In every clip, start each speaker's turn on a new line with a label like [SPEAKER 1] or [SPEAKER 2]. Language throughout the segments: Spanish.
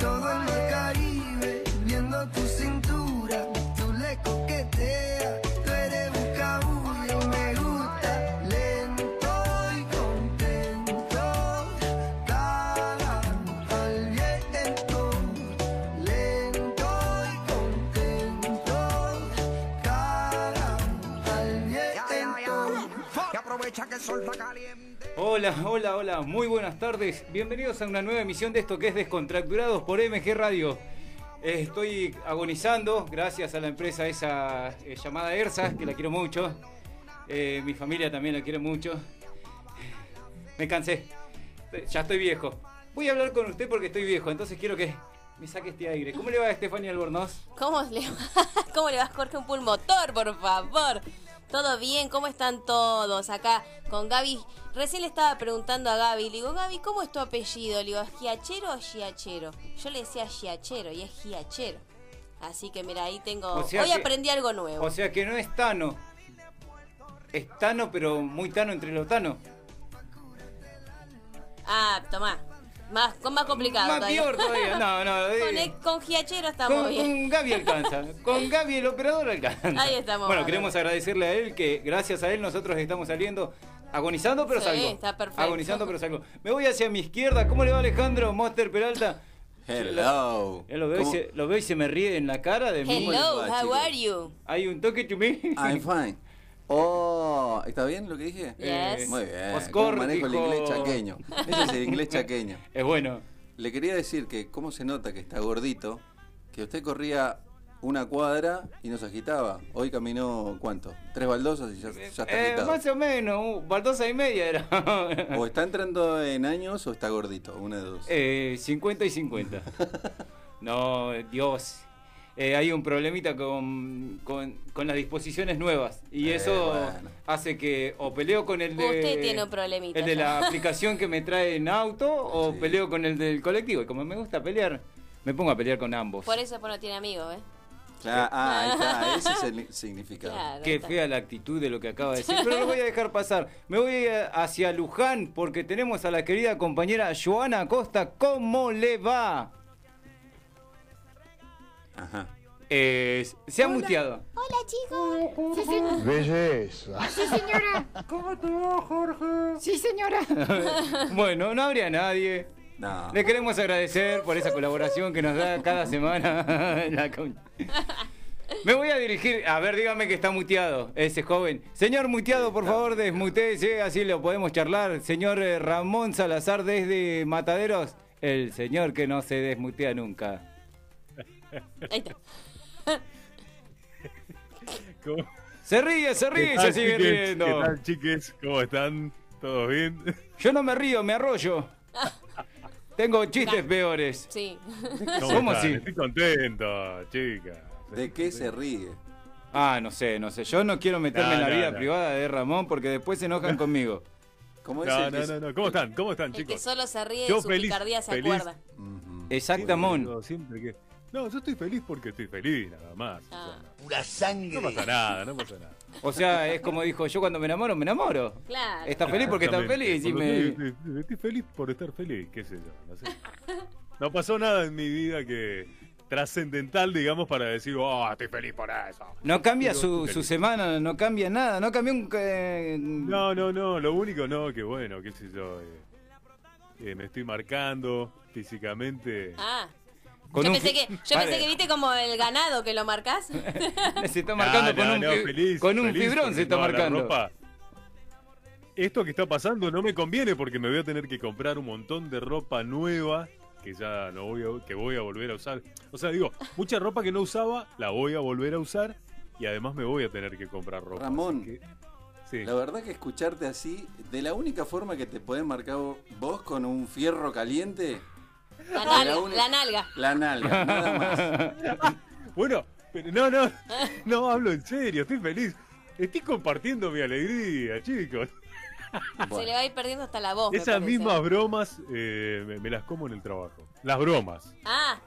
[SPEAKER 1] Todo en el Caribe, viendo tu cintura. Tú le coqueteas, tú eres un cabullo. Me gusta lento y contento. Cara al viento, lento y contento. Cara al viento.
[SPEAKER 2] Y aprovecha que el sol está caliente.
[SPEAKER 3] Hola, hola, hola, muy buenas tardes. Bienvenidos a una nueva emisión de esto que es Descontracturados por MG Radio. Eh, Estoy agonizando gracias a la empresa esa eh, llamada ERSA, que la quiero mucho. Eh, mi familia también la quiere mucho. Me cansé. Ya estoy viejo. Voy a hablar con usted porque estoy viejo, entonces quiero que me saque este aire. ¿Cómo le va a Estefania Albornoz?
[SPEAKER 4] ¿Cómo le, va? ¿Cómo le va Jorge un pulmotor, por favor? ¿Todo bien? ¿Cómo están todos? Acá con Gaby. Recién le estaba preguntando a Gaby, le digo, Gaby, ¿cómo es tu apellido? Le digo, ¿es Giachero o Giachero? Yo le decía Giachero y es Giachero. Así que mira, ahí tengo...
[SPEAKER 3] O sea
[SPEAKER 4] Hoy
[SPEAKER 3] que-
[SPEAKER 4] aprendí algo nuevo.
[SPEAKER 3] O sea que no es Tano. Es Tano, pero muy Tano entre los Tano.
[SPEAKER 4] Ah, tomá. Más, con más complicado.
[SPEAKER 3] Más
[SPEAKER 4] todavía.
[SPEAKER 3] peor todavía. No, no. eh.
[SPEAKER 4] con, el- con Giachero estamos
[SPEAKER 3] Con,
[SPEAKER 4] bien.
[SPEAKER 3] con Gaby alcanza. Con Gaby el operador alcanza.
[SPEAKER 4] Ahí estamos,
[SPEAKER 3] Bueno,
[SPEAKER 4] bárbaro.
[SPEAKER 3] queremos agradecerle a él que gracias a él nosotros estamos saliendo agonizando pero
[SPEAKER 4] Sí,
[SPEAKER 3] salgo.
[SPEAKER 4] está perfecto.
[SPEAKER 3] Agonizando pero salgo. Me voy hacia mi izquierda. ¿Cómo le va Alejandro Monster Peralta?
[SPEAKER 5] Hello.
[SPEAKER 3] Ya lo veo, y
[SPEAKER 5] ¿Cómo?
[SPEAKER 3] se, lo veo y se me ríe en la cara de mí.
[SPEAKER 4] Hello,
[SPEAKER 5] va,
[SPEAKER 4] how
[SPEAKER 5] chicos?
[SPEAKER 4] are you?
[SPEAKER 3] Hay un toque to me.
[SPEAKER 5] I'm fine. Oh, ¿está bien lo que dije?
[SPEAKER 3] Eh,
[SPEAKER 4] Yes.
[SPEAKER 5] Muy bien.
[SPEAKER 3] Oscar
[SPEAKER 5] ¿Cómo manejo
[SPEAKER 3] dijo-
[SPEAKER 5] el inglés chaqueño. Ese es el inglés chaqueño.
[SPEAKER 3] Es bueno.
[SPEAKER 5] Le quería decir que cómo se nota que está gordito, que usted corría una cuadra y nos agitaba. Hoy caminó, ¿cuánto? Tres baldosas y ya, ya está
[SPEAKER 3] Eh,
[SPEAKER 5] agitado.
[SPEAKER 3] más o menos, uh, baldosa y media era.
[SPEAKER 5] O está entrando en años o está gordito, una de dos.
[SPEAKER 3] Eh, 50 y 50. No, Dios. Eh, hay un problemita con, con, con las disposiciones nuevas. Y
[SPEAKER 5] Eh,
[SPEAKER 3] eso
[SPEAKER 5] bueno.
[SPEAKER 3] hace que o peleo con el de.
[SPEAKER 4] Usted tiene un problemita,
[SPEAKER 3] El de
[SPEAKER 4] ya.
[SPEAKER 3] la aplicación que me trae en auto o
[SPEAKER 5] Sí.
[SPEAKER 3] peleo con el del colectivo. Y como me gusta pelear, me pongo a pelear con ambos.
[SPEAKER 4] Por eso pues, no tiene amigos, ¿eh?
[SPEAKER 5] Claro, ah, ahí está, ese es el significado.
[SPEAKER 4] Claro.
[SPEAKER 3] Qué
[SPEAKER 4] está.
[SPEAKER 3] fea la actitud de lo que acaba de decir. Pero lo voy a dejar pasar. Me voy a- hacia Luján porque tenemos a la querida compañera Joana Acosta. ¿Cómo le va?
[SPEAKER 5] Ajá.
[SPEAKER 3] Eh, se ha muteado.
[SPEAKER 6] Hola chicos. Sí, se-
[SPEAKER 7] Belleza.
[SPEAKER 6] sí, señora. Sí señora.
[SPEAKER 3] Bueno, no habría nadie.
[SPEAKER 5] No.
[SPEAKER 3] Le queremos agradecer por esa colaboración que nos da cada semana. La con- Me voy a dirigir. A ver, dígame que está muteado ese joven. Señor muteado, por favor, desmuteese, así lo podemos charlar. Señor eh, Ramón Salazar desde Mataderos, el señor que no se desmutea nunca.
[SPEAKER 4] Ahí está.
[SPEAKER 8] ¿Cómo-
[SPEAKER 3] Se ríe, se
[SPEAKER 8] ¿Qué
[SPEAKER 3] ríe,
[SPEAKER 8] tal,
[SPEAKER 3] se sigue
[SPEAKER 8] chiques?
[SPEAKER 3] riendo.
[SPEAKER 8] ¿Qué tal, chiques? ¿Cómo están? ¿Todo bien?
[SPEAKER 3] Yo no me río, me arrollo. Tengo chistes peores.
[SPEAKER 4] Sí.
[SPEAKER 8] ¿Cómo,
[SPEAKER 3] ¿Cómo
[SPEAKER 8] están?
[SPEAKER 3] así?
[SPEAKER 8] Estoy contento, chicas.
[SPEAKER 5] ¿De qué se ríe?
[SPEAKER 3] Ah, no sé, no sé. Yo no quiero meterme
[SPEAKER 8] No,
[SPEAKER 3] en la
[SPEAKER 8] no,
[SPEAKER 3] vida
[SPEAKER 8] no.
[SPEAKER 3] privada de Ramón porque después se enojan conmigo.
[SPEAKER 5] ¿Cómo es
[SPEAKER 8] No,
[SPEAKER 5] el
[SPEAKER 8] no,
[SPEAKER 5] que-
[SPEAKER 8] no, no. ¿Cómo están? ¿Cómo están,
[SPEAKER 4] El que
[SPEAKER 8] chicos?
[SPEAKER 4] solo se ríe
[SPEAKER 8] Yo
[SPEAKER 4] de su
[SPEAKER 8] feliz,
[SPEAKER 4] picardía se
[SPEAKER 8] feliz.
[SPEAKER 4] acuerda.
[SPEAKER 5] Ujú.
[SPEAKER 3] Exactamón.
[SPEAKER 8] Digo siempre que- No, yo estoy feliz porque estoy feliz, nada más. o sea,
[SPEAKER 7] Pura
[SPEAKER 8] no
[SPEAKER 7] sangre.
[SPEAKER 8] pasa nada, no pasa nada.
[SPEAKER 3] O sea, es como dijo, yo cuando me enamoro, me enamoro.
[SPEAKER 4] Claro.
[SPEAKER 3] Está feliz porque está
[SPEAKER 8] eh,
[SPEAKER 3] feliz y me...
[SPEAKER 8] Exactamente. Estoy, estoy feliz por estar feliz, qué sé yo, no sé. No pasó nada en mi vida que trascendental, digamos, para decir, oh, estoy feliz por eso.
[SPEAKER 3] No cambia
[SPEAKER 8] Pero
[SPEAKER 3] su,
[SPEAKER 8] estoy
[SPEAKER 3] su
[SPEAKER 8] feliz.
[SPEAKER 3] semana, no cambia nada, no cambia un... eh,
[SPEAKER 8] No, no, no, lo único no, que bueno, qué sé yo, eh, eh, me estoy marcando físicamente.
[SPEAKER 4] Ah.
[SPEAKER 3] con
[SPEAKER 4] yo
[SPEAKER 3] un
[SPEAKER 4] pensé,
[SPEAKER 3] fi-
[SPEAKER 4] que, yo
[SPEAKER 3] Vale,
[SPEAKER 4] pensé que viste como el ganado que lo marcas.
[SPEAKER 3] Se está
[SPEAKER 8] No,
[SPEAKER 3] marcando
[SPEAKER 8] Ah, no,
[SPEAKER 3] con un,
[SPEAKER 8] no,
[SPEAKER 3] fi-
[SPEAKER 8] feliz,
[SPEAKER 3] con un
[SPEAKER 8] feliz,
[SPEAKER 3] fibrón,
[SPEAKER 8] porque
[SPEAKER 3] se está
[SPEAKER 8] no, la
[SPEAKER 3] marcando.
[SPEAKER 8] ropa- esto que está pasando no me conviene porque me voy a tener que comprar un montón de ropa nueva que ya no voy a, que voy a volver a usar. O sea, digo, mucha ropa que no usaba, la voy a volver a usar y además me voy a tener que comprar ropa. así
[SPEAKER 5] Ramón.
[SPEAKER 8] que- sí.
[SPEAKER 5] La verdad que escucharte así, de la única forma que te podés marcar vos- vos con un fierro caliente,
[SPEAKER 4] La nalga.
[SPEAKER 5] La única-
[SPEAKER 4] La nalga.
[SPEAKER 5] la nalga, nada más.
[SPEAKER 8] Bueno, pero no, no, no hablo en serio, estoy feliz. Estoy compartiendo mi alegría, chicos.
[SPEAKER 4] Se
[SPEAKER 5] Bueno,
[SPEAKER 4] le va a ir perdiendo hasta la voz. me
[SPEAKER 8] Esas
[SPEAKER 4] parece.
[SPEAKER 8] mismas bromas eh, me, me las como en el trabajo. Las bromas.
[SPEAKER 4] Ah,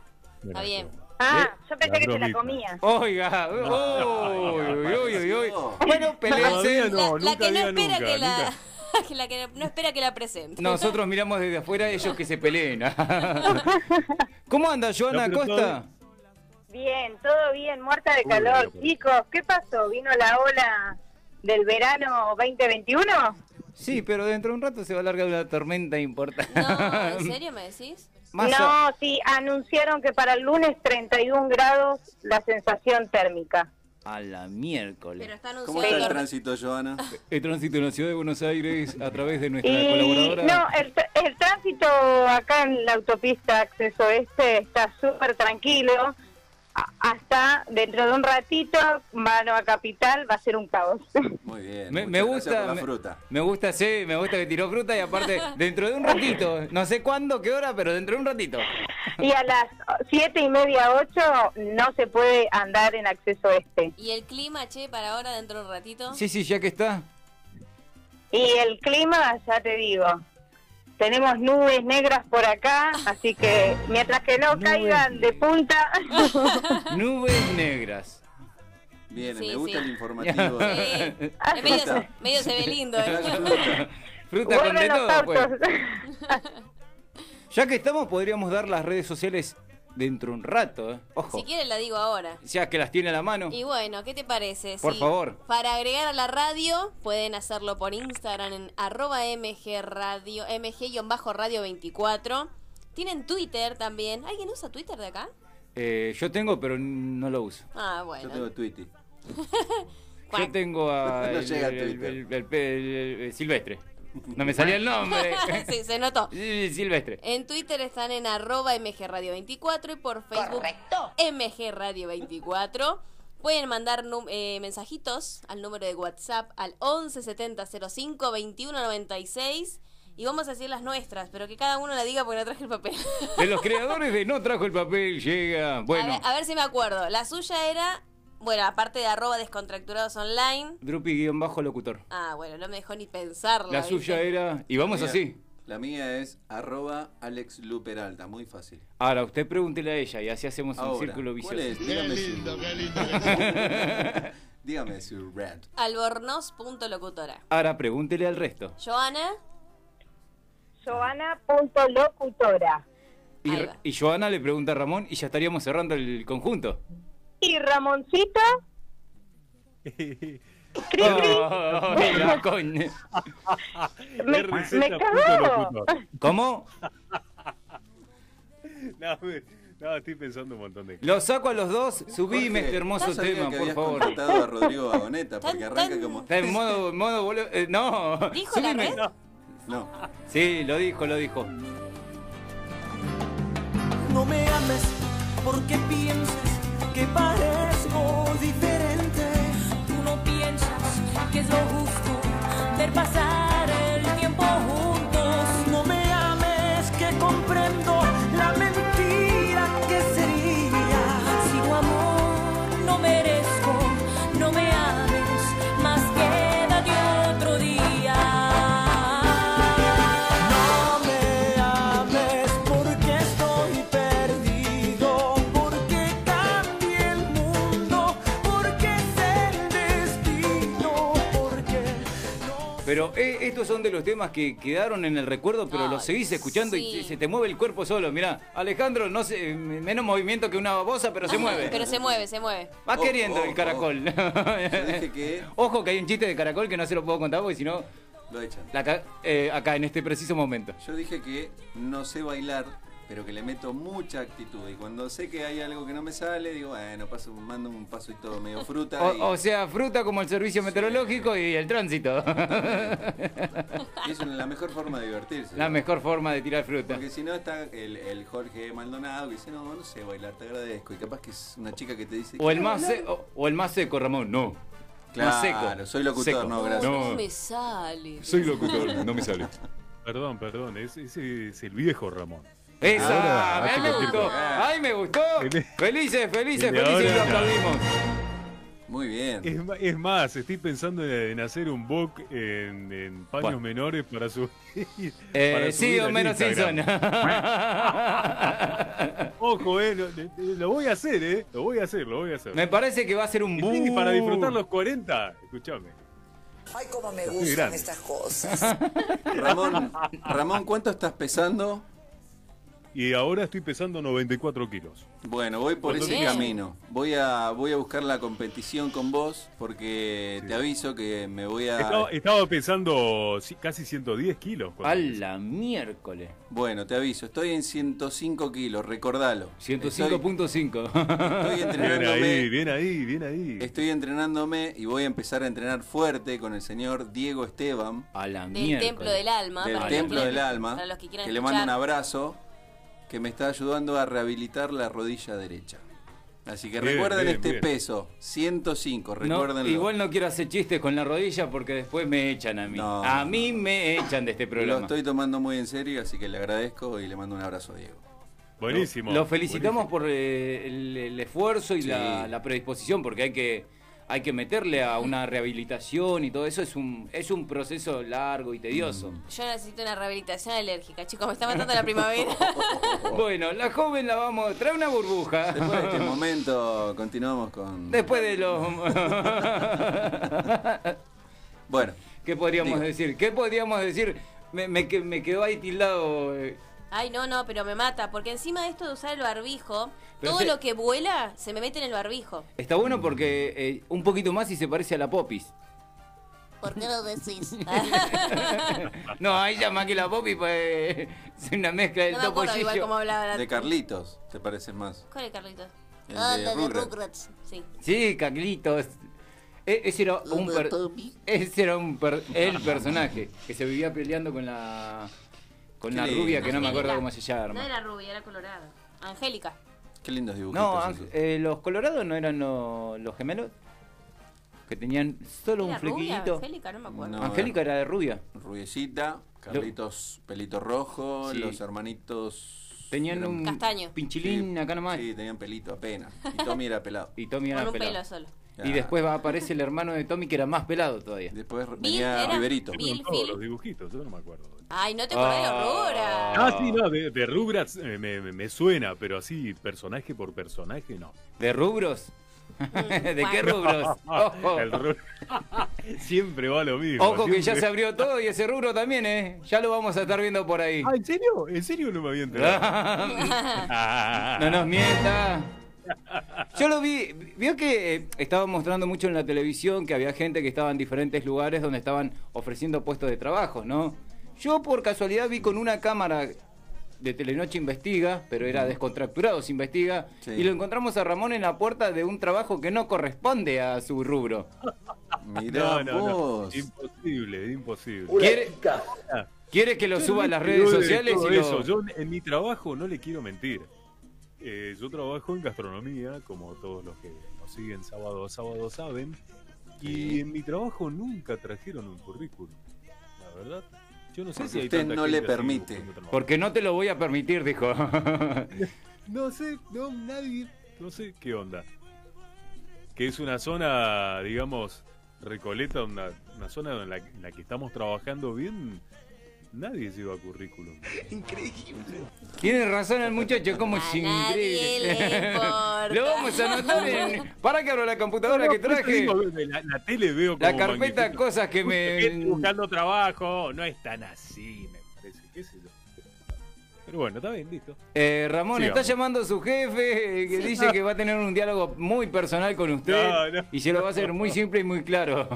[SPEAKER 8] me
[SPEAKER 4] Está
[SPEAKER 8] las
[SPEAKER 4] bien.
[SPEAKER 8] como.
[SPEAKER 7] Ah,
[SPEAKER 8] Eh,
[SPEAKER 7] yo pensé
[SPEAKER 8] las
[SPEAKER 7] que te la
[SPEAKER 8] bromitas.
[SPEAKER 7] comías.
[SPEAKER 3] Oiga, oh, uy, uy, uy, uy, uy.
[SPEAKER 5] No.
[SPEAKER 3] Bueno,
[SPEAKER 8] Todavía
[SPEAKER 3] peleense.
[SPEAKER 8] no,
[SPEAKER 4] la, la
[SPEAKER 8] nunca
[SPEAKER 4] que no
[SPEAKER 8] diga
[SPEAKER 4] espera
[SPEAKER 8] nunca,
[SPEAKER 4] que la.
[SPEAKER 8] nunca.
[SPEAKER 4] que la que no espera que la presente.
[SPEAKER 3] Nosotros miramos desde afuera, ellos que se peleen. ¿Cómo anda Joana
[SPEAKER 8] No, pero
[SPEAKER 3] Acosta?
[SPEAKER 7] Bien, todo bien, muerta de
[SPEAKER 8] Uy,
[SPEAKER 7] calor,
[SPEAKER 8] loco.
[SPEAKER 7] chicos. ¿Qué pasó? ¿Vino la ola del verano 2021?
[SPEAKER 3] Sí, pero dentro de un rato se va a largar una tormenta importante.
[SPEAKER 4] No, ¿en serio me decís?
[SPEAKER 3] Más a-
[SPEAKER 7] No, sí, anunciaron que para el lunes 31 grados la sensación térmica.
[SPEAKER 3] a la miércoles.
[SPEAKER 4] Pero está
[SPEAKER 5] ¿Cómo está el
[SPEAKER 4] anunciado.
[SPEAKER 5] tránsito, Joana?
[SPEAKER 3] El tránsito en la ciudad de Buenos Aires a través de nuestra
[SPEAKER 7] Y
[SPEAKER 3] colaboradora.
[SPEAKER 7] no, eh. el, tr- el tránsito acá en la autopista Acceso Este está súper tranquilo. A- Hasta dentro de un ratito, mano a capital, va a ser un caos.
[SPEAKER 5] Muy bien. muchas
[SPEAKER 3] Me, me
[SPEAKER 5] gracias
[SPEAKER 3] gusta.
[SPEAKER 5] por la
[SPEAKER 3] me-
[SPEAKER 5] fruta.
[SPEAKER 3] Me, gusta, sí, me gusta que tiró fruta y aparte, dentro de un ratito, no sé cuándo, qué hora, pero dentro de un ratito.
[SPEAKER 7] Y a las siete y media, ocho, no se puede andar en Acceso Este.
[SPEAKER 4] ¿Y el clima, che, para ahora dentro de un ratito?
[SPEAKER 3] Sí, sí, ya que está.
[SPEAKER 7] Y el clima, ya te digo, tenemos nubes negras por acá, así que mientras que no
[SPEAKER 3] Nubes
[SPEAKER 7] caigan de
[SPEAKER 3] negras.
[SPEAKER 7] punta,
[SPEAKER 3] Nubes negras.
[SPEAKER 5] Bien,
[SPEAKER 4] Sí,
[SPEAKER 5] me gusta
[SPEAKER 4] sí.
[SPEAKER 5] el informativo.
[SPEAKER 4] Sí. Es medio,
[SPEAKER 5] Fruta.
[SPEAKER 4] medio se ve lindo. ¿eh?
[SPEAKER 5] Trae fruta.
[SPEAKER 3] Fruta con de
[SPEAKER 7] vuelven los
[SPEAKER 3] todo, pues.
[SPEAKER 7] autos.
[SPEAKER 3] Ya que estamos, podríamos dar las redes sociales dentro de un rato, ¿eh? Ojo.
[SPEAKER 4] Si quieres la digo ahora.
[SPEAKER 3] Ya que las tiene a la mano.
[SPEAKER 4] Y bueno, ¿qué te parece?
[SPEAKER 3] Ah, Por
[SPEAKER 4] Si
[SPEAKER 3] favor.
[SPEAKER 4] Para agregar a la radio, pueden hacerlo por Instagram en arroba mgradio, mg-radio24. Tienen Twitter también. ¿Alguien usa Twitter de acá?
[SPEAKER 3] Eh, yo tengo, pero no lo uso.
[SPEAKER 4] Ah,
[SPEAKER 5] Yo
[SPEAKER 4] bueno.
[SPEAKER 5] tengo Twitter.
[SPEAKER 3] Yo tengo a.
[SPEAKER 5] No
[SPEAKER 3] el-
[SPEAKER 5] llega a
[SPEAKER 3] el- el-
[SPEAKER 5] Twitter.
[SPEAKER 3] el- el- el- el- Silvestre. No me salía el nombre.
[SPEAKER 4] sí, se notó.
[SPEAKER 3] Sí, Silvestre.
[SPEAKER 4] En Twitter están en arroba mgradio24 y por Facebook mgradio24. Pueden mandar num- eh, mensajitos al número de WhatsApp al 1170052196 y vamos a decir las nuestras, pero que cada uno la diga porque no traje el papel.
[SPEAKER 3] De los creadores de No Trajo el Papel llega.
[SPEAKER 4] A,
[SPEAKER 3] Bueno,
[SPEAKER 4] ver, a ver si me acuerdo. La suya era, bueno, aparte de arroba descontracturados online.
[SPEAKER 3] Drupi-locutor.
[SPEAKER 4] Ah, bueno, no me dejó ni pensarlo.
[SPEAKER 3] La suya era. Y vamos
[SPEAKER 5] Mira,
[SPEAKER 3] así.
[SPEAKER 5] La mía es arroba Alex Lu Peralta, muy fácil.
[SPEAKER 3] Ahora, usted pregúntele a ella y así hacemos un
[SPEAKER 5] Ahora,
[SPEAKER 3] círculo
[SPEAKER 5] ¿cuál
[SPEAKER 3] vicioso.
[SPEAKER 5] es? Dígame su... Dígame su red.
[SPEAKER 4] Albornoz.locutora.
[SPEAKER 3] Ahora, pregúntele al resto.
[SPEAKER 4] Joana,
[SPEAKER 7] Joana.locutora.
[SPEAKER 3] Y,
[SPEAKER 4] Ahí va.
[SPEAKER 3] y Joana le pregunta a Ramón y ya estaríamos cerrando el conjunto.
[SPEAKER 7] Y Ramoncito, cri,
[SPEAKER 3] Ay, la coña.
[SPEAKER 7] me,
[SPEAKER 8] RZ
[SPEAKER 7] me
[SPEAKER 8] punto
[SPEAKER 7] cagó.
[SPEAKER 8] locutor.
[SPEAKER 3] ¿Cómo?
[SPEAKER 8] No, me- no, estoy pensando un montón de cosas.
[SPEAKER 3] Los saco a los dos, subime
[SPEAKER 5] Jorge,
[SPEAKER 3] este hermoso
[SPEAKER 5] no sabía
[SPEAKER 3] tema,
[SPEAKER 5] que
[SPEAKER 3] por
[SPEAKER 5] habías
[SPEAKER 3] favor.
[SPEAKER 5] contratado a Rodrigo Vagoneta, porque
[SPEAKER 4] Tan,
[SPEAKER 5] arranca
[SPEAKER 4] tan.
[SPEAKER 5] como...
[SPEAKER 3] Está en modo, modo boludo. eh, no.
[SPEAKER 4] ¿Dijo la
[SPEAKER 3] Subime.
[SPEAKER 4] red?
[SPEAKER 5] No,
[SPEAKER 3] Sí, lo dijo, lo dijo.
[SPEAKER 1] No me ames porque pienses que parezco diferente. Tú no piensas que es lo justo ver pasar el tiempo juntos. No me ames que comprendo la mentira que sería. Si tu amor no merezco, no me ames, más quédate otro día. No me ames porque estoy perdido, porque cambia el mundo, porque es el destino, porque no
[SPEAKER 3] Pero eh, estos son de los temas que quedaron en el recuerdo, pero
[SPEAKER 4] Ay,
[SPEAKER 3] los seguís escuchando
[SPEAKER 4] sí.
[SPEAKER 3] y se te mueve el cuerpo solo. Mirá, Alejandro, no sé, menos movimiento que una babosa, pero se mueve.
[SPEAKER 4] Pero se mueve, se mueve.
[SPEAKER 3] Va
[SPEAKER 5] Oh,
[SPEAKER 3] queriendo
[SPEAKER 5] oh,
[SPEAKER 3] el caracol.
[SPEAKER 5] yo dije que
[SPEAKER 3] Ojo que hay un chiste de caracol que no se lo puedo contar porque si no,
[SPEAKER 5] lo echan.
[SPEAKER 3] la ca- eh, acá en este preciso momento.
[SPEAKER 5] Yo dije que no sé bailar, pero que le meto mucha actitud. Y cuando sé que hay algo que no me sale, digo, bueno, paso, mando un paso y todo medio fruta. y,
[SPEAKER 3] O, o sea, fruta como el servicio meteorológico y el tránsito.
[SPEAKER 5] y es una- la mejor forma de divertirse.
[SPEAKER 3] La
[SPEAKER 5] ¿no?
[SPEAKER 3] mejor forma de tirar fruta.
[SPEAKER 5] Porque si no está el, el Jorge Maldonado que dice, no, no sé bailar, te agradezco. Y capaz que es una chica que te dice...
[SPEAKER 3] O el
[SPEAKER 5] "Quiero
[SPEAKER 3] más,
[SPEAKER 5] bailar".
[SPEAKER 3] se- o, o el más seco, Ramón, no.
[SPEAKER 5] Claro,
[SPEAKER 3] más seco.
[SPEAKER 5] soy locutor, no, gracias.
[SPEAKER 4] No me sale.
[SPEAKER 3] soy locutor, no me sale.
[SPEAKER 8] Perdón, perdón, ese ese es el viejo Ramón.
[SPEAKER 3] Esa, ay Ah,
[SPEAKER 8] Ahora,
[SPEAKER 3] me
[SPEAKER 8] hace
[SPEAKER 3] gustó.
[SPEAKER 8] poquito.
[SPEAKER 3] Ay, me gustó.
[SPEAKER 8] Feliz.
[SPEAKER 3] Felices, felices,
[SPEAKER 8] Y de
[SPEAKER 3] felices. y Lo
[SPEAKER 8] ahora ya.
[SPEAKER 3] aplaudimos.
[SPEAKER 5] Muy bien.
[SPEAKER 8] Es, ma- es más, estoy pensando en, en hacer un book en, en paños
[SPEAKER 3] Bueno.
[SPEAKER 8] menores para su.
[SPEAKER 3] Eh, sí,
[SPEAKER 8] o
[SPEAKER 3] Homero
[SPEAKER 8] menos
[SPEAKER 3] Simpson.
[SPEAKER 8] Ojo, eh, lo, eh, lo voy a hacer, eh. Lo voy a hacer, lo voy a hacer.
[SPEAKER 3] me parece que va a ser un
[SPEAKER 8] Y
[SPEAKER 3] boom.
[SPEAKER 8] sí, para disfrutar los 40, escúchame.
[SPEAKER 9] Ay, cómo me
[SPEAKER 8] Muy
[SPEAKER 9] gustan
[SPEAKER 8] grande.
[SPEAKER 9] estas cosas.
[SPEAKER 5] Ramón, Ramón, ¿cuánto estás pesando?
[SPEAKER 8] Y ahora estoy pesando 94 kilos.
[SPEAKER 5] Bueno, voy por
[SPEAKER 8] Cuando
[SPEAKER 5] ese
[SPEAKER 4] quieras.
[SPEAKER 5] camino. Voy a, voy a buscar la competición con vos porque te aviso que me voy a...
[SPEAKER 8] Estaba, estaba pesando ci- casi 110 kilos. cuando
[SPEAKER 3] A
[SPEAKER 8] empecé.
[SPEAKER 3] la miércoles.
[SPEAKER 5] Bueno, te aviso, estoy en 105 kilos, recordalo. Estoy-
[SPEAKER 3] 105.5.
[SPEAKER 5] Estoy
[SPEAKER 8] Bien ahí,
[SPEAKER 5] entrenándome,
[SPEAKER 8] bien ahí, bien ahí.
[SPEAKER 5] estoy entrenándome y voy a empezar a entrenar fuerte con el señor Diego Esteban
[SPEAKER 3] A la
[SPEAKER 4] Del
[SPEAKER 3] miércoles.
[SPEAKER 4] templo del alma.
[SPEAKER 5] del
[SPEAKER 4] para los
[SPEAKER 5] Templo
[SPEAKER 4] que-
[SPEAKER 5] del Alma,
[SPEAKER 4] Para los que quieran
[SPEAKER 5] le mando un
[SPEAKER 4] escuchar.
[SPEAKER 5] abrazo, que me está ayudando a rehabilitar la rodilla derecha. Así que
[SPEAKER 8] Bien,
[SPEAKER 5] recuerden
[SPEAKER 8] bien,
[SPEAKER 5] este
[SPEAKER 8] bien.
[SPEAKER 5] peso, 105,
[SPEAKER 3] No,
[SPEAKER 5] recuérdenlo.
[SPEAKER 3] igual no quiero hacer chistes con la rodilla porque después me echan a mí.
[SPEAKER 5] No,
[SPEAKER 3] a
[SPEAKER 5] no,
[SPEAKER 3] mí me echan de este
[SPEAKER 5] Lo
[SPEAKER 3] programa.
[SPEAKER 5] estoy tomando muy en serio, así que le agradezco y le mando un abrazo a Diego.
[SPEAKER 8] Buenísimo.
[SPEAKER 3] Los felicitamos
[SPEAKER 8] buenísimo.
[SPEAKER 3] por eh, el, el esfuerzo y
[SPEAKER 5] Sí.
[SPEAKER 3] la, la predisposición, porque hay que, hay que meterle a una rehabilitación y todo eso. Es un, es un proceso largo y tedioso.
[SPEAKER 5] Mm.
[SPEAKER 4] Yo necesito una rehabilitación alérgica, chicos. Me está matando la primavera.
[SPEAKER 3] Bueno, la joven la vamos a traer una burbuja.
[SPEAKER 5] Después de este momento continuamos con...
[SPEAKER 3] Después de los...
[SPEAKER 5] Bueno,
[SPEAKER 3] ¿Qué podríamos
[SPEAKER 5] Diga.
[SPEAKER 3] decir? ¿Qué podríamos decir? Me, me que- me quedó ahí tildado. eh.
[SPEAKER 4] Ay, no, no, pero me mata. Porque encima de esto de usar el barbijo,
[SPEAKER 3] Pero
[SPEAKER 4] todo
[SPEAKER 3] se-
[SPEAKER 4] lo que vuela se me mete en el barbijo.
[SPEAKER 3] Está bueno porque eh, un poquito más y se parece a la popis.
[SPEAKER 4] ¿Por qué lo decís?
[SPEAKER 5] Ah.
[SPEAKER 3] no, ahí ya más que la popis pues, es una mezcla del
[SPEAKER 4] no me acuerdo igual
[SPEAKER 3] topollillo.
[SPEAKER 4] cómo hablaba. la-
[SPEAKER 5] de Carlitos, ¿te pareces más?
[SPEAKER 4] ¿Cuál es Carlitos?
[SPEAKER 5] El Ah, de Rugrats.
[SPEAKER 4] Sí.
[SPEAKER 3] Sí, Carlitos. E- ese era un per- ese era un per- el personaje que se vivía peleando con la con la
[SPEAKER 5] Qué lindo.
[SPEAKER 3] rubia que no me acuerdo
[SPEAKER 4] Angélica.
[SPEAKER 3] cómo se
[SPEAKER 4] No
[SPEAKER 3] llama.
[SPEAKER 4] era rubia, era colorada. Angélica.
[SPEAKER 5] Qué lindos dibujitos.
[SPEAKER 3] No,
[SPEAKER 5] esos.
[SPEAKER 3] Ang- eh, los colorados no eran lo- los gemelos que tenían solo un
[SPEAKER 4] ¿Era rubia?
[SPEAKER 3] flequillito.
[SPEAKER 4] Angélica, no me acuerdo.
[SPEAKER 5] No.
[SPEAKER 3] Angélica era de rubia.
[SPEAKER 5] Rubiecita, Carlitos, pelito rojo,
[SPEAKER 3] Sí.
[SPEAKER 5] los hermanitos...
[SPEAKER 3] Tenían
[SPEAKER 5] eran-
[SPEAKER 3] un
[SPEAKER 4] Castaño.
[SPEAKER 3] pinchilín
[SPEAKER 5] Sí,
[SPEAKER 3] acá nomás.
[SPEAKER 5] Sí, tenían pelito apenas. Y Tommy era pelado.
[SPEAKER 3] Y Tommy
[SPEAKER 4] Con
[SPEAKER 3] era
[SPEAKER 4] un
[SPEAKER 3] pelado.
[SPEAKER 4] pelo solo.
[SPEAKER 3] Y
[SPEAKER 5] Ah.
[SPEAKER 3] después va, aparece el hermano de Tommy que era más pelado todavía.
[SPEAKER 5] Después
[SPEAKER 4] Bill
[SPEAKER 5] venía
[SPEAKER 4] era-
[SPEAKER 5] Riverito.
[SPEAKER 8] Con
[SPEAKER 4] Bill,
[SPEAKER 8] todos
[SPEAKER 4] Phil.
[SPEAKER 8] los dibujitos, yo no me acuerdo.
[SPEAKER 4] Ay, no te acordás de
[SPEAKER 3] Ah.
[SPEAKER 4] horror.
[SPEAKER 8] Ah, sí, no, de, de Rugrats eh, me, me- me suena, pero así personaje por personaje no.
[SPEAKER 3] ¿De rubros? ¿De qué
[SPEAKER 4] bueno.
[SPEAKER 3] rubros? Ojo.
[SPEAKER 8] El Ru- siempre va lo mismo.
[SPEAKER 3] Ojo que ya se
[SPEAKER 8] siempre-
[SPEAKER 3] abrió todo y ese rubro también, ¿eh? Ya lo vamos a estar viendo por ahí.
[SPEAKER 8] Ah, ¿en serio? ¿En serio no me había enterado?
[SPEAKER 3] no
[SPEAKER 8] Ah.
[SPEAKER 3] nos mienta. Yo lo vi, vio que eh, estaba mostrando mucho en la televisión que había gente que estaba en diferentes lugares donde estaban ofreciendo puestos de trabajo, ¿no? Yo por casualidad vi con una cámara de Telenoche Investiga, pero era descontracturados Investiga,
[SPEAKER 5] Sí.
[SPEAKER 3] y lo encontramos a Ramón en la puerta de un trabajo que no corresponde a su rubro.
[SPEAKER 5] Mirá
[SPEAKER 8] No, no, no.
[SPEAKER 5] vos.
[SPEAKER 8] Imposible, imposible. Ah.
[SPEAKER 3] ¿Quiere, quiere que lo
[SPEAKER 8] Yo
[SPEAKER 3] suba a
[SPEAKER 8] no
[SPEAKER 3] las
[SPEAKER 8] me
[SPEAKER 3] redes
[SPEAKER 8] cuido de
[SPEAKER 3] sociales
[SPEAKER 8] todo
[SPEAKER 3] y lo-
[SPEAKER 8] eso. Yo en mi trabajo no le quiero mentir. Eh, yo trabajo en gastronomía, como todos los que nos siguen sábado a sábado saben. Y en mi trabajo nunca trajeron un currículum. La verdad, yo no sé
[SPEAKER 5] Porque
[SPEAKER 8] si hay
[SPEAKER 5] usted
[SPEAKER 8] tanta
[SPEAKER 5] no
[SPEAKER 8] gente
[SPEAKER 5] le
[SPEAKER 8] así
[SPEAKER 5] permite.
[SPEAKER 8] buscando trabajo.
[SPEAKER 3] Porque no te lo voy a permitir, dijo.
[SPEAKER 8] No sé, no, nadie, no sé qué onda. Que es una zona, digamos, Recoleta, una, una zona en la, en la que estamos trabajando bien. Nadie lleva currículum.
[SPEAKER 3] Tiene razón el muchacho, como
[SPEAKER 4] A
[SPEAKER 3] es
[SPEAKER 4] nadie le
[SPEAKER 3] increíble.
[SPEAKER 4] importa.
[SPEAKER 3] Lo vamos a anotar en. Para que abro la computadora que
[SPEAKER 8] Por eso
[SPEAKER 3] traje.
[SPEAKER 8] digo, La, la tele veo como
[SPEAKER 3] La carpeta
[SPEAKER 8] magnifica.
[SPEAKER 3] cosas que
[SPEAKER 8] Mucha gente
[SPEAKER 3] me.
[SPEAKER 8] buscando trabajo, no es tan así, me parece. ¿Qué sé yo? Pero bueno, está bien, listo.
[SPEAKER 3] Eh, Ramón,
[SPEAKER 8] Sigamos.
[SPEAKER 3] está llamando a su jefe eh, que
[SPEAKER 8] Sí.
[SPEAKER 3] dice que va a tener un diálogo muy personal con usted
[SPEAKER 8] No, no.
[SPEAKER 3] y se lo va a hacer muy simple y muy claro.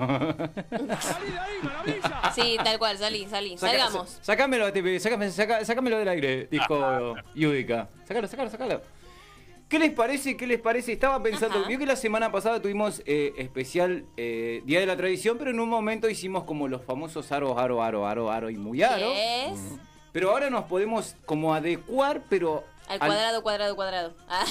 [SPEAKER 4] Sí, tal cual, salí, salí.
[SPEAKER 3] Saca-
[SPEAKER 4] Salgamos.
[SPEAKER 3] sa- Sacámelo, ATP, sácame- saca- sácamelo del aire,
[SPEAKER 8] Ah,
[SPEAKER 3] dijo Yudica. Sácalo, sácalo, sácalo. ¿Qué les parece? ¿Qué les parece? Estaba pensando, vio que la semana pasada tuvimos eh, especial eh, Día de la Tradición, pero en un momento hicimos como los famosos aro, aro, aro, aro, aro y muy aro.
[SPEAKER 4] Yes.
[SPEAKER 3] Pero ahora nos podemos como adecuar, pero...
[SPEAKER 4] Al cuadrado, cuadrado, cuadrado. Ah,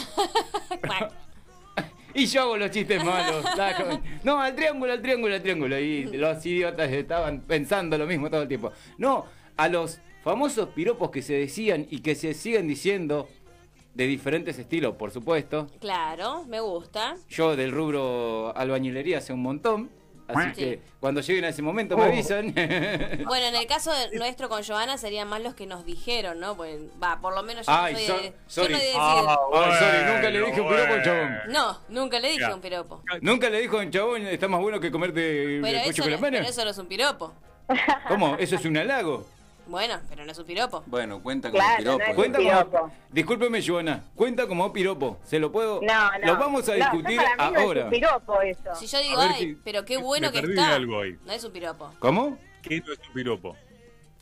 [SPEAKER 3] Y yo hago los chistes malos. la joven. No, al triángulo, al triángulo, al triángulo. Y los idiotas estaban pensando lo mismo todo el tiempo. No, a los famosos piropos que se decían y que se siguen diciendo de diferentes estilos, por supuesto.
[SPEAKER 4] claro, me gusta.
[SPEAKER 3] Yo del rubro albañilería hace un montón. Así
[SPEAKER 4] Sí.
[SPEAKER 3] que cuando lleguen a ese momento me avisan.
[SPEAKER 4] Bueno, en el caso de- nuestro con Joana serían más los que nos dijeron, ¿no? Pues, va, por lo menos yo
[SPEAKER 3] Ay,
[SPEAKER 4] no soy
[SPEAKER 3] so-
[SPEAKER 4] de- yo
[SPEAKER 3] sorry.
[SPEAKER 4] no soy de
[SPEAKER 3] Ah,
[SPEAKER 4] decir-
[SPEAKER 3] Ay, sorry, nunca le dije un piropo al chabón.
[SPEAKER 4] No, nunca le dije
[SPEAKER 3] Ya.
[SPEAKER 4] un piropo.
[SPEAKER 3] Nunca le dijo a un chabón, está más bueno que comerte
[SPEAKER 4] Pero
[SPEAKER 3] el
[SPEAKER 4] eso,
[SPEAKER 3] con
[SPEAKER 4] no,
[SPEAKER 3] las manos.
[SPEAKER 4] pero eso no es un piropo.
[SPEAKER 3] ¿Cómo? ¿Eso es un halago?
[SPEAKER 4] Bueno, pero no es un piropo.
[SPEAKER 5] Bueno, cuenta
[SPEAKER 4] como Claro, piropo. no es un
[SPEAKER 3] Cuenta
[SPEAKER 4] piropo.
[SPEAKER 3] como, discúlpeme, Joana. Cuenta como piropo. Se lo puedo.
[SPEAKER 7] No, no.
[SPEAKER 3] Lo vamos a
[SPEAKER 7] No,
[SPEAKER 3] discutir
[SPEAKER 7] yo para mí no
[SPEAKER 3] ahora.
[SPEAKER 7] Es un piropo eso.
[SPEAKER 4] Si yo digo,
[SPEAKER 3] A ver,
[SPEAKER 4] ay,
[SPEAKER 3] que-
[SPEAKER 4] pero qué bueno
[SPEAKER 8] me
[SPEAKER 4] que
[SPEAKER 8] perdí
[SPEAKER 4] está.
[SPEAKER 8] de algo ahí.
[SPEAKER 4] No es un piropo.
[SPEAKER 3] ¿Cómo?
[SPEAKER 8] ¿Qué no es un piropo?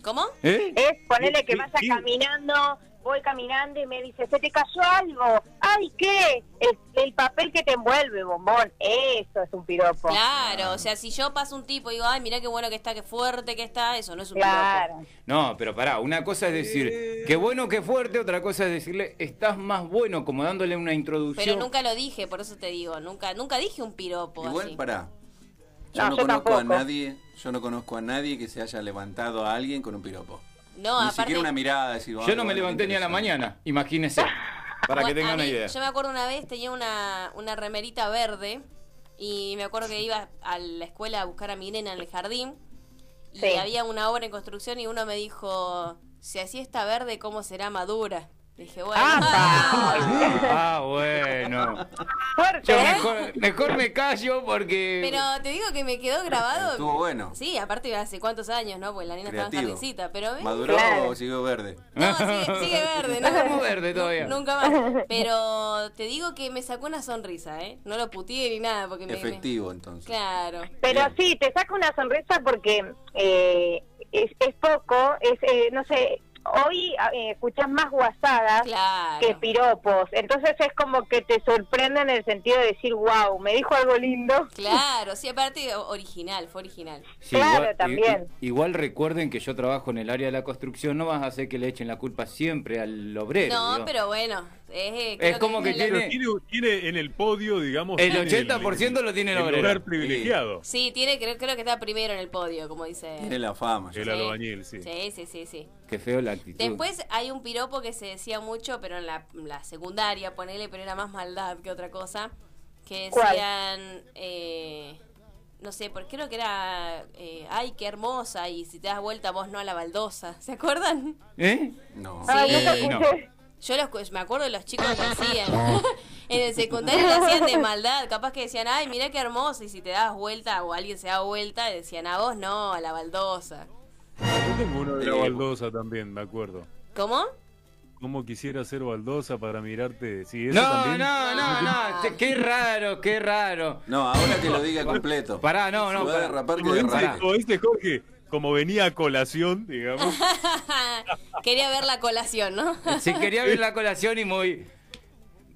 [SPEAKER 4] ¿Cómo?
[SPEAKER 3] ¿Eh?
[SPEAKER 7] Es ponerle que
[SPEAKER 8] Sí,
[SPEAKER 7] vaya
[SPEAKER 8] sí.
[SPEAKER 7] caminando, voy caminando y me dice, se te cayó algo. Ay, ¿qué? El, el papel que te envuelve, bombón. Eso es un piropo.
[SPEAKER 4] Claro, o sea, si yo paso un tipo y digo, ay, mirá qué bueno que está, qué fuerte que está, eso no es un
[SPEAKER 7] Claro.
[SPEAKER 4] piropo.
[SPEAKER 3] No, pero pará, una cosa es decir, qué bueno, qué fuerte, otra cosa es decirle, estás más bueno, como dándole una introducción.
[SPEAKER 4] Pero nunca lo dije, por eso te digo, nunca nunca dije un piropo
[SPEAKER 5] Igual
[SPEAKER 4] así.
[SPEAKER 5] pará. Yo no,
[SPEAKER 4] No, yo
[SPEAKER 5] conozco
[SPEAKER 4] tampoco.
[SPEAKER 5] a nadie, yo no conozco a nadie que se haya levantado a alguien con un piropo.
[SPEAKER 4] No,
[SPEAKER 5] ni
[SPEAKER 4] aparte-
[SPEAKER 5] siquiera una mirada decir,
[SPEAKER 3] Yo no me levanté ni a la mañana, imagínese. Para que
[SPEAKER 4] Ah, Bueno, a
[SPEAKER 3] tengan una
[SPEAKER 4] mí,
[SPEAKER 3] idea.
[SPEAKER 4] Yo me acuerdo una vez tenía una, una remerita verde y me acuerdo que iba a la escuela a buscar a mi nena en el jardín y
[SPEAKER 7] Sí.
[SPEAKER 4] había una obra en construcción y uno me dijo, si así está verde, ¿cómo será madura? Dije, bueno,
[SPEAKER 3] Ah, bueno. Yo mejor, mejor me callo porque.
[SPEAKER 4] pero te digo que me quedó grabado.
[SPEAKER 5] Estuvo bueno.
[SPEAKER 4] Sí, aparte hace cuántos años, ¿no? Pues la nena estaba en
[SPEAKER 5] Creativo.
[SPEAKER 4] jardincita, pero ¿ves?
[SPEAKER 5] ¿Maduró o siguió verde?
[SPEAKER 4] ¿eh? No, sigue, sigue verde, ¿no?
[SPEAKER 5] Está muy verde todavía.
[SPEAKER 4] Nunca más. Pero te digo que me sacó una sonrisa, ¿eh? No lo putié ni nada porque me- me...
[SPEAKER 5] Efectivo, entonces.
[SPEAKER 4] Claro.
[SPEAKER 7] Pero sí, te saca una sonrisa porque eh, es, es poco, es, eh, no sé, hoy eh, escuchas más guasadas
[SPEAKER 4] Claro.
[SPEAKER 7] que piropos. Entonces es como que te sorprende en el sentido de decir, wow, me dijo algo lindo.
[SPEAKER 4] Claro, sí, aparte o- original, fue original.
[SPEAKER 3] Sí, igual, eh, i- i- igual recuerden que yo trabajo en el área de la construcción, no vas a hacer que le echen la culpa siempre al obrero.
[SPEAKER 4] no,
[SPEAKER 3] digo.
[SPEAKER 4] pero bueno. eh,
[SPEAKER 3] Es
[SPEAKER 4] creo
[SPEAKER 3] como que
[SPEAKER 4] la-
[SPEAKER 3] tiene.
[SPEAKER 8] Tiene en el podio, digamos.
[SPEAKER 3] El
[SPEAKER 8] tiene
[SPEAKER 3] 80% lo tiene el obrero.
[SPEAKER 8] lugar privilegiado.
[SPEAKER 4] Sí, tiene, creo, creo que está primero en el podio, como dice.
[SPEAKER 5] la fama.
[SPEAKER 8] El albañil, sí.
[SPEAKER 4] Sí, sí, sí, sí.
[SPEAKER 3] Qué feo la actitud.
[SPEAKER 4] Después hay un piropo que se decía mucho, pero en la, la secundaria, ponele, pero era más maldad que otra cosa. Que
[SPEAKER 7] ¿Cuál?
[SPEAKER 4] decían, eh, no sé, por creo que era, eh, ay, qué hermosa, y si te das vuelta vos no a la baldosa, ¿se acuerdan?
[SPEAKER 3] ¿Eh?
[SPEAKER 5] No.
[SPEAKER 7] Ah,
[SPEAKER 4] Ay, no
[SPEAKER 3] Eh, no.
[SPEAKER 4] Yo los cu- me acuerdo de los chicos que
[SPEAKER 3] Ah.
[SPEAKER 4] hacían. en el secundario lo hacían de maldad. Capaz que decían, ay, mira qué hermoso. Y si te das vuelta o alguien se da vuelta, decían, a vos no, a la baldosa.
[SPEAKER 8] Yo tengo uno de la baldosa también, me acuerdo.
[SPEAKER 4] ¿Cómo?
[SPEAKER 8] ¿Cómo quisiera ser baldosa para mirarte? Sí, eso
[SPEAKER 3] No,
[SPEAKER 8] también.
[SPEAKER 3] no, no, no, che, qué raro, qué raro.
[SPEAKER 5] No, ahora que lo diga completo.
[SPEAKER 3] Pará, no, no.
[SPEAKER 5] Si va a
[SPEAKER 3] pará.
[SPEAKER 5] derrapar,
[SPEAKER 8] Como dice- como dice Jorge, como venía a colación, digamos.
[SPEAKER 4] Quería ver la colación, ¿no?
[SPEAKER 3] Si quería ver la colación y muy.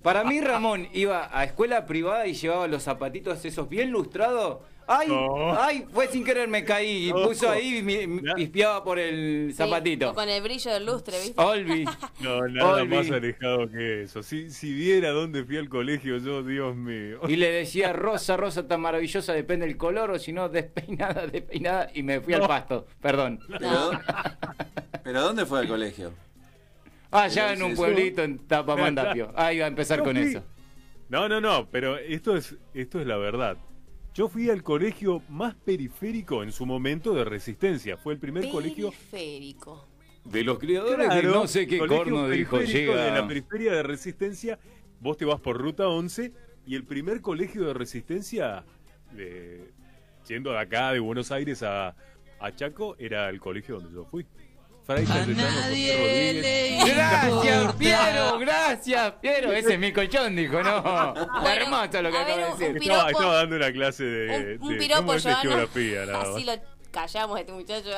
[SPEAKER 3] Para mí, Ramón iba a escuela privada y llevaba los zapatitos esos bien lustrados. ¡Ay!
[SPEAKER 8] No.
[SPEAKER 3] ¡Ay! Fue sin querer, me caí. Y
[SPEAKER 8] Ojo.
[SPEAKER 3] puso ahí y me, me pispeaba por el
[SPEAKER 4] Sí,
[SPEAKER 3] zapatito.
[SPEAKER 4] con el brillo del lustre, ¿viste?
[SPEAKER 3] Olvi.
[SPEAKER 8] No, nada
[SPEAKER 3] Olvi.
[SPEAKER 8] más alejado que eso. Si, si viera dónde fui al colegio yo, Dios mío.
[SPEAKER 3] Y le decía, Rosa, Rosa tan maravillosa, depende del color, o si no, despeinada, despeinada, y me fui al
[SPEAKER 5] No.
[SPEAKER 3] pasto, perdón.
[SPEAKER 5] Pero, pero ¿dónde fue al colegio? Pero
[SPEAKER 3] Allá Ah, en
[SPEAKER 5] sí,
[SPEAKER 3] un
[SPEAKER 5] sí.
[SPEAKER 3] pueblito en Tapamandapio. Ahí va a empezar
[SPEAKER 8] Yo
[SPEAKER 3] con
[SPEAKER 8] fui-
[SPEAKER 3] eso.
[SPEAKER 8] No, no, no, pero esto es, esto es la verdad. Yo fui al colegio más periférico en su momento de resistencia. Fue el primer colegio
[SPEAKER 4] Periférico.
[SPEAKER 3] De los criadores
[SPEAKER 8] Claro,
[SPEAKER 3] de no sé qué
[SPEAKER 8] colegio
[SPEAKER 3] corno dijo,
[SPEAKER 8] periférico
[SPEAKER 3] llega.
[SPEAKER 8] De la periferia de Resistencia, vos te vas por ruta 11 y el primer colegio de Resistencia, eh, yendo de acá, de Buenos Aires a, a Chaco, era el colegio donde yo fui. Fray Cayetano Rodríguez.
[SPEAKER 3] Gracias, Piero, gracias, Piero. Ese es mi colchón, dijo, no. Hermoso lo que
[SPEAKER 4] a ver,
[SPEAKER 3] acabo de
[SPEAKER 4] un
[SPEAKER 3] decir.
[SPEAKER 8] Estaba,
[SPEAKER 4] piropo.
[SPEAKER 8] estaba dando una clase de,
[SPEAKER 4] Un
[SPEAKER 8] de-
[SPEAKER 4] piropo,
[SPEAKER 8] ¿cómo es de
[SPEAKER 4] Joana.
[SPEAKER 8] geografía, nada más.
[SPEAKER 4] Así lo callamos a este muchacho.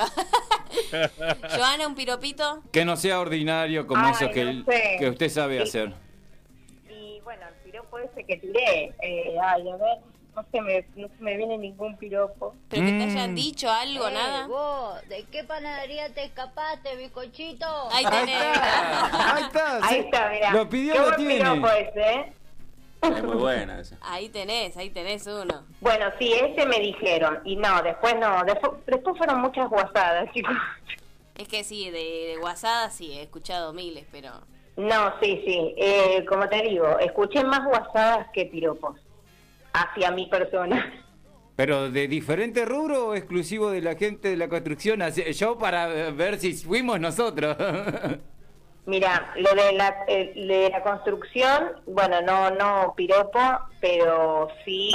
[SPEAKER 4] Joana, un piropito.
[SPEAKER 3] Que no sea ordinario como
[SPEAKER 7] Ay,
[SPEAKER 3] eso que,
[SPEAKER 7] no
[SPEAKER 3] el-
[SPEAKER 7] sé.
[SPEAKER 3] que usted sabe
[SPEAKER 7] Sí.
[SPEAKER 3] hacer.
[SPEAKER 7] Y bueno, el piropo ese que tiré. eh, ay, a ver, no se, me, no se me viene ningún piropo.
[SPEAKER 4] Pero que te
[SPEAKER 3] Mm.
[SPEAKER 4] hayan dicho algo, nada.
[SPEAKER 10] vos, ¿de qué panadería te escapaste, bizcochito?
[SPEAKER 3] Ahí
[SPEAKER 4] Ahí tenés.
[SPEAKER 3] está, ahí está.
[SPEAKER 7] Ahí
[SPEAKER 3] sí.
[SPEAKER 7] está, mirá.
[SPEAKER 3] Lo pidió,
[SPEAKER 7] Qué
[SPEAKER 3] lo
[SPEAKER 7] buen
[SPEAKER 3] tiene.
[SPEAKER 7] piropo ese, ¿eh?
[SPEAKER 5] Es muy buena esa.
[SPEAKER 4] Ahí tenés, ahí tenés uno.
[SPEAKER 7] Bueno, sí, ese me dijeron. Y no, después no. Después, después fueron muchas guasadas, chicos.
[SPEAKER 4] Es que sí, de, de guasada sí, he escuchado miles, pero...
[SPEAKER 7] No, sí, sí. Eh, como te digo, escuché más guasadas que piropos hacia mi persona.
[SPEAKER 3] Pero de diferente rubro o exclusivo de la gente de la construcción, Así- yo para eh, ver si fuimos nosotros.
[SPEAKER 7] Mira, lo de la, eh, de la construcción, bueno, no, no piropo, pero sí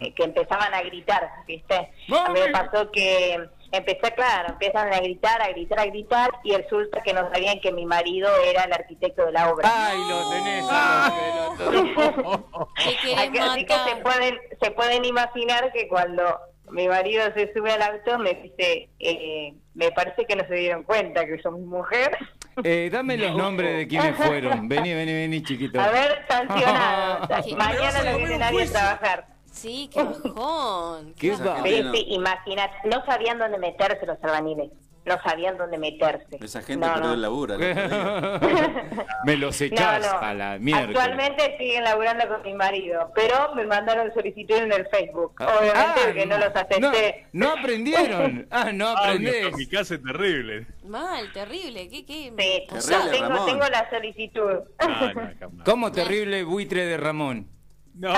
[SPEAKER 7] eh, que empezaban a gritar, ¿viste? A mí me pasó que empecé, claro, empiezan a gritar, a gritar, a gritar, y resulta que no sabían que mi marido era el arquitecto de la obra.
[SPEAKER 3] Ay, lo tenés. a los pelotudos.
[SPEAKER 4] Te querés
[SPEAKER 7] Así que- así que se
[SPEAKER 4] matar.
[SPEAKER 7] pueden, se pueden imaginar que cuando mi marido se sube al auto me dice, eh, me parece que no se dieron cuenta que soy mujer.
[SPEAKER 3] Eh, dame los nombres de quienes fueron. Vení, vení, vení, chiquito.
[SPEAKER 7] A ver, sancionado.
[SPEAKER 4] Sí.
[SPEAKER 7] Mañana lo vienen ahí a trabajar.
[SPEAKER 4] Sí, qué bajón.
[SPEAKER 3] Qué
[SPEAKER 4] bajón.
[SPEAKER 3] va-
[SPEAKER 7] Sí,
[SPEAKER 5] no.
[SPEAKER 7] sí, imagínate. No sabían dónde meterse los albaniles. No sabían dónde meterse.
[SPEAKER 5] Esa gente
[SPEAKER 7] No,
[SPEAKER 5] perdió
[SPEAKER 7] no.
[SPEAKER 5] el laburo. el otro día.
[SPEAKER 3] Me los echás
[SPEAKER 7] No, no.
[SPEAKER 3] a la mierda.
[SPEAKER 7] Actualmente siguen laburando con mi marido, pero me mandaron solicitud en el Facebook.
[SPEAKER 3] Ah,
[SPEAKER 7] Obviamente porque no los acepté.
[SPEAKER 3] No, no aprendieron. Ah, no
[SPEAKER 8] Ay, no,
[SPEAKER 3] aprendés.
[SPEAKER 8] mi casa es terrible.
[SPEAKER 4] Mal, terrible. ¿Qué, qué?
[SPEAKER 7] Sí,
[SPEAKER 4] O
[SPEAKER 5] Terrible,
[SPEAKER 4] sea,
[SPEAKER 5] Ramón.
[SPEAKER 7] tengo, tengo la solicitud.
[SPEAKER 5] Ah,
[SPEAKER 8] No, no, jamás.
[SPEAKER 3] ¿Cómo terrible buitre de Ramón?
[SPEAKER 8] No,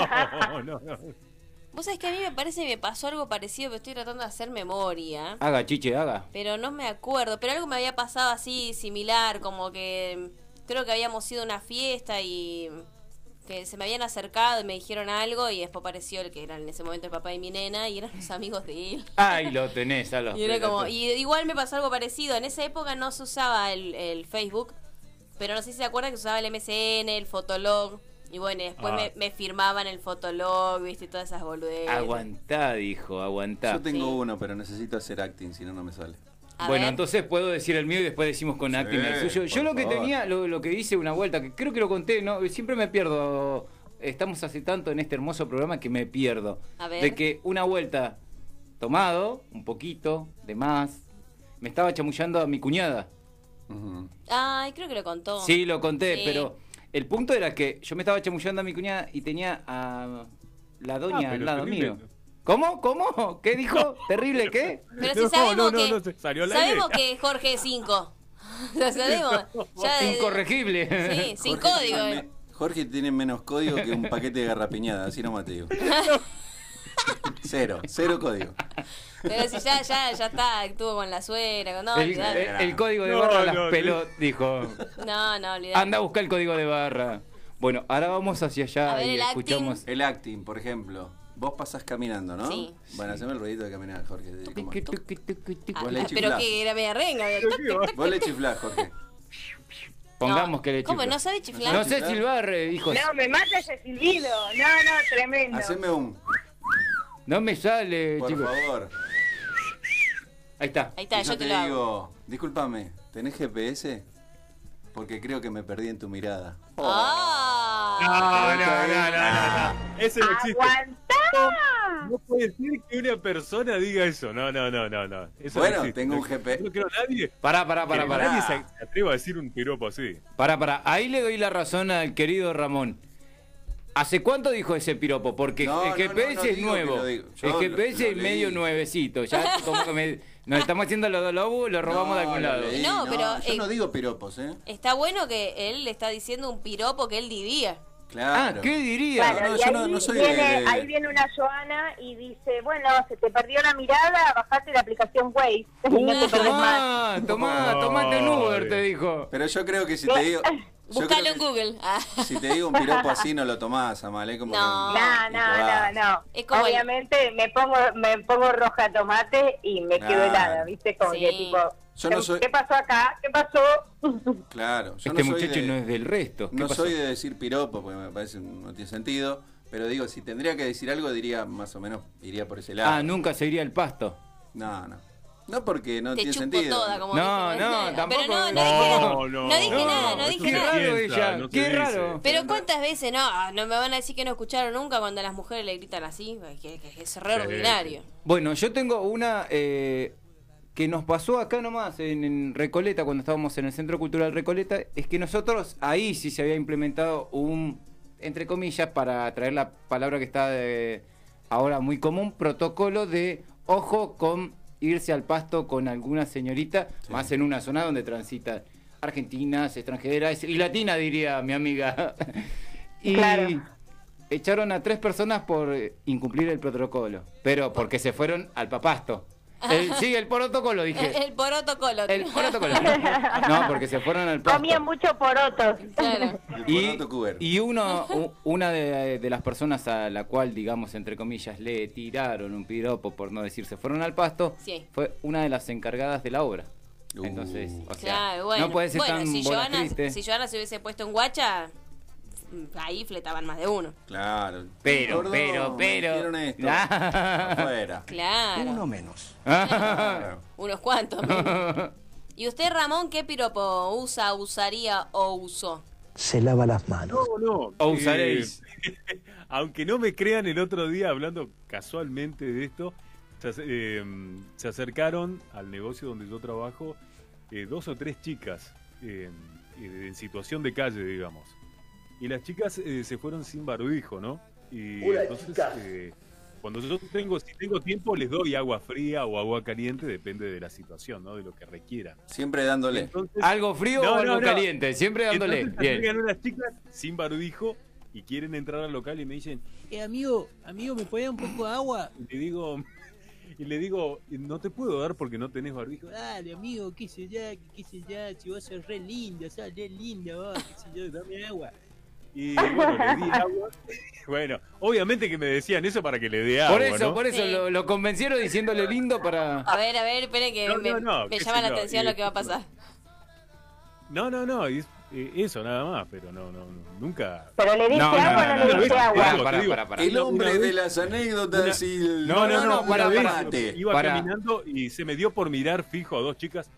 [SPEAKER 8] no, no.
[SPEAKER 4] Vos sabés que a mí me parece que me pasó algo parecido, pero estoy tratando de hacer memoria.
[SPEAKER 3] Haga, chiche, haga.
[SPEAKER 4] Pero no me acuerdo. Pero algo me había pasado así similar, como que creo que habíamos ido a una fiesta y que se me habían acercado y me dijeron algo y después apareció el que era en ese momento el papá de mi nena y eran los amigos de él.
[SPEAKER 3] Ay, lo tenés a los
[SPEAKER 4] Y era como,
[SPEAKER 3] pelotudos.
[SPEAKER 4] y igual me pasó algo parecido. En esa época no se usaba el, el Facebook, pero no sé si se acuerdan que se usaba el MSN, el Fotolog. Y bueno, y después
[SPEAKER 8] Ah.
[SPEAKER 4] me, me firmaban el Fotolog, viste, todas esas boludeces.
[SPEAKER 3] Ah, Aguantá, dijo, aguantá.
[SPEAKER 5] Yo tengo
[SPEAKER 4] Sí.
[SPEAKER 5] uno, pero necesito hacer acting, si no, no me sale.
[SPEAKER 4] A
[SPEAKER 3] Bueno,
[SPEAKER 4] ver.
[SPEAKER 3] entonces puedo decir el mío y después decimos con acting el
[SPEAKER 8] Eh,
[SPEAKER 3] suyo.
[SPEAKER 5] por
[SPEAKER 3] Yo lo que
[SPEAKER 5] favor.
[SPEAKER 3] tenía, lo, lo que hice una vuelta, que creo que lo conté, ¿no? Siempre me pierdo. Estamos hace tanto en este hermoso programa que me pierdo.
[SPEAKER 4] A ver.
[SPEAKER 3] De que una vuelta tomado, un poquito, de más, me estaba chamullando a mi cuñada.
[SPEAKER 5] Ujú.
[SPEAKER 4] Ay, creo que lo contó.
[SPEAKER 3] Sí, lo conté,
[SPEAKER 4] Oh. Sí.
[SPEAKER 3] pero el punto era que yo me estaba chamullando a mi cuñada y tenía a la doña
[SPEAKER 8] Ah,
[SPEAKER 3] al
[SPEAKER 8] pero
[SPEAKER 3] lado
[SPEAKER 8] terrible.
[SPEAKER 3] mío. ¿Cómo? ¿Cómo? ¿Qué dijo? ¿Terrible qué?
[SPEAKER 4] Pero si
[SPEAKER 8] No,
[SPEAKER 4] sabemos
[SPEAKER 8] no, no,
[SPEAKER 4] que
[SPEAKER 8] no, se- salió al aire.
[SPEAKER 4] sabemos que Jorge es 5. Lo sabemos. Ya de-
[SPEAKER 3] Incorregible.
[SPEAKER 4] Sí, sin
[SPEAKER 5] Jorge
[SPEAKER 4] código.
[SPEAKER 5] tiene
[SPEAKER 4] eh.
[SPEAKER 5] me- Jorge tiene menos código que un paquete de garrapiñada, así nomás te digo. Cero, cero código.
[SPEAKER 4] Pero si ya, ya, ya está, estuvo con la suegra. con- No,
[SPEAKER 3] El,
[SPEAKER 4] olvidate.
[SPEAKER 3] el- el código de
[SPEAKER 8] No,
[SPEAKER 3] barra las
[SPEAKER 8] no,
[SPEAKER 3] peló, dijo.
[SPEAKER 4] No, no, olvidate.
[SPEAKER 3] Anda a buscar el código de barra. Bueno, ahora vamos hacia
[SPEAKER 4] A
[SPEAKER 3] allá
[SPEAKER 4] ver,
[SPEAKER 3] y
[SPEAKER 4] el
[SPEAKER 3] escuchamos.
[SPEAKER 5] El acting, por ejemplo. Vos pasás caminando, ¿no?
[SPEAKER 4] Sí.
[SPEAKER 5] Bueno, haceme el ruidito de caminar, Jorge. de- ¿cómo es?
[SPEAKER 4] Ah,
[SPEAKER 5] Vos le
[SPEAKER 4] ah, pero
[SPEAKER 5] chiflás.
[SPEAKER 4] que era media renga. de-
[SPEAKER 5] Vos le chiflás, Jorge.
[SPEAKER 3] Pongamos
[SPEAKER 4] No,
[SPEAKER 3] que le
[SPEAKER 4] ¿Cómo?
[SPEAKER 3] chifla.
[SPEAKER 4] ¿No sabe chiflar?
[SPEAKER 3] No sé silbar, eh, hijos.
[SPEAKER 7] No, me mata ese silbido. No, no, tremendo.
[SPEAKER 5] Haceme un,
[SPEAKER 3] No me sale,
[SPEAKER 5] por
[SPEAKER 3] chicos.
[SPEAKER 5] favor.
[SPEAKER 3] Ahí está.
[SPEAKER 4] Ahí está,
[SPEAKER 5] Y
[SPEAKER 4] yo,
[SPEAKER 5] yo
[SPEAKER 4] te, lo hago.
[SPEAKER 5] digo, discúlpame, ¿tenés GPS? Porque creo que me perdí en tu mirada.
[SPEAKER 4] Ah.
[SPEAKER 8] No, no, no, no, no, no. Eso no existe.
[SPEAKER 7] ¡Aguantá!
[SPEAKER 8] No puede decir que una persona diga eso. No, no, no, no, no. Eso
[SPEAKER 5] Bueno,
[SPEAKER 8] no existe.
[SPEAKER 5] tengo un
[SPEAKER 8] No-
[SPEAKER 5] GP.
[SPEAKER 8] No creo nadie.
[SPEAKER 3] Pará, pará, pará,
[SPEAKER 8] que
[SPEAKER 3] pará.
[SPEAKER 8] Nadie se se atreva a decir un piropo así.
[SPEAKER 3] Pará, pará. Ahí le doy la razón al querido Ramón. ¿Hace cuánto dijo ese piropo? Porque
[SPEAKER 5] No,
[SPEAKER 3] el
[SPEAKER 5] no, no,
[SPEAKER 3] GPS
[SPEAKER 5] no digo
[SPEAKER 3] es
[SPEAKER 5] que
[SPEAKER 3] nuevo.
[SPEAKER 5] lo digo. Yo
[SPEAKER 3] el
[SPEAKER 5] lo-
[SPEAKER 3] GPS
[SPEAKER 5] lo
[SPEAKER 3] es medio
[SPEAKER 5] leí.
[SPEAKER 3] nuevecito. Ya como que me- nos estamos haciendo los dos lobos, lo robamos de algún
[SPEAKER 5] lo
[SPEAKER 3] lado.
[SPEAKER 5] leí,
[SPEAKER 4] No, pero,
[SPEAKER 5] Yo
[SPEAKER 4] eh,
[SPEAKER 5] no digo piropos, ¿eh?
[SPEAKER 4] Está bueno que él le está diciendo un piropo que él diría.
[SPEAKER 5] Claro.
[SPEAKER 3] Ah, ¿qué diría?
[SPEAKER 7] Bueno,
[SPEAKER 5] no,
[SPEAKER 7] y
[SPEAKER 5] yo
[SPEAKER 7] ahí,
[SPEAKER 5] no- no soy
[SPEAKER 7] viene,
[SPEAKER 5] de-
[SPEAKER 7] ahí viene una Joana y dice, bueno, se te perdió la mirada, bajate la aplicación Waze. no te perdés más.
[SPEAKER 3] Tomá, tomá, tomate un Uber, te dijo.
[SPEAKER 5] Pero yo creo que si te digo. yo creo
[SPEAKER 4] Búscalo en
[SPEAKER 5] que
[SPEAKER 4] Google. Ah.
[SPEAKER 5] Si te digo un piropo así, no lo tomás a mal, ¿eh? Como
[SPEAKER 4] No.
[SPEAKER 5] que-
[SPEAKER 7] No,
[SPEAKER 5] y te
[SPEAKER 7] no, no,
[SPEAKER 5] vas.
[SPEAKER 7] no.
[SPEAKER 4] Es como el-
[SPEAKER 7] Obviamente me pongo me pongo roja tomate y me quedo
[SPEAKER 5] Claro.
[SPEAKER 7] helada, ¿viste? Como
[SPEAKER 4] Sí.
[SPEAKER 7] que tipo,
[SPEAKER 5] Yo no soy-
[SPEAKER 7] ¿Qué pasó acá? ¿Qué pasó?
[SPEAKER 5] Claro. yo
[SPEAKER 3] Este
[SPEAKER 5] no soy
[SPEAKER 3] muchacho
[SPEAKER 5] de-
[SPEAKER 3] no es del resto. ¿Qué
[SPEAKER 5] No
[SPEAKER 3] pasó?
[SPEAKER 5] soy de decir piropo, porque me parece no tiene sentido. Pero digo, si tendría que decir algo, diría más o menos, iría por ese lado.
[SPEAKER 3] Ah, nunca se iría al pasto.
[SPEAKER 5] No, no. No porque no
[SPEAKER 4] Te
[SPEAKER 5] tiene
[SPEAKER 4] chupo
[SPEAKER 5] sentido.
[SPEAKER 4] toda, como
[SPEAKER 3] No,
[SPEAKER 4] dice
[SPEAKER 3] no,
[SPEAKER 4] Gonzalo.
[SPEAKER 3] tampoco.
[SPEAKER 4] Pero no, no
[SPEAKER 5] No,
[SPEAKER 4] dije,
[SPEAKER 5] no,
[SPEAKER 4] no dije
[SPEAKER 5] no,
[SPEAKER 4] nada, no
[SPEAKER 5] es
[SPEAKER 4] dije
[SPEAKER 5] una
[SPEAKER 4] nada.
[SPEAKER 3] Claro,
[SPEAKER 5] Piensa,
[SPEAKER 3] ella,
[SPEAKER 8] no se
[SPEAKER 3] qué
[SPEAKER 8] dice.
[SPEAKER 3] raro.
[SPEAKER 4] Pero cuántas veces no, Ah, no me van a decir que no escucharon nunca cuando a las mujeres le gritan así, que, que es re
[SPEAKER 3] Sí.
[SPEAKER 4] ordinario.
[SPEAKER 3] Bueno, yo tengo una eh, que nos pasó acá nomás, en, en Recoleta, cuando estábamos en el Centro Cultural Recoleta, es que nosotros ahí sí se había implementado un, entre comillas, para traer la palabra que está de- ahora muy común, protocolo de ojo con irse al pasto con alguna señorita, más en una zona donde transitan argentinas, extranjeras y latinas, diría mi amiga. y echaron a tres personas por eh, incumplir el protocolo, pero porque se fueron al papasto. El- sí, el protocolo, dije.
[SPEAKER 4] El porotocolo.
[SPEAKER 3] El protocolo. No, porque se fueron al pasto.
[SPEAKER 7] Comía mucho porotos.
[SPEAKER 4] Claro.
[SPEAKER 3] Y, y uno, u- una de, de las personas a la cual, digamos, entre comillas, le tiraron un piropo, por no decir se fueron al pasto,
[SPEAKER 4] Sí.
[SPEAKER 3] fue una de las encargadas de la obra.
[SPEAKER 8] Uh.
[SPEAKER 3] Entonces, o sea,
[SPEAKER 4] Claro, bueno.
[SPEAKER 3] no puede ser
[SPEAKER 4] bueno,
[SPEAKER 3] tan
[SPEAKER 4] si
[SPEAKER 3] bola
[SPEAKER 4] Joana,
[SPEAKER 3] triste.
[SPEAKER 4] si Joana se hubiese puesto en guacha, mm, ahí fletaban más de uno.
[SPEAKER 5] Claro.
[SPEAKER 3] Pero,
[SPEAKER 5] Gordo,
[SPEAKER 3] pero,
[SPEAKER 5] me
[SPEAKER 3] pero.
[SPEAKER 5] hicieron esto. Afuera.
[SPEAKER 4] Claro.
[SPEAKER 5] menos.
[SPEAKER 4] Unos cuantos. menos. ¿Y usted, Ramón, qué piropo usa, usaría o usó?
[SPEAKER 11] Se lava las manos.
[SPEAKER 8] No, no.
[SPEAKER 3] O usaréis.
[SPEAKER 8] Eh, aunque no me crean, el otro día, hablando casualmente de esto, se, ac- eh, se acercaron al negocio donde yo trabajo eh, dos o tres chicas eh, eh, en situación de calle, digamos. Y las chicas eh, se fueron sin barbijo, ¿no? Y
[SPEAKER 11] Hola,
[SPEAKER 8] entonces,
[SPEAKER 11] chicas.
[SPEAKER 8] eh, cuando yo tengo, si tengo tiempo, les doy agua fría o agua caliente, depende de la situación, ¿no? De lo que requieran.
[SPEAKER 5] Siempre dándole.
[SPEAKER 3] Algo frío o algo caliente, siempre dándole,
[SPEAKER 8] Entonces,
[SPEAKER 3] bien.
[SPEAKER 8] llegan unas chicas sin barbijo y quieren entrar al local y me dicen, eh, amigo, amigo, ¿me puede dar un poco de agua? Y le digo, y le digo, no te puedo dar porque no tenés barbijo.
[SPEAKER 11] Dale, amigo, qué sé ya, qué sé ya, si vos sos re linda, sos re linda vos, qué sé yo, dame agua.
[SPEAKER 8] Y bueno, le di agua. Bueno, obviamente que me decían eso para que le dé agua.
[SPEAKER 3] Por eso,
[SPEAKER 8] ¿no?
[SPEAKER 3] por eso,
[SPEAKER 4] Sí.
[SPEAKER 3] lo, lo convencieron diciéndole lindo para...
[SPEAKER 4] A ver, a ver, esperen que
[SPEAKER 8] No,
[SPEAKER 4] me,
[SPEAKER 8] no, no,
[SPEAKER 4] me
[SPEAKER 8] qué
[SPEAKER 4] llama
[SPEAKER 8] sé
[SPEAKER 4] la
[SPEAKER 8] yo,
[SPEAKER 4] atención
[SPEAKER 8] y-
[SPEAKER 4] lo que va a pasar.
[SPEAKER 8] No, no, no, y es- eh, eso nada más, pero no, no, no, nunca.
[SPEAKER 7] Pero le diste
[SPEAKER 3] No, no,
[SPEAKER 7] agua
[SPEAKER 3] no,
[SPEAKER 7] o no, le
[SPEAKER 3] no,
[SPEAKER 7] diste
[SPEAKER 3] no,
[SPEAKER 7] agua.
[SPEAKER 3] no, Pará, pará, pará.
[SPEAKER 5] El hombre
[SPEAKER 8] Una vez-
[SPEAKER 5] de las anécdotas y el...
[SPEAKER 8] No, no, no,
[SPEAKER 5] para
[SPEAKER 8] para
[SPEAKER 5] parate.
[SPEAKER 8] Iba
[SPEAKER 3] Pará.
[SPEAKER 8] caminando y se me dio por mirar fijo a dos chicas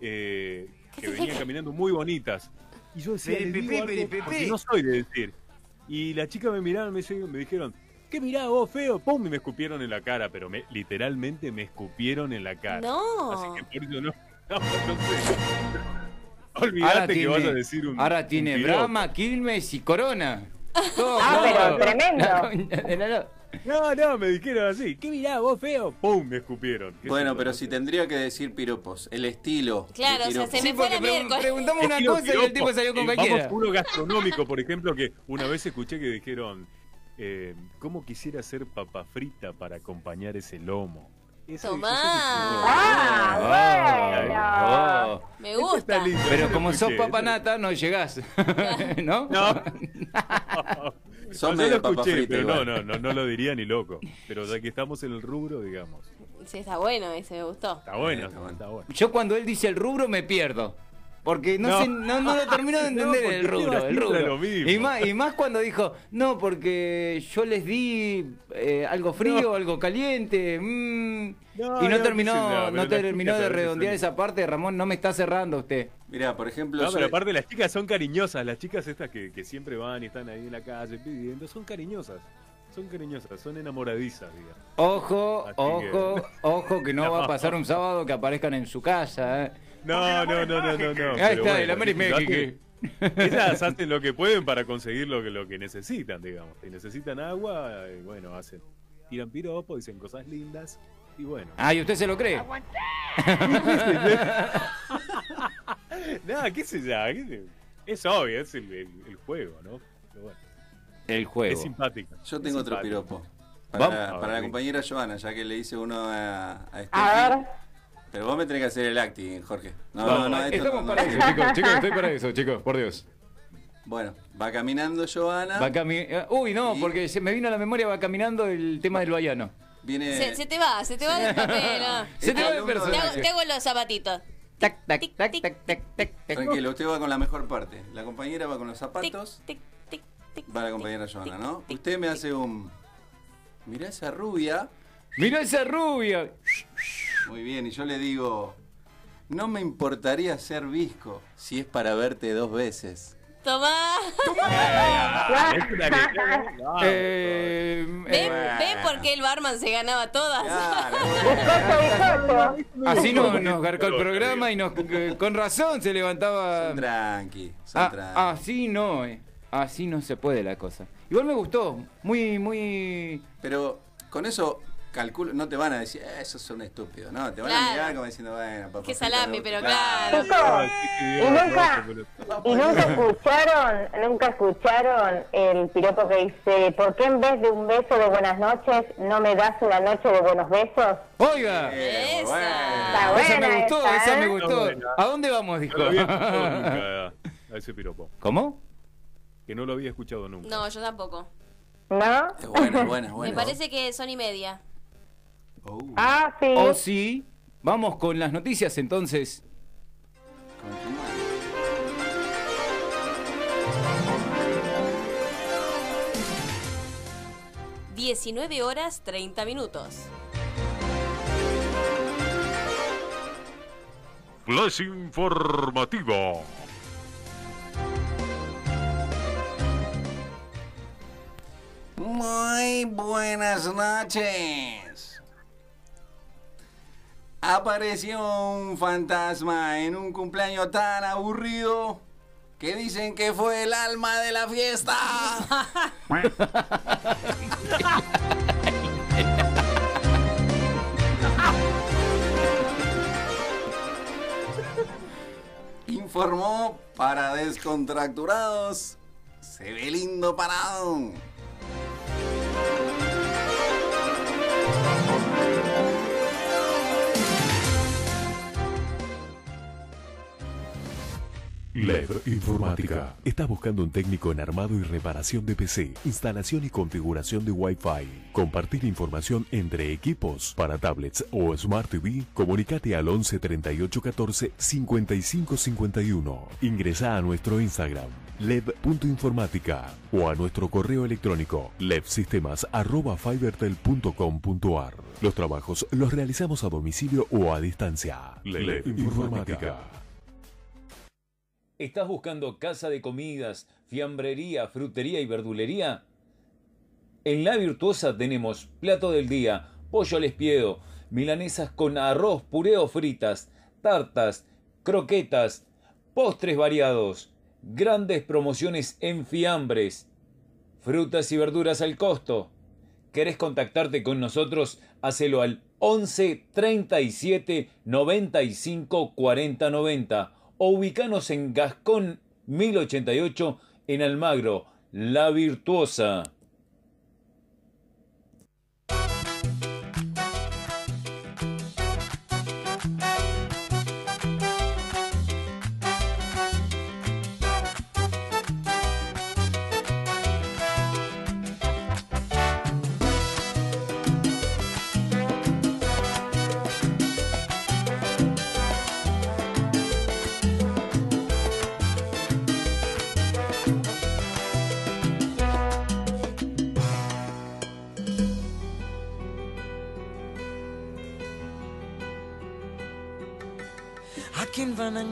[SPEAKER 8] eh, que venían caminando muy bonitas. Y yo decía, "Le digo algo", porque no soy de decir. Y las chicas me miraron, me, dijeron- me dijeron, ¿qué mirá vos, feo? ¡Pum! Y me escupieron en la cara, pero me, literalmente me escupieron en la cara.
[SPEAKER 4] No.
[SPEAKER 8] Así que por eso no. no, no sé.
[SPEAKER 3] Ahora
[SPEAKER 8] Olvídate que vas a decir un.
[SPEAKER 3] ahora
[SPEAKER 8] un
[SPEAKER 3] tiene
[SPEAKER 8] piropo.
[SPEAKER 3] Brahma, Quilmes y Corona. Todo
[SPEAKER 7] Ah, pero
[SPEAKER 3] junto.
[SPEAKER 7] tremendo.
[SPEAKER 3] De la- la-
[SPEAKER 8] No, no, me dijeron así, ¿qué mirá vos, feo? ¡Pum! Me escupieron. Qué sé
[SPEAKER 5] Bueno,
[SPEAKER 8] yo,
[SPEAKER 5] pero
[SPEAKER 8] no
[SPEAKER 5] si
[SPEAKER 8] sé.
[SPEAKER 5] tendría que decir piropos, el estilo. de
[SPEAKER 4] Claro, o sea,
[SPEAKER 5] piropo.
[SPEAKER 4] se me
[SPEAKER 3] Sí,
[SPEAKER 4] fue
[SPEAKER 3] porque
[SPEAKER 4] la
[SPEAKER 3] pregun-
[SPEAKER 4] miércoles.
[SPEAKER 3] preguntamos una
[SPEAKER 8] Estilo
[SPEAKER 3] cosa y el
[SPEAKER 8] piropo.
[SPEAKER 3] tipo salió con
[SPEAKER 8] Eh,
[SPEAKER 3] cualquiera.
[SPEAKER 8] Vamos, uno gastronómico, por ejemplo, que una vez escuché que dijeron, eh, ¿cómo quisiera hacer papa frita para acompañar ese lomo? Eso-
[SPEAKER 4] Tomá.
[SPEAKER 8] eso es-
[SPEAKER 7] Ah, bueno.
[SPEAKER 3] Oh, oh.
[SPEAKER 4] Me
[SPEAKER 8] Eso
[SPEAKER 4] gusta.
[SPEAKER 8] está lindo, eso
[SPEAKER 3] Pero
[SPEAKER 8] lo
[SPEAKER 3] como sos
[SPEAKER 8] escuché,
[SPEAKER 3] papanata, no llegás. ¿No?
[SPEAKER 8] No.
[SPEAKER 5] Son
[SPEAKER 8] No, yo
[SPEAKER 5] medio
[SPEAKER 8] lo
[SPEAKER 5] papa
[SPEAKER 8] escuché,
[SPEAKER 5] frita
[SPEAKER 8] pero no,
[SPEAKER 5] igual.
[SPEAKER 8] no, no, no lo diría ni loco. Pero ya que estamos en el rubro, digamos.
[SPEAKER 4] Sí, está bueno ese, me gustó.
[SPEAKER 8] Está bueno,
[SPEAKER 5] Eh, está bueno.
[SPEAKER 8] está bueno.
[SPEAKER 3] Yo cuando él dice el rubro me pierdo. Porque no,
[SPEAKER 8] No.
[SPEAKER 3] sé, no, no lo termino de
[SPEAKER 8] No,
[SPEAKER 3] entender
[SPEAKER 8] porque
[SPEAKER 3] el
[SPEAKER 8] lleva
[SPEAKER 3] rubro, el
[SPEAKER 8] siempre
[SPEAKER 3] rubro.
[SPEAKER 8] lo mismo.
[SPEAKER 3] Y más, y más cuando dijo, no, porque yo les di eh, algo frío,
[SPEAKER 8] No.
[SPEAKER 3] algo caliente, mm".
[SPEAKER 8] No,
[SPEAKER 3] y no,
[SPEAKER 8] no, qué sé yo,
[SPEAKER 3] terminó,
[SPEAKER 8] pero
[SPEAKER 3] no
[SPEAKER 8] las
[SPEAKER 3] terminó
[SPEAKER 8] chicas
[SPEAKER 3] de
[SPEAKER 8] a veces
[SPEAKER 3] redondear
[SPEAKER 8] son-
[SPEAKER 3] esa parte, Ramón, no me está cerrando usted.
[SPEAKER 5] Mirá, por ejemplo,
[SPEAKER 8] No,
[SPEAKER 5] yo-
[SPEAKER 8] pero aparte las chicas son cariñosas, las chicas estas que, que siempre van y están ahí en la calle pidiendo, son cariñosas, son cariñosas, son enamoradizas, digamos.
[SPEAKER 3] Ojo,
[SPEAKER 8] Así que-
[SPEAKER 3] ojo, ojo que no, va a pasar un sábado que aparezcan en su casa. ¿eh?
[SPEAKER 8] No, no, no, no, no, no.
[SPEAKER 3] Ahí
[SPEAKER 8] pero
[SPEAKER 3] está,
[SPEAKER 8] bueno,
[SPEAKER 3] el América
[SPEAKER 8] ellas
[SPEAKER 3] México.
[SPEAKER 8] hacen- Ellas hacen lo que pueden para conseguir lo que, lo que necesitan, digamos. Si necesitan agua, eh, bueno, hacen, tiran piropos, dicen cosas lindas y bueno.
[SPEAKER 3] Ah, ¿y usted se lo cree?
[SPEAKER 8] Nada, qué sé ya, qué sé- es obvio, es el, el- el juego, ¿no? Pero bueno,
[SPEAKER 3] El
[SPEAKER 8] es
[SPEAKER 3] juego.
[SPEAKER 8] simpática.
[SPEAKER 5] Yo
[SPEAKER 8] es
[SPEAKER 5] tengo otro
[SPEAKER 8] simpática.
[SPEAKER 5] piropo.
[SPEAKER 3] Vamos.
[SPEAKER 5] Para,
[SPEAKER 8] A ver,
[SPEAKER 5] para la
[SPEAKER 8] sí.
[SPEAKER 5] compañera Joana, ya que le hice uno a, a Steffi.
[SPEAKER 7] A ver.
[SPEAKER 5] Pero vos me tenés que hacer el acting, Jorge. No,
[SPEAKER 3] No,
[SPEAKER 5] no, no, esto
[SPEAKER 3] estamos
[SPEAKER 5] no-
[SPEAKER 3] para
[SPEAKER 5] no.
[SPEAKER 3] eso, chicos, chicos, estoy para eso, chicos, por Dios.
[SPEAKER 5] Bueno, va caminando Joana.
[SPEAKER 3] Va cami- eh, Uy, no,
[SPEAKER 5] Y-
[SPEAKER 3] porque se me vino a la memoria, va caminando el tema del baiano.
[SPEAKER 5] Viene.
[SPEAKER 4] Se, se te va, se te va del papel. ah.
[SPEAKER 3] Eh. Se te va el
[SPEAKER 5] alumno de-
[SPEAKER 4] Te hago,
[SPEAKER 3] personaje.
[SPEAKER 4] te hago los zapatitos.
[SPEAKER 12] Tac, tac, tac, tac, tac, tac, tac.
[SPEAKER 5] Tranquilo, usted va con la mejor parte. La compañera va con los zapatos. Va la compañera Joana, ¿no? Usted me hace un. Mirá esa rubia.
[SPEAKER 3] Mirá esa rubia.
[SPEAKER 5] Muy bien, y yo le digo. No me importaría ser visco si es para verte dos veces.
[SPEAKER 4] Tomá.
[SPEAKER 3] Eh,
[SPEAKER 4] ¿Ven,
[SPEAKER 3] eh,
[SPEAKER 4] ven por qué el barman se ganaba todas?
[SPEAKER 3] Así no- nos garcó el programa y nos, eh, con razón se levantaba.
[SPEAKER 5] tranqui,
[SPEAKER 3] Ah, Así no, eh. así no se puede la cosa. Igual me gustó, muy, muy.
[SPEAKER 5] Pero con eso calculo, no te van a decir, "Eh, eso es un estúpido, no, te van
[SPEAKER 4] Claro.
[SPEAKER 5] a mirar como diciendo, bueno, papá.
[SPEAKER 4] Qué salame, pero claro.
[SPEAKER 7] Y nunca, y nunca escucharon, nunca escucharon el piropo que dice, ¿por qué en vez de un beso de buenas noches no me das una noche de buenos besos?
[SPEAKER 3] ¡Oiga!
[SPEAKER 7] Está
[SPEAKER 3] Esa
[SPEAKER 7] buena
[SPEAKER 3] me gustó,
[SPEAKER 7] esa,
[SPEAKER 3] esa me
[SPEAKER 7] ¿eh?
[SPEAKER 3] gustó.
[SPEAKER 8] Está buena.
[SPEAKER 3] ¿A dónde vamos? Dijo.
[SPEAKER 8] No lo había escuchado nunca a- a ese piropo.
[SPEAKER 3] ¿Cómo?
[SPEAKER 8] Que no lo había escuchado nunca.
[SPEAKER 4] No, yo tampoco.
[SPEAKER 7] ¿No?
[SPEAKER 5] Es bueno, es bueno,
[SPEAKER 4] Me parece que son y media.
[SPEAKER 7] Ah, sí.
[SPEAKER 3] O Oh, sí, vamos con las noticias entonces.
[SPEAKER 4] Ujú. 19 horas 30 minutos.
[SPEAKER 8] Flash informativo.
[SPEAKER 5] Muy buenas noches. Apareció un fantasma en un cumpleaños tan aburrido que dicen que fue el alma de la fiesta. Informó para descontracturados. Se ve lindo parado.
[SPEAKER 13] LED Informática. ¿Estás buscando un técnico en armado y reparación de PC, instalación y configuración de Wi-Fi? Compartir información entre equipos para tablets o Smart TV. Comunicate al 11 38 14 55 51. Ingresa a nuestro Instagram led.informática o a nuestro correo electrónico levsistemas@fibertel.com.ar. Los trabajos los realizamos a domicilio o a distancia. LED, Informática.
[SPEAKER 14] ¿Estás buscando casa de comidas, fiambrería, frutería y verdulería? En La Virtuosa tenemos plato del día, pollo al espiedo, milanesas con arroz, puré o fritas, tartas, croquetas, postres variados, grandes promociones en fiambres, frutas y verduras al costo. ¿Querés contactarte con nosotros? Hacelo al 11 37 95 40 90 o ubicanos en Gascón 1088 en Almagro, La Virtuosa.
[SPEAKER 15] ¿A quién van a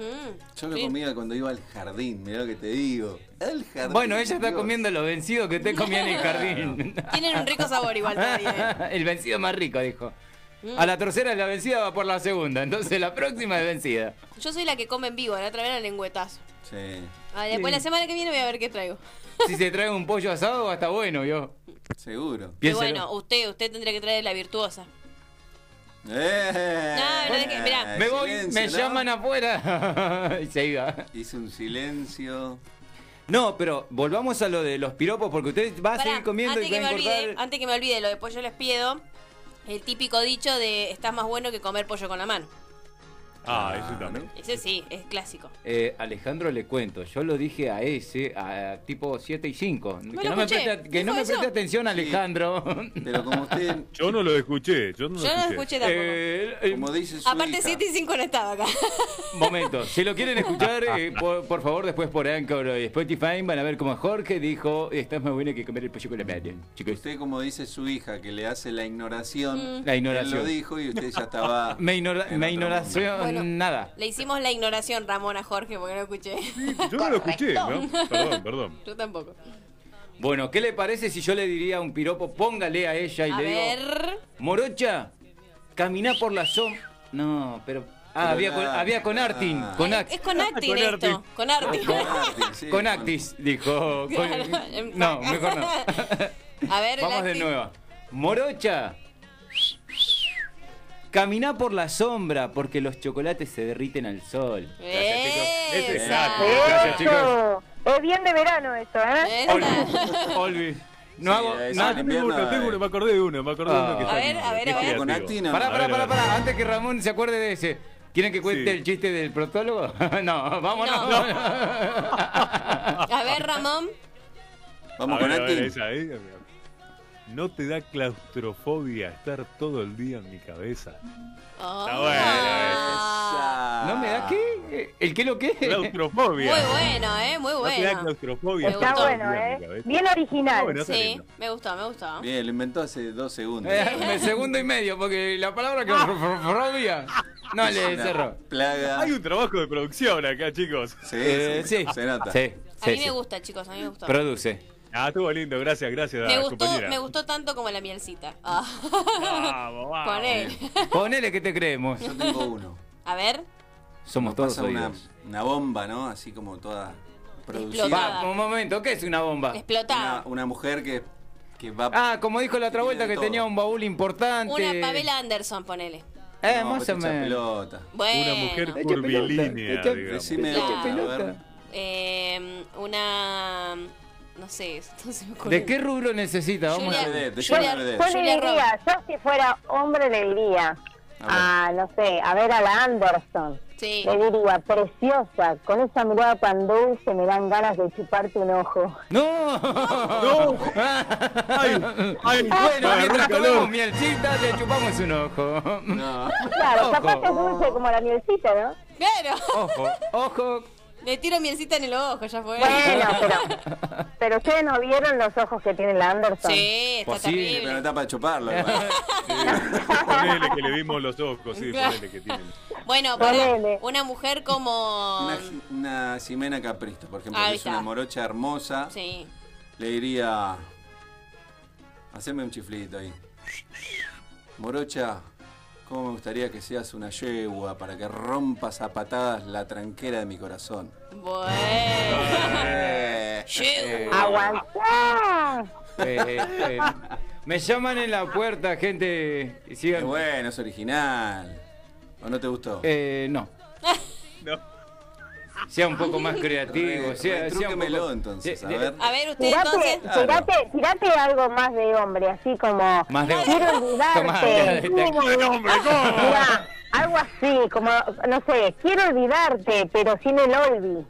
[SPEAKER 5] Yo lo comía cuando iba al jardín, mirá lo que te digo. Al jardín.
[SPEAKER 3] Bueno, ella está
[SPEAKER 5] Dios.
[SPEAKER 3] comiendo lo vencido que usted comía en el jardín.
[SPEAKER 4] Tienen un rico sabor igual todavía. ¿eh?
[SPEAKER 3] el vencido más rico, dijo.
[SPEAKER 4] Mm.
[SPEAKER 3] A la tercera es la vencida, va por la segunda. Entonces la próxima es vencida.
[SPEAKER 4] Yo soy la que come en vivo, la otra vez era lengüetazo.
[SPEAKER 5] Sí.
[SPEAKER 4] Ah, después
[SPEAKER 3] Sí.
[SPEAKER 4] la semana que viene voy a ver qué traigo.
[SPEAKER 3] Si se trae un pollo asado, va a estar bueno, yo.
[SPEAKER 5] Seguro.
[SPEAKER 4] Y bueno, usted, usted tendría que traer la virtuosa.
[SPEAKER 5] Eh,
[SPEAKER 4] No, no, es que- mirá.
[SPEAKER 3] me voy,
[SPEAKER 5] silencio,
[SPEAKER 3] me
[SPEAKER 5] ¿no?
[SPEAKER 3] llaman afuera. y se iba.
[SPEAKER 5] Hice un silencio.
[SPEAKER 3] No, pero volvamos a lo de los piropos, porque usted va a
[SPEAKER 4] Pará,
[SPEAKER 3] seguir comiendo
[SPEAKER 4] antes
[SPEAKER 3] y va
[SPEAKER 4] que me
[SPEAKER 3] a engordar.
[SPEAKER 4] olvide, antes que me olvide, lo de pollo les pido, el típico dicho de estás más bueno que comer pollo con la mano.
[SPEAKER 8] Ah, eso también.
[SPEAKER 4] Ese sí, es clásico.
[SPEAKER 3] Eh, Alejandro le cuento, yo lo dije a ese, a tipo 7 y 5. Que
[SPEAKER 4] lo
[SPEAKER 3] no, me
[SPEAKER 4] escuché.
[SPEAKER 3] preste, que no
[SPEAKER 4] ¿Dijo
[SPEAKER 3] me
[SPEAKER 4] eso?
[SPEAKER 3] preste atención, Alejandro.
[SPEAKER 5] Pero como usted,
[SPEAKER 8] Yo no lo escuché. Yo no lo
[SPEAKER 4] Yo no lo
[SPEAKER 8] escuché.
[SPEAKER 4] escuché tampoco.
[SPEAKER 3] Eh, eh,
[SPEAKER 5] como dice su
[SPEAKER 4] Aparte
[SPEAKER 5] hija,
[SPEAKER 4] 7 y 5 no estaba acá.
[SPEAKER 3] Momento, si lo quieren escuchar, eh, por, por favor, después por Anchor y Spotify van a ver como Jorge dijo, estás más bueno que comer el pollo con la madre, chicos.
[SPEAKER 5] usted como dice su hija que le hace la ignoración,
[SPEAKER 3] Mm. La ignoración.
[SPEAKER 5] Él lo dijo y usted ya estaba
[SPEAKER 3] Me, ignora,
[SPEAKER 5] En
[SPEAKER 3] me
[SPEAKER 5] otro
[SPEAKER 3] ignoración,
[SPEAKER 4] Bueno.
[SPEAKER 3] nada.
[SPEAKER 4] Le hicimos la ignoración, Ramón, a Jorge, porque no escuché.
[SPEAKER 8] Yo no lo escuché, ¿no? Perdón, perdón.
[SPEAKER 4] Yo tampoco.
[SPEAKER 3] Bueno, ¿qué le parece si yo le diría un piropo? Póngale a ella y
[SPEAKER 4] A
[SPEAKER 3] le digo,
[SPEAKER 4] ver.
[SPEAKER 3] Morocha, caminá por la zona. No, pero. Ah,
[SPEAKER 5] Pero
[SPEAKER 3] había, con,
[SPEAKER 5] nada. Ah.
[SPEAKER 3] había con Artin, con
[SPEAKER 4] Es,
[SPEAKER 3] Act-
[SPEAKER 4] es con acting
[SPEAKER 8] Ah, Con
[SPEAKER 4] esto.
[SPEAKER 8] acting.
[SPEAKER 4] Con acting.
[SPEAKER 5] con Actis, sí,
[SPEAKER 3] con
[SPEAKER 5] con-
[SPEAKER 3] Actis, dijo. con-
[SPEAKER 4] Claro.
[SPEAKER 3] no, mejor no.
[SPEAKER 4] A ver, el
[SPEAKER 3] Vamos de
[SPEAKER 4] acting.
[SPEAKER 3] nuevo. Morocha. Caminá por la sombra porque los chocolates se derriten al sol.
[SPEAKER 8] Ese es
[SPEAKER 4] Esa.
[SPEAKER 8] Actis. Gracias, chicos.
[SPEAKER 7] Eso, es bien de verano eso, ¿eh?
[SPEAKER 4] Esa.
[SPEAKER 3] Olvi. No
[SPEAKER 5] Sí,
[SPEAKER 3] hago.
[SPEAKER 5] es el
[SPEAKER 3] No,
[SPEAKER 8] Tengo
[SPEAKER 5] invierno,
[SPEAKER 8] uno, tengo uno, me acordé de uno, me acordé de uno que
[SPEAKER 3] Ah.
[SPEAKER 4] A
[SPEAKER 8] está
[SPEAKER 4] ver, a ver,
[SPEAKER 8] es
[SPEAKER 4] a ver.
[SPEAKER 5] Con
[SPEAKER 8] creativo.
[SPEAKER 5] Actina.
[SPEAKER 3] Pará,
[SPEAKER 8] A
[SPEAKER 3] pará,
[SPEAKER 8] ver,
[SPEAKER 3] pará,
[SPEAKER 8] a ver.
[SPEAKER 3] pará. Antes que Ramón se acuerde de ese. ¿Quieren que cuente
[SPEAKER 8] Sí.
[SPEAKER 3] el chiste del protólogo? no, vámonos.
[SPEAKER 4] No. A ver, Ramón.
[SPEAKER 5] Vamos
[SPEAKER 8] A
[SPEAKER 5] con
[SPEAKER 8] ver, a ver,
[SPEAKER 5] Actin.
[SPEAKER 8] esa, eh. ¿No te da claustrofobia estar todo el día en mi cabeza?
[SPEAKER 4] Ah.
[SPEAKER 8] bueno,
[SPEAKER 5] Ah.
[SPEAKER 3] ¿No me da qué? ¿El qué lo qué?
[SPEAKER 8] Claustrofobia.
[SPEAKER 4] Muy bueno, eh, muy
[SPEAKER 8] No te da
[SPEAKER 4] bueno.
[SPEAKER 8] claustrofobia
[SPEAKER 4] Me
[SPEAKER 8] estar
[SPEAKER 4] gustó.
[SPEAKER 8] todo el
[SPEAKER 7] Bueno,
[SPEAKER 8] día en mi
[SPEAKER 7] ¿eh?
[SPEAKER 8] cabeza.
[SPEAKER 7] Bien original.
[SPEAKER 8] Bueno, está
[SPEAKER 4] Sí,
[SPEAKER 8] lindo.
[SPEAKER 4] me gustó, me gustó.
[SPEAKER 5] Bien, lo inventó hace dos segundos.
[SPEAKER 3] Eh, segundo y medio, porque la palabra
[SPEAKER 4] Ah.
[SPEAKER 3] que no le
[SPEAKER 5] Una
[SPEAKER 3] cerró.
[SPEAKER 5] Plaga.
[SPEAKER 8] Hay un trabajo de producción acá, chicos.
[SPEAKER 5] Sí,
[SPEAKER 3] Eh,
[SPEAKER 5] sí,
[SPEAKER 3] sí.
[SPEAKER 5] se nota.
[SPEAKER 3] Sí,
[SPEAKER 4] A
[SPEAKER 3] sí,
[SPEAKER 4] mí me
[SPEAKER 3] sí.
[SPEAKER 4] gusta, chicos, a mí me gustó.
[SPEAKER 3] Produce.
[SPEAKER 8] Ah, estuvo lindo, gracias, gracias,
[SPEAKER 4] Me gustó,
[SPEAKER 8] compañera.
[SPEAKER 4] me gustó tanto como la mielcita. Ah.
[SPEAKER 8] Vamos, vamos.
[SPEAKER 4] Con él.
[SPEAKER 3] Ponele que te creemos.
[SPEAKER 5] Yo tengo uno.
[SPEAKER 4] A ver.
[SPEAKER 3] Somos
[SPEAKER 5] Nos
[SPEAKER 3] todos
[SPEAKER 5] pasa una,
[SPEAKER 3] oídos.
[SPEAKER 5] una bomba, ¿no? Así como toda producida.
[SPEAKER 3] Va, un momento, ¿qué es una bomba?
[SPEAKER 5] Una, una mujer que, que va.
[SPEAKER 3] Ah, como dijo la otra vuelta que
[SPEAKER 5] todo.
[SPEAKER 3] tenía un baúl importante.
[SPEAKER 4] Una Pamela Anderson, ponele.
[SPEAKER 3] Eh,
[SPEAKER 5] No,
[SPEAKER 3] más
[SPEAKER 5] pero
[SPEAKER 3] o
[SPEAKER 5] te echa
[SPEAKER 3] menos.
[SPEAKER 5] pelota.
[SPEAKER 4] Bueno. Una mujer
[SPEAKER 3] Te echa pelota,
[SPEAKER 8] curvilínea,
[SPEAKER 3] te echa-
[SPEAKER 8] digamos.
[SPEAKER 5] Decime,
[SPEAKER 3] te echa
[SPEAKER 5] a
[SPEAKER 3] pelota.
[SPEAKER 5] ver,
[SPEAKER 4] Eh, una. No sé, esto se me ocurre.
[SPEAKER 3] ¿De qué rubro necesita? Vamos a
[SPEAKER 5] Julia-
[SPEAKER 3] ver.
[SPEAKER 7] Yo, yo le
[SPEAKER 4] Julia
[SPEAKER 7] diría, yo si fuera hombre le diría a, no sé, a ver a la Anderson.
[SPEAKER 4] Sí.
[SPEAKER 7] Le diría, preciosa, con esa mirada tan dulce me dan ganas de chuparte un ojo.
[SPEAKER 3] ¡No! ¡No! ¡Ay! bueno,
[SPEAKER 8] me agarró
[SPEAKER 3] mientras
[SPEAKER 8] calor.
[SPEAKER 3] comemos mielcita, le chupamos un ojo. No.
[SPEAKER 7] Claro, capaz es
[SPEAKER 3] Ojo,
[SPEAKER 7] dulce como la mielcita, ¿no?
[SPEAKER 4] Claro,
[SPEAKER 3] ojo, Oh, ojo.
[SPEAKER 4] le tiro mielcita en el ojo, ya fue.
[SPEAKER 7] Bueno, pero, pero ustedes no vieron los ojos que tiene la Anderson.
[SPEAKER 4] Sí, está
[SPEAKER 5] Pues sí,
[SPEAKER 4] terrible.
[SPEAKER 5] pero no está para chuparlo.
[SPEAKER 8] Ponele que le vimos los ojos, sí, ponele que tiene.
[SPEAKER 4] Bueno, para una mujer como.
[SPEAKER 5] Una, una Ximena Capristo, por ejemplo,
[SPEAKER 4] Ahí
[SPEAKER 5] que es una
[SPEAKER 4] está.
[SPEAKER 5] morocha hermosa.
[SPEAKER 4] Sí.
[SPEAKER 5] Le diría. Haceme un chiflito ahí. Morocha, ¿cómo me gustaría que seas una yegua para que rompas a patadas la tranquera de mi corazón? Eh, eh,
[SPEAKER 7] ¡Aguantá!
[SPEAKER 3] Eh, eh, me llaman en la puerta, gente. Sigan.
[SPEAKER 5] Qué bueno, es original. ¿O no te gustó?
[SPEAKER 3] Eh, no. Sea un poco más creativo.
[SPEAKER 5] Re-
[SPEAKER 3] sea, sea un
[SPEAKER 5] retrúquemelo,
[SPEAKER 3] poco...
[SPEAKER 5] entonces, a
[SPEAKER 3] de-
[SPEAKER 5] ver.
[SPEAKER 4] A ver, usted
[SPEAKER 7] Tirate,
[SPEAKER 4] entonces.
[SPEAKER 7] tirate, tirate algo más de hombre, así como
[SPEAKER 3] Más de hombre.
[SPEAKER 7] quiero
[SPEAKER 3] Tomá, dale,
[SPEAKER 7] olvidarte.
[SPEAKER 3] te- ¿Cómo de hombre? ¿Cómo?
[SPEAKER 7] Mirá, algo así, como no sé, quiero olvidarte, pero sin el olvi.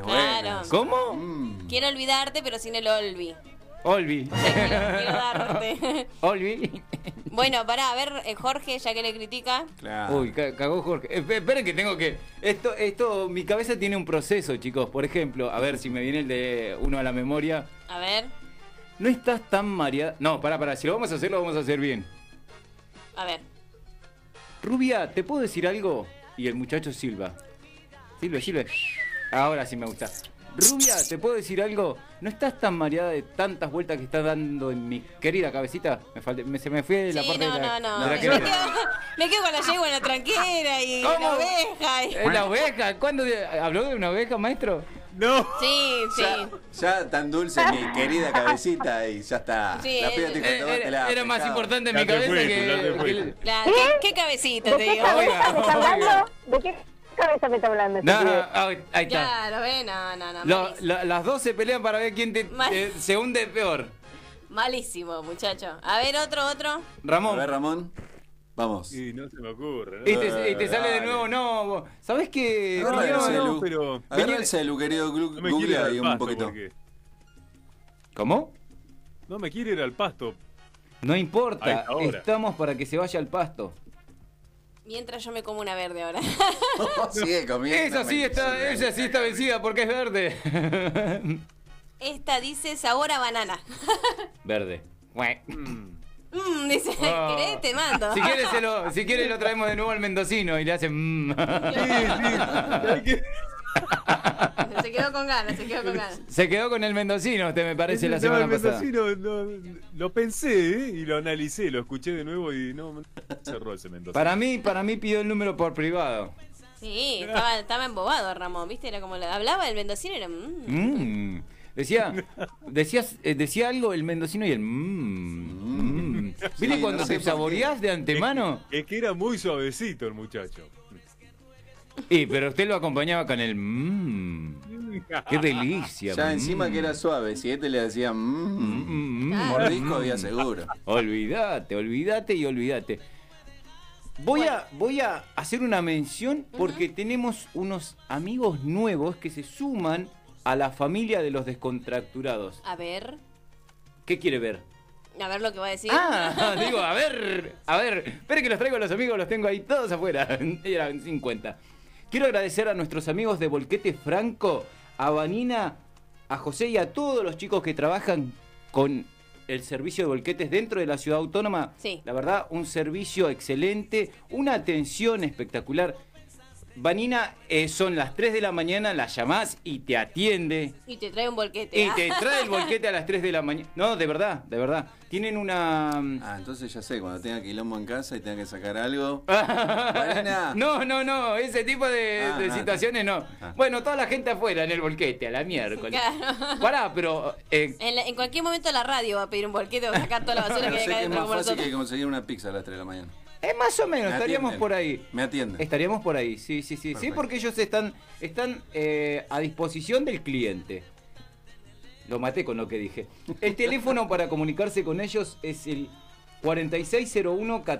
[SPEAKER 4] Claro.
[SPEAKER 3] ¿Cómo?
[SPEAKER 4] Ah, Quiero olvidarte, pero sin el olvi.
[SPEAKER 3] Olvi.
[SPEAKER 4] Quiero darte.
[SPEAKER 3] Olvi.
[SPEAKER 4] bueno, pará, a ver, eh, Jorge, ya que le critica.
[SPEAKER 3] Uy, ca- cagó Jorge. Eh, pe- Esperen que tengo que. Esto, esto, mi cabeza tiene un proceso, chicos. Por ejemplo, a ver si me viene el de uno a la memoria.
[SPEAKER 4] A ver,
[SPEAKER 3] No estás tan mareada. No, pará, pará. Si lo vamos a hacer, lo vamos a hacer bien.
[SPEAKER 4] a ver.
[SPEAKER 3] Rubia, ¿te puedo decir algo? Y el muchacho silba. Silba, silba. Ahora sí me gusta. Rubia, ¿te puedo decir algo? ¿No estás tan mareada de tantas vueltas que estás dando en mi querida cabecita? Me falté- me- se me fue la
[SPEAKER 4] Sí,
[SPEAKER 3] parte
[SPEAKER 4] no,
[SPEAKER 3] de la,
[SPEAKER 4] no, no.
[SPEAKER 3] de la
[SPEAKER 4] Me
[SPEAKER 3] querida.
[SPEAKER 4] quedo- Me quedo con la yegua en la tranquera y
[SPEAKER 3] ¿Cómo?
[SPEAKER 4] la oveja. y-
[SPEAKER 3] Eh, ¿La oveja? ¿Cuándo de- habló de una oveja, maestro?
[SPEAKER 8] No.
[SPEAKER 4] Sí, sí.
[SPEAKER 5] Ya, ya tan dulce mi querida cabecita y ya está.
[SPEAKER 4] Sí,
[SPEAKER 5] la piba
[SPEAKER 4] él-
[SPEAKER 5] te dijo,
[SPEAKER 4] eh,
[SPEAKER 5] "Tomátela,
[SPEAKER 3] era- era más
[SPEAKER 5] pescado".
[SPEAKER 3] importante en mi Ya te cabeza fuiste, que- ya te que- fuiste.
[SPEAKER 4] La- ¿qué, qué cabecita
[SPEAKER 7] ¿De
[SPEAKER 4] te
[SPEAKER 7] qué
[SPEAKER 4] digo?
[SPEAKER 7] cabeza me está
[SPEAKER 3] Oiga,
[SPEAKER 7] hablando? ¿De qué cabeza me está hablando? este
[SPEAKER 3] No, no,
[SPEAKER 7] pibe?
[SPEAKER 3] ah, ahí está.
[SPEAKER 4] Claro, ve, no, no, no.
[SPEAKER 3] Lo-
[SPEAKER 4] malísimo.
[SPEAKER 3] la- las dos se pelean para ver quién te-
[SPEAKER 4] Mal.
[SPEAKER 3] eh, se hunde peor.
[SPEAKER 4] Malísimo, muchacho. A ver, otro, otro.
[SPEAKER 3] Ramón.
[SPEAKER 5] A ver, Ramón. Vamos.
[SPEAKER 8] Y no se me ocurre. ¿no?
[SPEAKER 3] Y te, y te sale de
[SPEAKER 5] Dale.
[SPEAKER 3] nuevo, eh, no. vos- ¿Sabés qué?
[SPEAKER 5] Agarra el
[SPEAKER 3] No, no,
[SPEAKER 5] celu.
[SPEAKER 8] pero-
[SPEAKER 5] Agarra el celu, querido Glu-
[SPEAKER 8] No me quiere ir
[SPEAKER 5] Google,
[SPEAKER 8] al
[SPEAKER 5] ahí un
[SPEAKER 8] pasto,
[SPEAKER 5] poquito.
[SPEAKER 8] porque
[SPEAKER 3] ¿Cómo?
[SPEAKER 8] No me quiere ir al pasto.
[SPEAKER 3] No
[SPEAKER 8] A
[SPEAKER 3] importa.
[SPEAKER 8] esta hora.
[SPEAKER 3] Estamos para que se vaya al pasto.
[SPEAKER 4] Mientras yo me como una verde ahora.
[SPEAKER 5] Oh, Sigue comiendo.
[SPEAKER 3] Esa sí está, ella sí está vencida porque es verde.
[SPEAKER 4] Esta dice sabor a banana.
[SPEAKER 3] verde.
[SPEAKER 4] Mm, dice,
[SPEAKER 3] Ah.
[SPEAKER 4] ¿querés? Te mando.
[SPEAKER 3] Si quieres, se lo, si quieres lo traemos de nuevo al mendocino y le mm. hacen.
[SPEAKER 4] Se quedó con ganas, se quedó con ganas.
[SPEAKER 3] Se quedó con el mendocino, usted me parece la
[SPEAKER 8] No,
[SPEAKER 3] semana
[SPEAKER 8] el
[SPEAKER 3] pasada.
[SPEAKER 8] mendocino, no, lo pensé ¿eh? y lo analicé, lo escuché de nuevo y no no cerró ese Mendoza.
[SPEAKER 3] Para mí, para mí pidió el número por privado.
[SPEAKER 4] Sí, estaba, estaba embobado Ramón, ¿viste? Era como la- hablaba el mendocino, era. mm.
[SPEAKER 3] Mm. Decía, decías, eh, decía algo el mendocino y el mmm. Mm. ¿Viste
[SPEAKER 5] Sí,
[SPEAKER 3] cuando
[SPEAKER 5] no sé
[SPEAKER 3] te
[SPEAKER 5] por qué.
[SPEAKER 3] saboreás de antemano?
[SPEAKER 8] Es que era muy suavecito el muchacho.
[SPEAKER 3] Y pero usted lo acompañaba con el mmm. Qué delicia.
[SPEAKER 5] Ya encima
[SPEAKER 3] mm.
[SPEAKER 5] que era suave, si este le decía mmm,
[SPEAKER 4] mm,
[SPEAKER 5] mordisco había seguro.
[SPEAKER 3] Olvídate, olvídate y olvídate. Voy, a, voy a hacer una mención porque tenemos unos amigos nuevos que se suman a la familia de los descontracturados.
[SPEAKER 4] A ver,
[SPEAKER 3] ¿Qué quiere ver?
[SPEAKER 4] a ver lo que va a decir.
[SPEAKER 3] Ah, digo, a ver, a ver, esperen que los traigo a los amigos, los tengo ahí todos afuera. Eran 50. Quiero agradecer a nuestros amigos de Volquete Franco, a Vanina, a José y a todos los chicos que trabajan con el servicio de volquetes dentro de la ciudad autónoma.
[SPEAKER 4] Sí.
[SPEAKER 3] La verdad, un servicio excelente, una atención espectacular. Vanina, eh, son las 3 de la mañana, la llamás y te atiende.
[SPEAKER 4] Y te trae un bolquete.
[SPEAKER 3] Y
[SPEAKER 4] ah.
[SPEAKER 3] te trae el bolquete a las 3 de la mañana. No, de verdad, de verdad. Tienen una.
[SPEAKER 5] Ah, entonces ya sé, cuando tenga quilombo en casa y tenga que sacar algo.
[SPEAKER 3] mm, No, no, no, ese tipo de,
[SPEAKER 5] Ah,
[SPEAKER 3] de
[SPEAKER 5] ah,
[SPEAKER 3] situaciones no. Bueno, toda la gente afuera en el bolquete, a la miércoles.
[SPEAKER 4] Claro.
[SPEAKER 3] Pará, pero. eh,
[SPEAKER 4] En, la- en cualquier momento la radio va a pedir un bolquete, va a sacar toda la basura que
[SPEAKER 5] Pero
[SPEAKER 4] hay
[SPEAKER 5] sé
[SPEAKER 4] acá
[SPEAKER 5] que es
[SPEAKER 4] dentro
[SPEAKER 5] más
[SPEAKER 4] como
[SPEAKER 5] fácil
[SPEAKER 4] nosotros.
[SPEAKER 5] que conseguir una pizza a las 3 de la mañana.
[SPEAKER 3] Eh, más o menos,
[SPEAKER 5] Me
[SPEAKER 3] estaríamos
[SPEAKER 5] atienden.
[SPEAKER 3] por ahí.
[SPEAKER 5] Me atienden.
[SPEAKER 3] Estaríamos por ahí, sí, sí, sí. Sí,
[SPEAKER 5] Perfecto.
[SPEAKER 3] porque ellos están, están eh, a disposición del cliente. Lo maté con lo que dije. El teléfono para comunicarse con ellos es el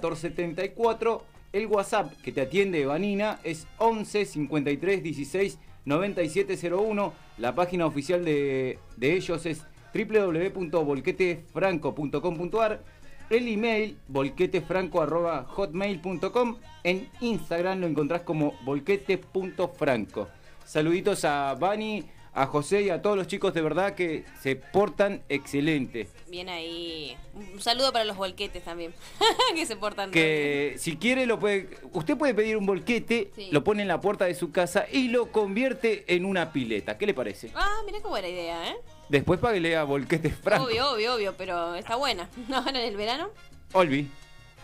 [SPEAKER 3] 4601-1474. El WhatsApp que te atiende Vanina es 11 53 16 9701. La página oficial de, de ellos es www.volquetefranco.com.ar el email volquetefranco.hotmail.com. En Instagram lo encontrás como volquete.franco. Saluditos a Bani, a José y a todos los chicos de verdad que se portan excelente.
[SPEAKER 4] Bien ahí. Un saludo para los bolquetes también, que se portan
[SPEAKER 3] Que si quiere lo puede. Usted puede pedir un volquete,
[SPEAKER 4] Sí.
[SPEAKER 3] lo pone en la puerta de su casa y lo convierte en una pileta. ¿Qué le parece?
[SPEAKER 4] bien. Ah, mira cómo era idea, ¿eh?
[SPEAKER 3] Después paguele a Volquete Franco.
[SPEAKER 4] Obvio, obvio, obvio, pero está buena. Ahora en el verano,
[SPEAKER 3] Olvi.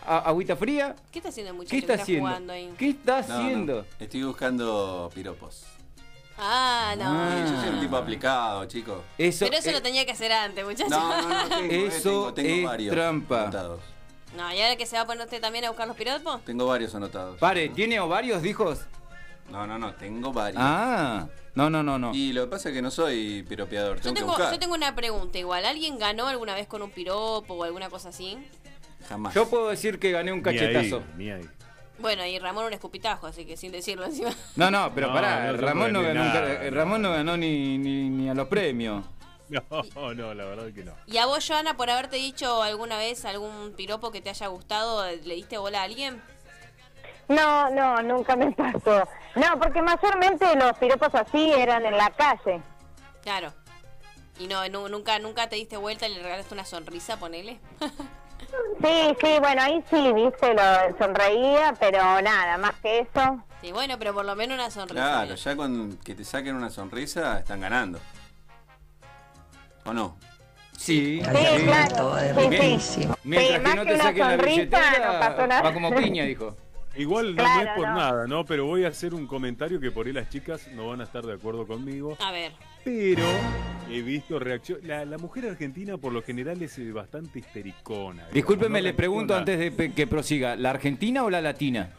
[SPEAKER 3] a- agüita fría.
[SPEAKER 4] ¿qué está haciendo el muchacho
[SPEAKER 3] ¿Qué
[SPEAKER 4] que
[SPEAKER 3] está haciendo?
[SPEAKER 4] jugando ahí?
[SPEAKER 3] ¿Qué está
[SPEAKER 5] No, no,
[SPEAKER 3] haciendo?
[SPEAKER 5] Estoy buscando piropos.
[SPEAKER 4] Ah, no.
[SPEAKER 5] Sí, Yo soy un tipo aplicado, chico.
[SPEAKER 3] Ah. Eso eh,
[SPEAKER 4] pero eso lo tenía que hacer antes, muchachos.
[SPEAKER 5] No, no, no, tengo, eh, tengo,
[SPEAKER 3] Eso
[SPEAKER 5] tengo
[SPEAKER 3] es
[SPEAKER 5] varios
[SPEAKER 3] trampa.
[SPEAKER 5] anotados.
[SPEAKER 4] No, y ahora que se va a poner usted también a buscar los piropos.
[SPEAKER 5] Tengo varios anotados.
[SPEAKER 3] Pare, ¿tiene ovarios, dijos?
[SPEAKER 5] No, no, no, tengo varios.
[SPEAKER 3] Ah, no, no, no, no.
[SPEAKER 5] Y lo que pasa es que no soy piropeador,
[SPEAKER 4] Yo
[SPEAKER 5] tengo,
[SPEAKER 4] tengo,
[SPEAKER 5] que buscar.
[SPEAKER 4] yo tengo una pregunta igual. ¿Alguien ganó alguna vez con un piropo o alguna cosa así?
[SPEAKER 5] Jamás.
[SPEAKER 3] Yo puedo decir que gané un
[SPEAKER 8] Ni ahí,
[SPEAKER 3] cachetazo.
[SPEAKER 8] ni ahí.
[SPEAKER 4] Bueno, y Ramón un escupitajo, así que sin decirlo encima.
[SPEAKER 3] No, no, pero
[SPEAKER 8] No,
[SPEAKER 3] pará,
[SPEAKER 8] no, yo
[SPEAKER 3] Ramón,
[SPEAKER 8] no
[SPEAKER 3] no
[SPEAKER 8] gané
[SPEAKER 3] ganó, un ca-
[SPEAKER 8] nada.
[SPEAKER 3] eh, Ramón no ganó ni, ni, ni a los premios.
[SPEAKER 8] No, no, la verdad es que no.
[SPEAKER 4] ¿Y a vos, Joana, por haberte dicho alguna vez algún piropo que te haya gustado, le diste bola a alguien?
[SPEAKER 7] No, no, nunca me pasó. No, porque mayormente los piropos así eran en la calle.
[SPEAKER 4] Claro. Y no, nu- nunca, nunca te diste vuelta y le regalaste una sonrisa, ponele.
[SPEAKER 7] Sí, sí, bueno, ahí sí, viste, lo sonreía, pero nada, más que eso.
[SPEAKER 4] Sí, bueno, pero por lo menos una sonrisa.
[SPEAKER 5] Claro, ya con que te saquen una sonrisa están ganando. ¿O no?
[SPEAKER 3] Sí.
[SPEAKER 7] Sí, claro, sí, sí.
[SPEAKER 3] Mientras
[SPEAKER 7] Sí,
[SPEAKER 3] que
[SPEAKER 7] más
[SPEAKER 3] no
[SPEAKER 7] que
[SPEAKER 3] te
[SPEAKER 7] una
[SPEAKER 3] saquen la
[SPEAKER 7] sonrisa, no pasó
[SPEAKER 3] billetera,
[SPEAKER 7] nada.
[SPEAKER 3] va como piña, dijo.
[SPEAKER 8] Igual no,
[SPEAKER 7] Claro,
[SPEAKER 8] no es por
[SPEAKER 7] no.
[SPEAKER 8] nada, ¿no? Pero voy a hacer un comentario que por ahí las chicas no van a estar de acuerdo conmigo.
[SPEAKER 4] A ver.
[SPEAKER 8] Pero he visto reacción. La, la mujer argentina por lo general es eh, bastante histericona. digamos,
[SPEAKER 3] Discúlpeme,
[SPEAKER 8] ¿no?
[SPEAKER 3] les pregunto
[SPEAKER 8] Reacciona.
[SPEAKER 3] antes de pe- que prosiga, ¿la argentina o la latina?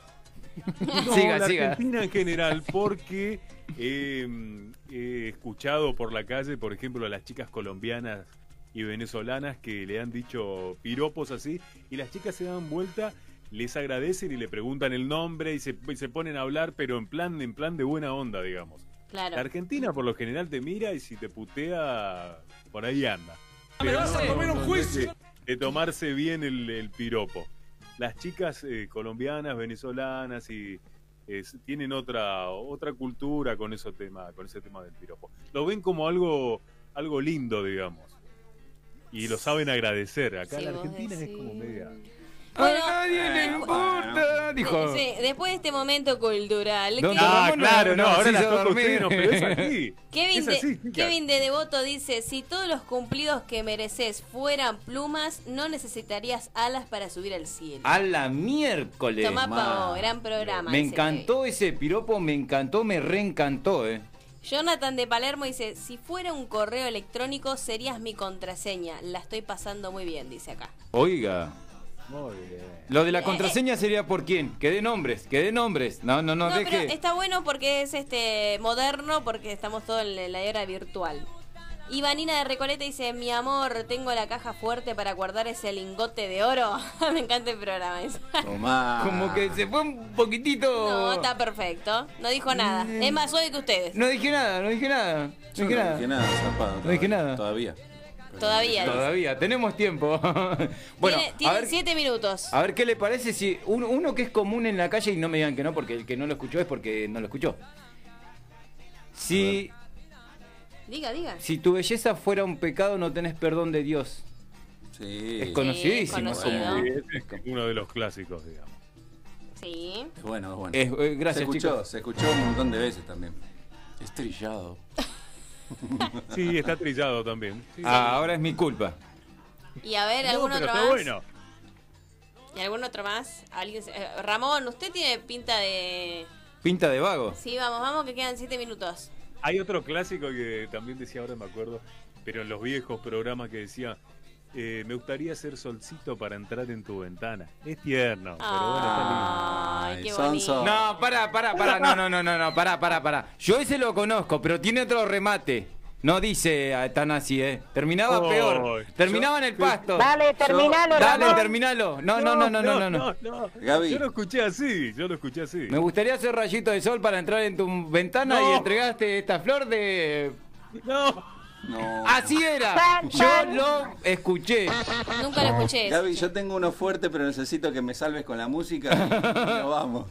[SPEAKER 8] No,
[SPEAKER 3] siga,
[SPEAKER 8] la
[SPEAKER 3] siga.
[SPEAKER 8] Argentina en general, porque eh, he escuchado por la calle, por ejemplo, a las chicas colombianas y venezolanas que le han dicho piropos así, y las chicas se dan vuelta, les agradecen y le preguntan el nombre y se, y se ponen a hablar, pero en plan, en plan de buena onda, digamos.
[SPEAKER 4] Claro.
[SPEAKER 8] La Argentina por lo general te mira y si te putea, por ahí anda.
[SPEAKER 3] me Ah, vas a comer un
[SPEAKER 8] juicio! De, de tomarse bien el, el piropo. Las chicas eh, colombianas, venezolanas y es- tienen otra otra cultura con ese tema, con ese tema del piropo. Lo ven como algo algo lindo, digamos. Y lo saben agradecer. Acá
[SPEAKER 4] Sí,
[SPEAKER 8] en la
[SPEAKER 4] vos
[SPEAKER 8] Argentina es como media.
[SPEAKER 4] Bueno,
[SPEAKER 3] nadie le importa, dijo.
[SPEAKER 4] Sí, después de este momento cultural.
[SPEAKER 3] Don
[SPEAKER 4] que-
[SPEAKER 8] Ah,
[SPEAKER 3] Ramón
[SPEAKER 8] claro, no, ahora
[SPEAKER 3] se
[SPEAKER 8] la
[SPEAKER 3] hizo
[SPEAKER 8] toca
[SPEAKER 3] dormir.
[SPEAKER 8] usted, no, pero es así.
[SPEAKER 4] Kevin,
[SPEAKER 8] Es
[SPEAKER 4] de,
[SPEAKER 8] así, chicas.
[SPEAKER 4] Kevin de Devoto dice, si todos los cumplidos que mereces fueran plumas, no necesitarías alas para subir al cielo.
[SPEAKER 3] A la miércoles.
[SPEAKER 4] Tomá
[SPEAKER 3] Ma.
[SPEAKER 4] pa' vos, gran programa.
[SPEAKER 3] Me
[SPEAKER 4] dice
[SPEAKER 3] encantó ese piropo, me encantó, me reencantó, eh.
[SPEAKER 4] Kevin. Jonathan de Palermo dice, si fuera un correo electrónico serías mi contraseña. La estoy pasando muy bien, dice acá.
[SPEAKER 3] Oiga.
[SPEAKER 8] Muy bien.
[SPEAKER 3] Lo
[SPEAKER 4] Eh,
[SPEAKER 3] de la contraseña sería por quién? Que dé nombres, que dé nombres. No, no, no,
[SPEAKER 4] No, pero este-
[SPEAKER 3] deje.
[SPEAKER 4] está bueno porque es este moderno, porque estamos todos en la era virtual. Y Vanina de Recoleta dice, mi amor, tengo la caja fuerte para guardar ese lingote de oro. Me encanta el programa. dice.
[SPEAKER 5] Tomá.
[SPEAKER 3] Como que se fue un poquitito.
[SPEAKER 4] No, está perfecto. No dijo nada. Es más hoy que ustedes.
[SPEAKER 3] No dije nada, no dije nada. No
[SPEAKER 5] Yo
[SPEAKER 3] dije
[SPEAKER 5] no
[SPEAKER 3] nada.
[SPEAKER 5] dije nada, zarpado.
[SPEAKER 3] No dije nada.
[SPEAKER 5] Todavía.
[SPEAKER 4] Todavía. dice.
[SPEAKER 3] Todavía, tenemos tiempo. bueno,
[SPEAKER 4] tiene
[SPEAKER 3] a,
[SPEAKER 4] tiene
[SPEAKER 3] ver,
[SPEAKER 4] siete minutos.
[SPEAKER 3] a ver qué le parece si uno, uno que es común en la calle, y no me digan que no, porque el que no lo escuchó es porque no lo escuchó. Si,
[SPEAKER 4] Diga, diga.
[SPEAKER 3] si tu belleza fuera un pecado, no tenés perdón de Dios.
[SPEAKER 5] Sí.
[SPEAKER 3] Es conocidísimo.
[SPEAKER 4] conocido.
[SPEAKER 3] como-
[SPEAKER 8] Sí, ese es uno de los clásicos, digamos.
[SPEAKER 4] Sí.
[SPEAKER 5] Es bueno, es bueno.
[SPEAKER 3] Es- eh, gracias,
[SPEAKER 5] se escuchó,
[SPEAKER 3] chicos.
[SPEAKER 5] se escuchó un montón de veces también. Es trillado.
[SPEAKER 8] Sí, está trillado también. Sí,
[SPEAKER 3] Ah, ahora es mi culpa.
[SPEAKER 4] Y a ver,
[SPEAKER 8] No,
[SPEAKER 4] ¿algún
[SPEAKER 8] pero
[SPEAKER 4] otro
[SPEAKER 8] está
[SPEAKER 4] más?
[SPEAKER 8] bueno.
[SPEAKER 4] ¿Y algún otro más? ¿Alguien se- eh, Ramón, usted tiene pinta de...
[SPEAKER 3] Pinta de vago.
[SPEAKER 4] Sí, vamos, vamos, que quedan siete minutos.
[SPEAKER 8] Hay otro clásico que también decía, ahora me acuerdo, pero en los viejos programas que decía, eh, me gustaría ser solcito para entrar en tu ventana. Es tierno, pero bueno, está
[SPEAKER 4] Ah.
[SPEAKER 8] lindo.
[SPEAKER 4] qué Sonso. bonito.
[SPEAKER 3] No, pará, pará, pará. No, no, no, no, no, pará, pará, pará. Yo ese lo conozco, pero tiene otro remate. No dice ah, tan así, ¿eh? Terminaba
[SPEAKER 8] Oh,
[SPEAKER 3] peor. Terminaba en el pasto.
[SPEAKER 8] Dale, terminalo,
[SPEAKER 3] Dale,
[SPEAKER 8] Ramón.
[SPEAKER 3] terminalo. No, no, no, no, no, no. no. Gaby.
[SPEAKER 8] Yo lo escuché así, yo lo escuché así.
[SPEAKER 3] Me gustaría hacer rayito de sol para entrar en tu ventana
[SPEAKER 8] No.
[SPEAKER 3] y entregaste esta flor de.
[SPEAKER 8] No.
[SPEAKER 5] No.
[SPEAKER 3] Así era.
[SPEAKER 5] Pan,
[SPEAKER 3] Yo
[SPEAKER 5] pan.
[SPEAKER 3] lo escuché.
[SPEAKER 4] Nunca lo escuché.
[SPEAKER 5] Gaby, yo tengo uno fuerte, pero necesito que me salves con la música. y nos vamos.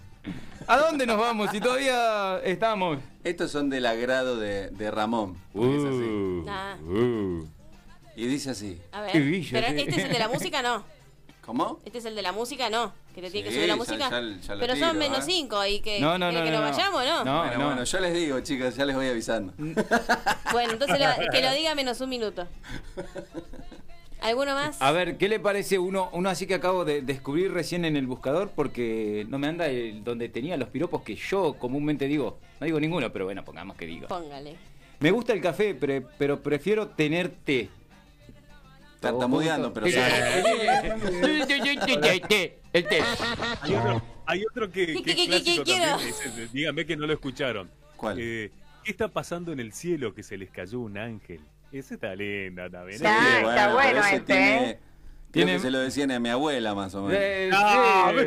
[SPEAKER 3] ¿A dónde nos vamos si todavía estamos? Uh.
[SPEAKER 5] Estos son del agrado de, de Ramón. porque es así.
[SPEAKER 4] Ah,
[SPEAKER 5] Y dice así.
[SPEAKER 4] a ver. Pero este es el de la música, no.
[SPEAKER 5] ¿Cómo?
[SPEAKER 4] Este es el de la música, no. Que le tiene que
[SPEAKER 5] Sí,
[SPEAKER 4] subir la
[SPEAKER 5] ya-
[SPEAKER 4] música.
[SPEAKER 5] ya- ya lo
[SPEAKER 4] Pero
[SPEAKER 5] tiro,
[SPEAKER 4] son menos
[SPEAKER 5] ¿eh?
[SPEAKER 4] cinco y que, que- que nos vayamos, ¿no?
[SPEAKER 5] bueno, bueno, yo les digo, chicos, ya les voy avisando.
[SPEAKER 3] Mm,
[SPEAKER 4] Bueno, entonces la- que lo diga menos un minuto. ¿Alguno más?
[SPEAKER 3] A ver, ¿qué le parece uno, uno así que acabo de descubrir recién en el buscador? Porque no me anda el, donde tenía los piropos que yo comúnmente digo. No digo ninguno, pero bueno, pongamos que digo.
[SPEAKER 4] Póngale.
[SPEAKER 3] Me gusta el café, pre- pero prefiero tener té.
[SPEAKER 5] Tartamudeando, pero
[SPEAKER 3] El té, el té.
[SPEAKER 8] Hay otro, hay otro que, que
[SPEAKER 4] ¿Qué, qué,
[SPEAKER 8] es
[SPEAKER 4] qué,
[SPEAKER 8] clásico
[SPEAKER 4] qué
[SPEAKER 8] también,
[SPEAKER 4] quiero?
[SPEAKER 8] es ese, dígame que no lo escucharon. Eh, ¿Qué está pasando en el cielo que se les cayó un ángel? Ese está lindo también. ¿eh?
[SPEAKER 7] Ah,
[SPEAKER 8] Ese-
[SPEAKER 7] está bueno
[SPEAKER 5] ese
[SPEAKER 7] este,
[SPEAKER 5] tiene,
[SPEAKER 7] ¿eh?
[SPEAKER 5] creo que se lo decían a mi abuela más o menos.
[SPEAKER 3] Eh,
[SPEAKER 5] Ah,
[SPEAKER 3] sí.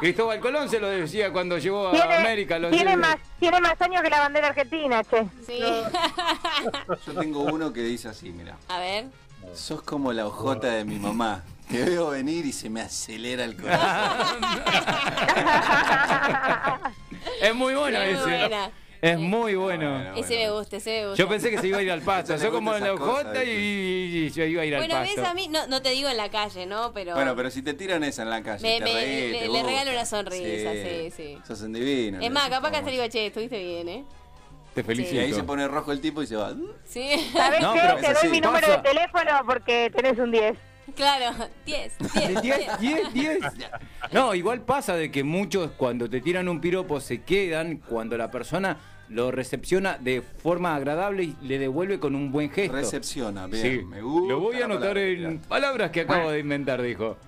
[SPEAKER 3] Cristóbal Colón se lo decía cuando llegó a
[SPEAKER 7] Tiene-
[SPEAKER 3] América. Los
[SPEAKER 7] tiene, más, tiene más años que la bandera argentina, che.
[SPEAKER 4] Sí.
[SPEAKER 5] Yo tengo uno que dice así, mira.
[SPEAKER 4] A ver.
[SPEAKER 5] Sos como la hojota de mi mamá. Te veo venir y se me acelera el corazón.
[SPEAKER 3] Es muy bueno
[SPEAKER 4] Es muy
[SPEAKER 3] ese.
[SPEAKER 4] buena.
[SPEAKER 3] Es muy bueno.
[SPEAKER 4] ese me gusta, ese me gusta.
[SPEAKER 3] Yo pensé que se iba a ir al pasto.
[SPEAKER 5] Esa
[SPEAKER 3] Yo
[SPEAKER 5] le
[SPEAKER 3] como
[SPEAKER 5] gusta
[SPEAKER 3] la
[SPEAKER 5] esas cosas,
[SPEAKER 3] ojota y,
[SPEAKER 5] ¿viste?
[SPEAKER 3] y yo iba a ir al
[SPEAKER 4] Bueno, ves
[SPEAKER 3] pasto.
[SPEAKER 4] a mí, no, no te digo en la calle, ¿no? Pero.
[SPEAKER 5] Bueno, pero si te tiran esa en la calle,
[SPEAKER 4] Me-
[SPEAKER 5] te
[SPEAKER 4] me-
[SPEAKER 5] reís,
[SPEAKER 4] le-
[SPEAKER 5] te
[SPEAKER 4] le
[SPEAKER 5] gusta.
[SPEAKER 4] regalo una sonrisa, sí, sí.
[SPEAKER 5] Sos un divino.
[SPEAKER 4] es más, capaz que hasta le digo, che, estuviste bien, ¿eh?
[SPEAKER 3] Te
[SPEAKER 5] felicito. Y ahí se pone rojo el tipo y se va.
[SPEAKER 4] Sí.
[SPEAKER 7] ¿Sabés
[SPEAKER 5] No,
[SPEAKER 7] qué?
[SPEAKER 5] pero
[SPEAKER 7] Te
[SPEAKER 5] es
[SPEAKER 7] doy
[SPEAKER 5] así.
[SPEAKER 7] mi número
[SPEAKER 5] Pasa.
[SPEAKER 7] de teléfono porque tenés un 10.
[SPEAKER 4] Claro, 10, 10.
[SPEAKER 3] 10, 10, 10. No, igual pasa de que muchos cuando te tiran un piropo se quedan cuando la persona lo recepciona de forma agradable y le devuelve con un buen gesto.
[SPEAKER 5] Recepciona, bien,
[SPEAKER 3] Sí.
[SPEAKER 5] me gusta
[SPEAKER 3] Lo voy
[SPEAKER 5] la
[SPEAKER 3] a anotar
[SPEAKER 5] palabra,
[SPEAKER 3] en palabras que acabo de inventar, dijo.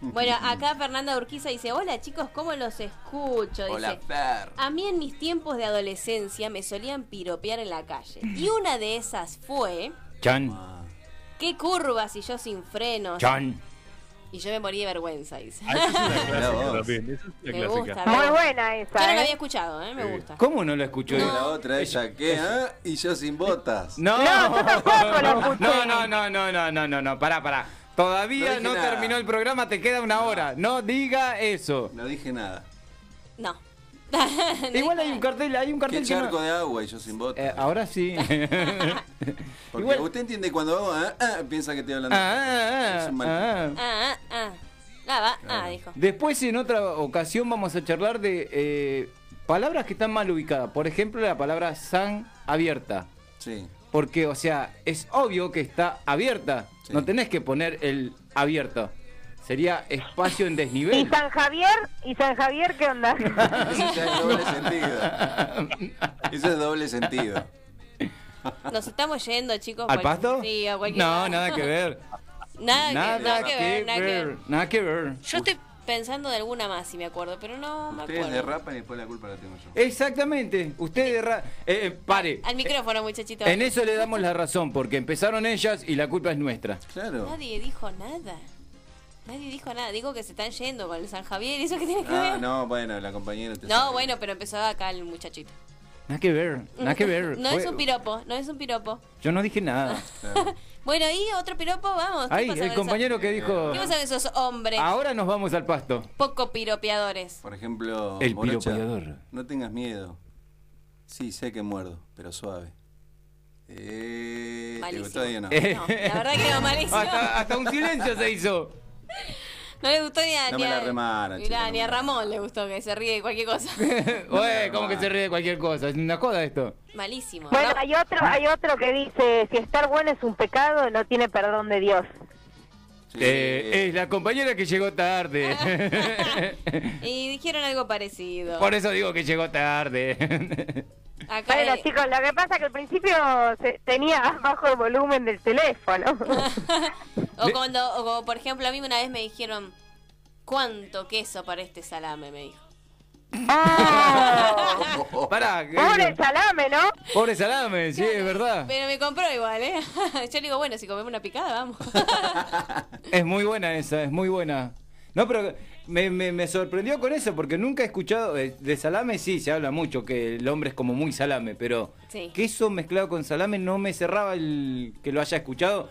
[SPEAKER 4] Bueno, acá Fernanda Urquiza dice, hola chicos, ¿cómo los escucho? Dice,
[SPEAKER 5] Hola, Fer.
[SPEAKER 4] a mí en mis tiempos de adolescencia me solían piropear en la calle. Y una de esas fue,
[SPEAKER 3] Chan,
[SPEAKER 4] ¿qué curvas y yo sin frenos?
[SPEAKER 3] chan.
[SPEAKER 4] Y yo me morí de vergüenza, dice.
[SPEAKER 8] Ah, esa es una clásica
[SPEAKER 5] vos.
[SPEAKER 8] también, esa es una
[SPEAKER 4] Me
[SPEAKER 8] clásica.
[SPEAKER 4] gusta.
[SPEAKER 7] Muy buena esa.
[SPEAKER 4] Yo no la
[SPEAKER 7] ¿eh?
[SPEAKER 4] había escuchado, ¿eh? Me gusta.
[SPEAKER 3] ¿Cómo no la escuchó?
[SPEAKER 5] Yo la otra ella que ¿eh? y yo sin botas.
[SPEAKER 3] No,
[SPEAKER 4] No, yo
[SPEAKER 7] tampoco la escuché.
[SPEAKER 3] no, no, no, no, no, no, no, no, pará, pará.
[SPEAKER 5] No
[SPEAKER 3] Todavía
[SPEAKER 5] dije
[SPEAKER 3] no,
[SPEAKER 5] nada.
[SPEAKER 3] terminó el programa, te queda una hora. No diga eso.
[SPEAKER 5] No dije nada.
[SPEAKER 4] No.
[SPEAKER 3] Igual hay un cartel, hay un
[SPEAKER 5] Qué
[SPEAKER 3] cartel que no-
[SPEAKER 5] charco de agua y yo sin botas.
[SPEAKER 3] Eh, ahora sí.
[SPEAKER 5] Porque
[SPEAKER 3] igual-
[SPEAKER 5] usted entiende cuando vamos, ah, ah, piensa que estoy hablando.
[SPEAKER 3] Ah, ah,
[SPEAKER 5] Es un mal-
[SPEAKER 3] ah.
[SPEAKER 4] Ah, ah, ah. La va, ah, dijo.
[SPEAKER 3] Después en otra ocasión vamos a charlar de eh, palabras que están mal ubicadas. Por ejemplo, la palabra san abierta.
[SPEAKER 5] Sí.
[SPEAKER 3] Porque, o sea, es obvio que está abierta. No tenés que poner el abierto. Sería espacio en
[SPEAKER 7] ¿Y
[SPEAKER 3] desnivel.
[SPEAKER 7] San Javier? ¿Y San Javier qué onda?
[SPEAKER 5] Eso ya es doble sentido.
[SPEAKER 3] Ah.
[SPEAKER 5] Eso es doble sentido.
[SPEAKER 4] Nos estamos yendo, chicos.
[SPEAKER 3] ¿Al
[SPEAKER 4] cual-
[SPEAKER 3] pasto?
[SPEAKER 4] Sí, a cualquier
[SPEAKER 3] No, nada que ver.
[SPEAKER 4] Nada, que, nada que ver, nada que ver.
[SPEAKER 3] Nada que ver.
[SPEAKER 4] Yo estoy pensando de alguna más, si me acuerdo, pero no me
[SPEAKER 5] Ustedes
[SPEAKER 4] acuerdo.
[SPEAKER 5] derrapan y después la culpa la tengo yo.
[SPEAKER 3] Exactamente. Usted derra- eh, eh, pare.
[SPEAKER 4] Al micrófono, muchachito.
[SPEAKER 3] En eso le damos la razón, porque empezaron ellas y la culpa es nuestra.
[SPEAKER 5] Claro.
[SPEAKER 4] Nadie dijo nada. Nadie dijo nada. Digo que se están yendo con el San Javier. ¿Y eso qué tiene que
[SPEAKER 5] Ah,
[SPEAKER 4] ver?
[SPEAKER 5] no, bueno, la compañera te
[SPEAKER 4] No,
[SPEAKER 5] sabe.
[SPEAKER 4] bueno, pero empezó acá el muchachito.
[SPEAKER 3] Nada que ver, nada que ver.
[SPEAKER 4] No
[SPEAKER 3] Fue-
[SPEAKER 4] es un piropo, no es un piropo.
[SPEAKER 3] Yo no dije nada.
[SPEAKER 4] Bueno, y otro piropo, vamos. ¿Qué
[SPEAKER 3] Ahí,
[SPEAKER 4] pasa
[SPEAKER 3] el
[SPEAKER 4] con
[SPEAKER 3] compañero
[SPEAKER 4] esa-
[SPEAKER 3] que dijo,
[SPEAKER 4] ¿Qué pasa con esos hombres?
[SPEAKER 3] ahora nos vamos al pasto.
[SPEAKER 4] Poco piropeadores.
[SPEAKER 5] Por ejemplo,
[SPEAKER 3] El
[SPEAKER 5] Morocha,
[SPEAKER 3] piropeador.
[SPEAKER 5] No tengas miedo. Sí, sé que muerdo, pero suave. Eh, ¿Te
[SPEAKER 4] Malísimo.
[SPEAKER 5] gustó ahí o no?
[SPEAKER 4] No, la verdad que no, malísimo.
[SPEAKER 3] Hasta, hasta un silencio se hizo.
[SPEAKER 4] No le gustó ni a,
[SPEAKER 5] No
[SPEAKER 4] ni
[SPEAKER 5] me la
[SPEAKER 4] a-
[SPEAKER 5] remaran,
[SPEAKER 4] Mirá,
[SPEAKER 5] chicos, no
[SPEAKER 4] ni
[SPEAKER 5] me
[SPEAKER 4] a Ramón le gustó que se ríe de cualquier cosa.
[SPEAKER 3] Ué, como que se ríe de cualquier cosa. Es una joda esto.
[SPEAKER 4] Malísimo.
[SPEAKER 7] Bueno,
[SPEAKER 4] No,
[SPEAKER 7] hay otro, hay otro que dice, si estar bueno es un pecado, no tiene perdón de Dios.
[SPEAKER 3] Eh, es la compañera que llegó tarde.
[SPEAKER 4] Y dijeron algo parecido.
[SPEAKER 3] Por eso digo que llegó tarde.
[SPEAKER 4] Acá
[SPEAKER 7] Bueno,
[SPEAKER 4] eh,
[SPEAKER 7] chicos, lo que pasa es que al principio se- tenía bajo el volumen del teléfono.
[SPEAKER 4] o cuando, o como, por ejemplo, a mí una vez me dijeron, ¿cuánto queso para este salame? Me dijo.
[SPEAKER 3] Pará. que-
[SPEAKER 7] Pobre salame, ¿no?
[SPEAKER 3] Pobre salame, sí, es verdad.
[SPEAKER 4] Pero me compró igual, ¿eh? Yo le digo, bueno, si comemos una picada, vamos.
[SPEAKER 3] Es muy buena esa, es muy buena. No, pero me, me- me sorprendió con eso porque nunca he escuchado. eh, De salame sí se habla mucho, que el hombre es como muy salame, pero
[SPEAKER 4] Sí.
[SPEAKER 3] queso mezclado con salame no me cerraba el que lo haya escuchado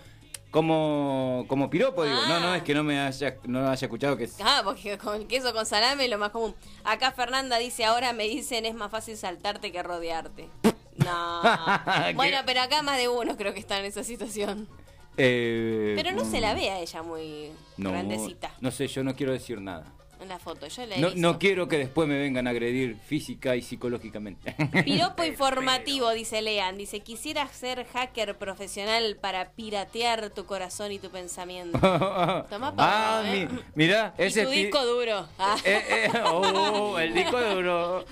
[SPEAKER 3] como, como piropo, digo. No, no, es que no me haya, no haya escuchado que.
[SPEAKER 4] Ah, porque con queso con salame es lo más común. Acá Fernanda dice, ahora me dicen es más fácil saltarte que rodearte. No.
[SPEAKER 3] Ah,
[SPEAKER 4] bueno, pero acá más de uno creo que está en esa situación.
[SPEAKER 3] Eh,
[SPEAKER 4] Pero no se la ve a ella muy
[SPEAKER 3] no,
[SPEAKER 4] grandecita
[SPEAKER 3] No sé, yo no quiero decir nada.
[SPEAKER 4] en la foto. Yo la he
[SPEAKER 3] No,
[SPEAKER 4] visto.
[SPEAKER 3] no quiero que después me vengan a agredir física y psicológicamente.
[SPEAKER 4] Piropo informativo, dice Lean. Dice, quisiera ser hacker profesional para piratear tu corazón y tu pensamiento. Tomá
[SPEAKER 3] ah,
[SPEAKER 4] pa' vos, ¿eh?
[SPEAKER 3] mi- mirá,
[SPEAKER 4] Y
[SPEAKER 3] ese
[SPEAKER 4] tu
[SPEAKER 3] pi-
[SPEAKER 4] disco duro. Ah.
[SPEAKER 3] Eh, eh, oh, el disco duro.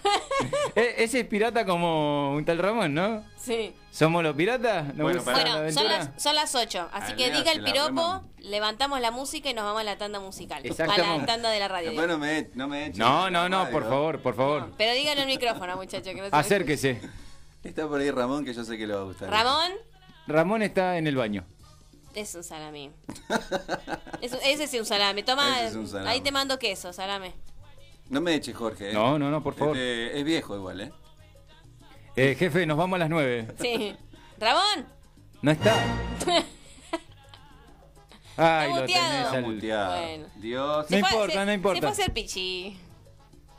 [SPEAKER 3] Eh, ese es pirata como un tal Ramón, ¿no?
[SPEAKER 4] Sí.
[SPEAKER 3] ¿Somos los piratas? ¿No
[SPEAKER 5] Bueno,
[SPEAKER 3] gusta
[SPEAKER 5] pará.
[SPEAKER 3] la
[SPEAKER 4] Bueno, son
[SPEAKER 3] aventura?
[SPEAKER 4] las, son las 8, así
[SPEAKER 5] Ah,
[SPEAKER 4] que
[SPEAKER 5] mira,
[SPEAKER 4] diga
[SPEAKER 5] se
[SPEAKER 4] el
[SPEAKER 5] la
[SPEAKER 4] piropo,
[SPEAKER 5] reman.
[SPEAKER 4] levantamos la música y nos vamos a la tanda musical. A la
[SPEAKER 3] Exactamente.
[SPEAKER 4] tanda de la radio.
[SPEAKER 5] Después no me, no me echen.
[SPEAKER 3] No, no, no, Ah. por favor, por favor.
[SPEAKER 4] Pero díganlo en el micrófono, muchachos. que no se-
[SPEAKER 3] Acérquese.
[SPEAKER 5] Está por ahí Ramón, que yo sé que le va a gustar.
[SPEAKER 4] Ramón
[SPEAKER 3] Ramón está en el baño.
[SPEAKER 4] es un salami. Es un- ese sí un salame. Toma,
[SPEAKER 5] Ese es un salame.
[SPEAKER 4] ahí te mando queso, salame.
[SPEAKER 5] No me eches, Jorge. ¿eh?
[SPEAKER 3] No, no, no, por favor.
[SPEAKER 5] Este, es viejo igual, ¿eh?
[SPEAKER 3] Eh, jefe, nos vamos a las 9.
[SPEAKER 4] Sí. Ramón.
[SPEAKER 3] ¿No está? Ay,
[SPEAKER 4] Está
[SPEAKER 3] lo
[SPEAKER 4] muteado.
[SPEAKER 3] tenés
[SPEAKER 5] Está
[SPEAKER 3] al-
[SPEAKER 5] muteado.
[SPEAKER 4] Bueno.
[SPEAKER 5] Dios.
[SPEAKER 4] Se fue- se- Se fue a hacer pichí.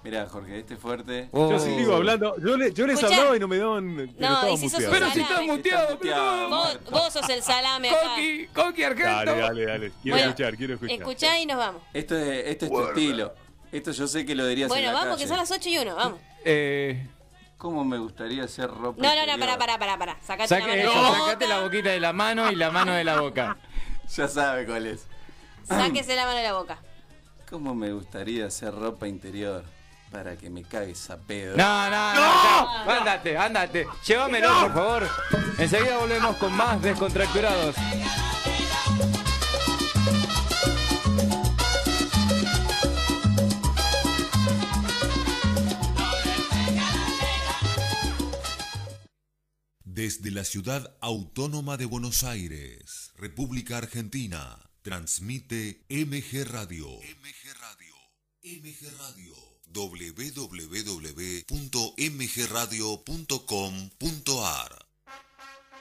[SPEAKER 5] Mirá, Jorge, este es fuerte.
[SPEAKER 8] Yo sigo hablando. Yo, le- yo les
[SPEAKER 4] Escuchá.
[SPEAKER 8] hablaba y no me daban. Pero
[SPEAKER 4] No,
[SPEAKER 8] estaba
[SPEAKER 4] y si sos
[SPEAKER 8] muteado.
[SPEAKER 4] un Pero si estás salame.
[SPEAKER 3] muteado,
[SPEAKER 4] Vos, vos sos el salame acá.
[SPEAKER 3] Coqui, Coqui
[SPEAKER 8] Dale, dale, dale. Quiero
[SPEAKER 4] Bueno,
[SPEAKER 8] escuchar, quiero escuchar.
[SPEAKER 4] Escuchá y nos vamos.
[SPEAKER 5] Esto es, esto es tu estilo. Esto yo sé que lo dirías
[SPEAKER 4] Bueno,
[SPEAKER 5] en la
[SPEAKER 4] vamos, que
[SPEAKER 5] calle.
[SPEAKER 4] son las 8 y 1, vamos.
[SPEAKER 3] Eh,
[SPEAKER 5] ¿Cómo me gustaría ser ropa?
[SPEAKER 4] No, no, no,
[SPEAKER 5] interior?
[SPEAKER 4] pará, pará, pará, pará. Sacate la
[SPEAKER 3] saque
[SPEAKER 4] mano.
[SPEAKER 3] eso, sacate la boquita de la mano y la mano de la boca.
[SPEAKER 5] Ya sabe cuál es.
[SPEAKER 4] Sáquese la mano de la boca.
[SPEAKER 5] ¿Cómo me gustaría hacer ropa interior para que me cagues a pedo?
[SPEAKER 3] No, no, no, ya. Ándate, ándate. Llévamelo, por favor. Enseguida volvemos con más descontracturados.
[SPEAKER 16] Desde la ciudad autónoma de Buenos Aires, República Argentina, transmite MG Radio. MG Radio. MG Radio. www.mgradio.com.ar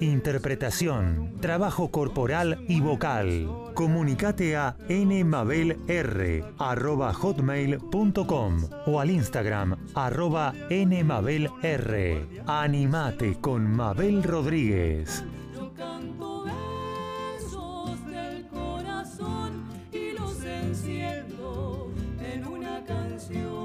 [SPEAKER 17] interpretación, trabajo corporal y vocal. Comunicate a nmabelr@hotmail.com o al Instagram arroba nmabelr. Animate con Mabel Rodríguez.
[SPEAKER 1] canto versos del corazón y los enciendo en una canción.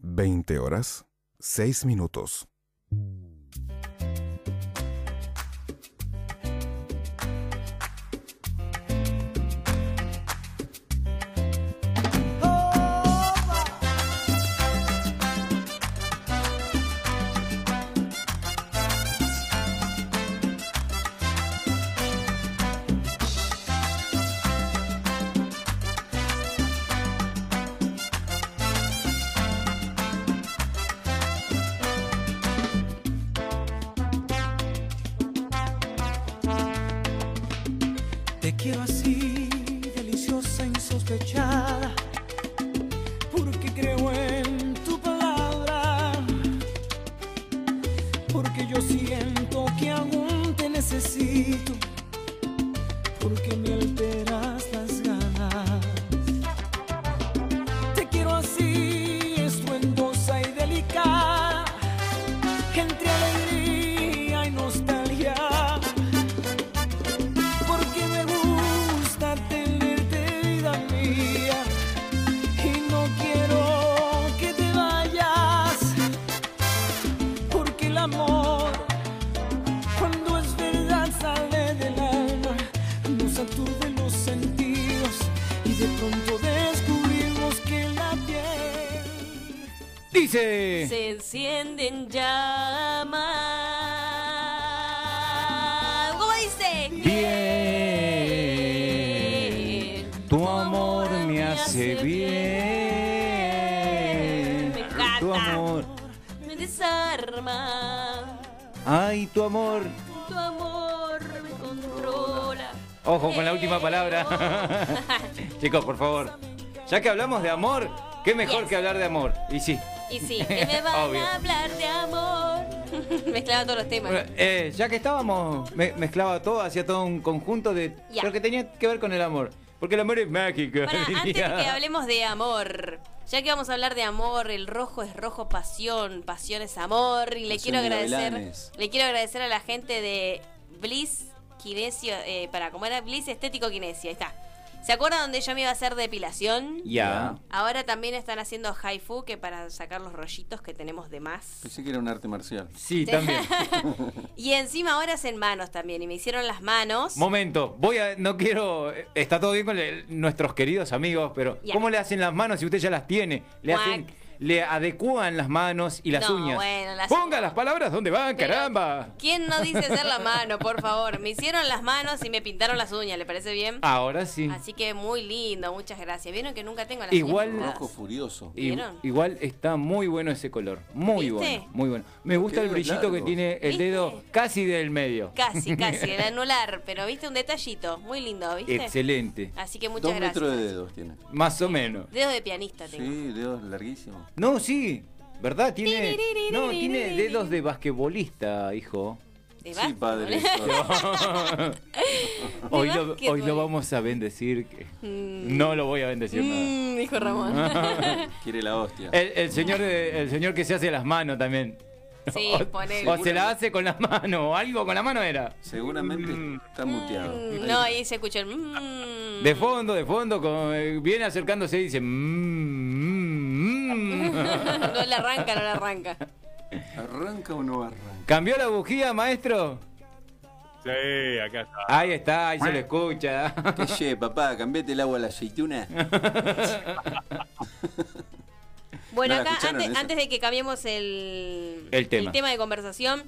[SPEAKER 18] ¿20 horas? 6 minutos.
[SPEAKER 15] Te quiero así, deliciosa, insospechada, porque creo en tu palabra, porque yo siento que aún te necesito, porque me alteras las ganas. Te quiero así, estruendosa y delicada, entre alegría y nostalgia. Porque me gusta tenerte vida mía y no quiero que te vayas. Porque el amor, cuando es verdad, sale del alma, nos aturde los sentidos y de pronto descubrimos que la piel
[SPEAKER 3] Dice.
[SPEAKER 4] Se encienden llamas. ¿Cómo dice?
[SPEAKER 3] Bien. Tu amor me hace bien.
[SPEAKER 4] Me
[SPEAKER 3] Tu
[SPEAKER 4] encanta.
[SPEAKER 3] amor.
[SPEAKER 4] Me desarma.
[SPEAKER 3] Ay, tu amor.
[SPEAKER 4] Tu amor me controla.
[SPEAKER 3] Ojo
[SPEAKER 4] Eh.
[SPEAKER 3] con la última palabra. Chicos, por favor. Ya que hablamos de amor, qué mejor que hablar de amor. Y sí.
[SPEAKER 4] Y sí, que me van
[SPEAKER 3] Obvio.
[SPEAKER 4] a hablar de amor. Mezclaba todos los temas.
[SPEAKER 3] Bueno, eh, ya que estábamos, me- mezclaba todo, hacía todo un conjunto de.
[SPEAKER 4] Ya.
[SPEAKER 3] Pero que tenía que ver con el amor. Porque el amor es mágico.
[SPEAKER 4] Pará, antes de que
[SPEAKER 3] diría.
[SPEAKER 4] hablemos de amor, ya que vamos a hablar de amor, el rojo es rojo pasión, pasión es amor, y le
[SPEAKER 5] Pasión
[SPEAKER 4] quiero
[SPEAKER 5] de
[SPEAKER 4] agradecer,
[SPEAKER 5] gavilanes.
[SPEAKER 4] le quiero agradecer a la gente de Bliss Kinesio, eh, para cómo era Bliss Estético Kinesio, ahí está. ¿Se acuerdan donde yo me iba a hacer depilación?
[SPEAKER 5] Ya.
[SPEAKER 4] Ahora también están haciendo haifu, que para sacar los rollitos que tenemos de más.
[SPEAKER 5] Pensé que era un arte marcial.
[SPEAKER 3] Sí, también.
[SPEAKER 4] Y encima ahora hacen manos también, y me hicieron las manos.
[SPEAKER 3] Momento, voy a. No quiero. eh, Está todo bien con el- nuestros queridos amigos, pero
[SPEAKER 4] Ya.
[SPEAKER 3] ¿cómo le hacen las manos si usted ya las tiene? Le
[SPEAKER 4] Guac.
[SPEAKER 3] hacen. le adecúan las manos y las
[SPEAKER 4] No,
[SPEAKER 3] uñas.
[SPEAKER 4] bueno, las-
[SPEAKER 3] Ponga las palabras donde van,
[SPEAKER 4] Pero-
[SPEAKER 3] caramba.
[SPEAKER 4] ¿Quién no dice hacer la mano, por favor? Me hicieron las manos y me pintaron las uñas, ¿le parece bien?
[SPEAKER 3] Ahora sí.
[SPEAKER 4] Así que muy lindo, muchas gracias. ¿Vieron que nunca tengo Ah, las
[SPEAKER 3] Igual,
[SPEAKER 4] uñas pintadas?
[SPEAKER 5] furioso.
[SPEAKER 3] I-
[SPEAKER 4] ¿Vieron?
[SPEAKER 3] igual está muy bueno ese color. Muy
[SPEAKER 4] ¿Viste?
[SPEAKER 3] bueno, muy bueno. Me gusta el
[SPEAKER 5] Quedó
[SPEAKER 3] brillito que
[SPEAKER 5] largo.
[SPEAKER 3] tiene el
[SPEAKER 4] ¿Viste?
[SPEAKER 3] dedo casi del medio.
[SPEAKER 4] Casi, casi, el anular, pero viste un detallito, muy lindo, ¿viste?
[SPEAKER 3] Excelente.
[SPEAKER 4] Así que muchas
[SPEAKER 5] Dos
[SPEAKER 4] gracias.
[SPEAKER 5] metros de dedos tiene.
[SPEAKER 3] Más o menos.
[SPEAKER 4] Dedos de pianista tengo.
[SPEAKER 5] Sí, dedos larguísimos.
[SPEAKER 3] No, sí. ¿Verdad? Tiene, no, tiene dedos de basquetbolista, hijo.
[SPEAKER 4] ¿De Sí, básquetbol?
[SPEAKER 5] padre,
[SPEAKER 3] hoy,
[SPEAKER 4] De
[SPEAKER 3] lo, hoy
[SPEAKER 4] basquetbol.
[SPEAKER 3] lo vamos a bendecir. que-
[SPEAKER 4] Mm.
[SPEAKER 3] No lo voy a bendecir nada.
[SPEAKER 4] Mm, dijo Ramón.
[SPEAKER 5] Quiere la hostia.
[SPEAKER 3] El, el señor, de- el señor que se hace las manos también.
[SPEAKER 4] Sí,
[SPEAKER 3] o,
[SPEAKER 4] ponele.
[SPEAKER 3] o se la hace con las manos, o algo con la mano era.
[SPEAKER 5] Seguramente está muteado.
[SPEAKER 4] Mm, No, ahí se escucha el... mm.
[SPEAKER 3] De fondo, de fondo, con- eh, viene acercándose y dice. "Mm, mm, mm".
[SPEAKER 4] no le arranca, no le arranca.
[SPEAKER 5] ¿Arranca o no arranca?
[SPEAKER 3] ¿Cambió la bujía, maestro?
[SPEAKER 8] Sí, acá está.
[SPEAKER 3] Ahí está, ahí se lo escucha.
[SPEAKER 5] Que che, papá, cambiate el agua a la aceituna.
[SPEAKER 4] Bueno,
[SPEAKER 5] ¿No la
[SPEAKER 4] acá
[SPEAKER 5] escucharon
[SPEAKER 4] antes,
[SPEAKER 5] esa?
[SPEAKER 4] antes de que cambiemos el,
[SPEAKER 3] El tema.
[SPEAKER 4] de conversación,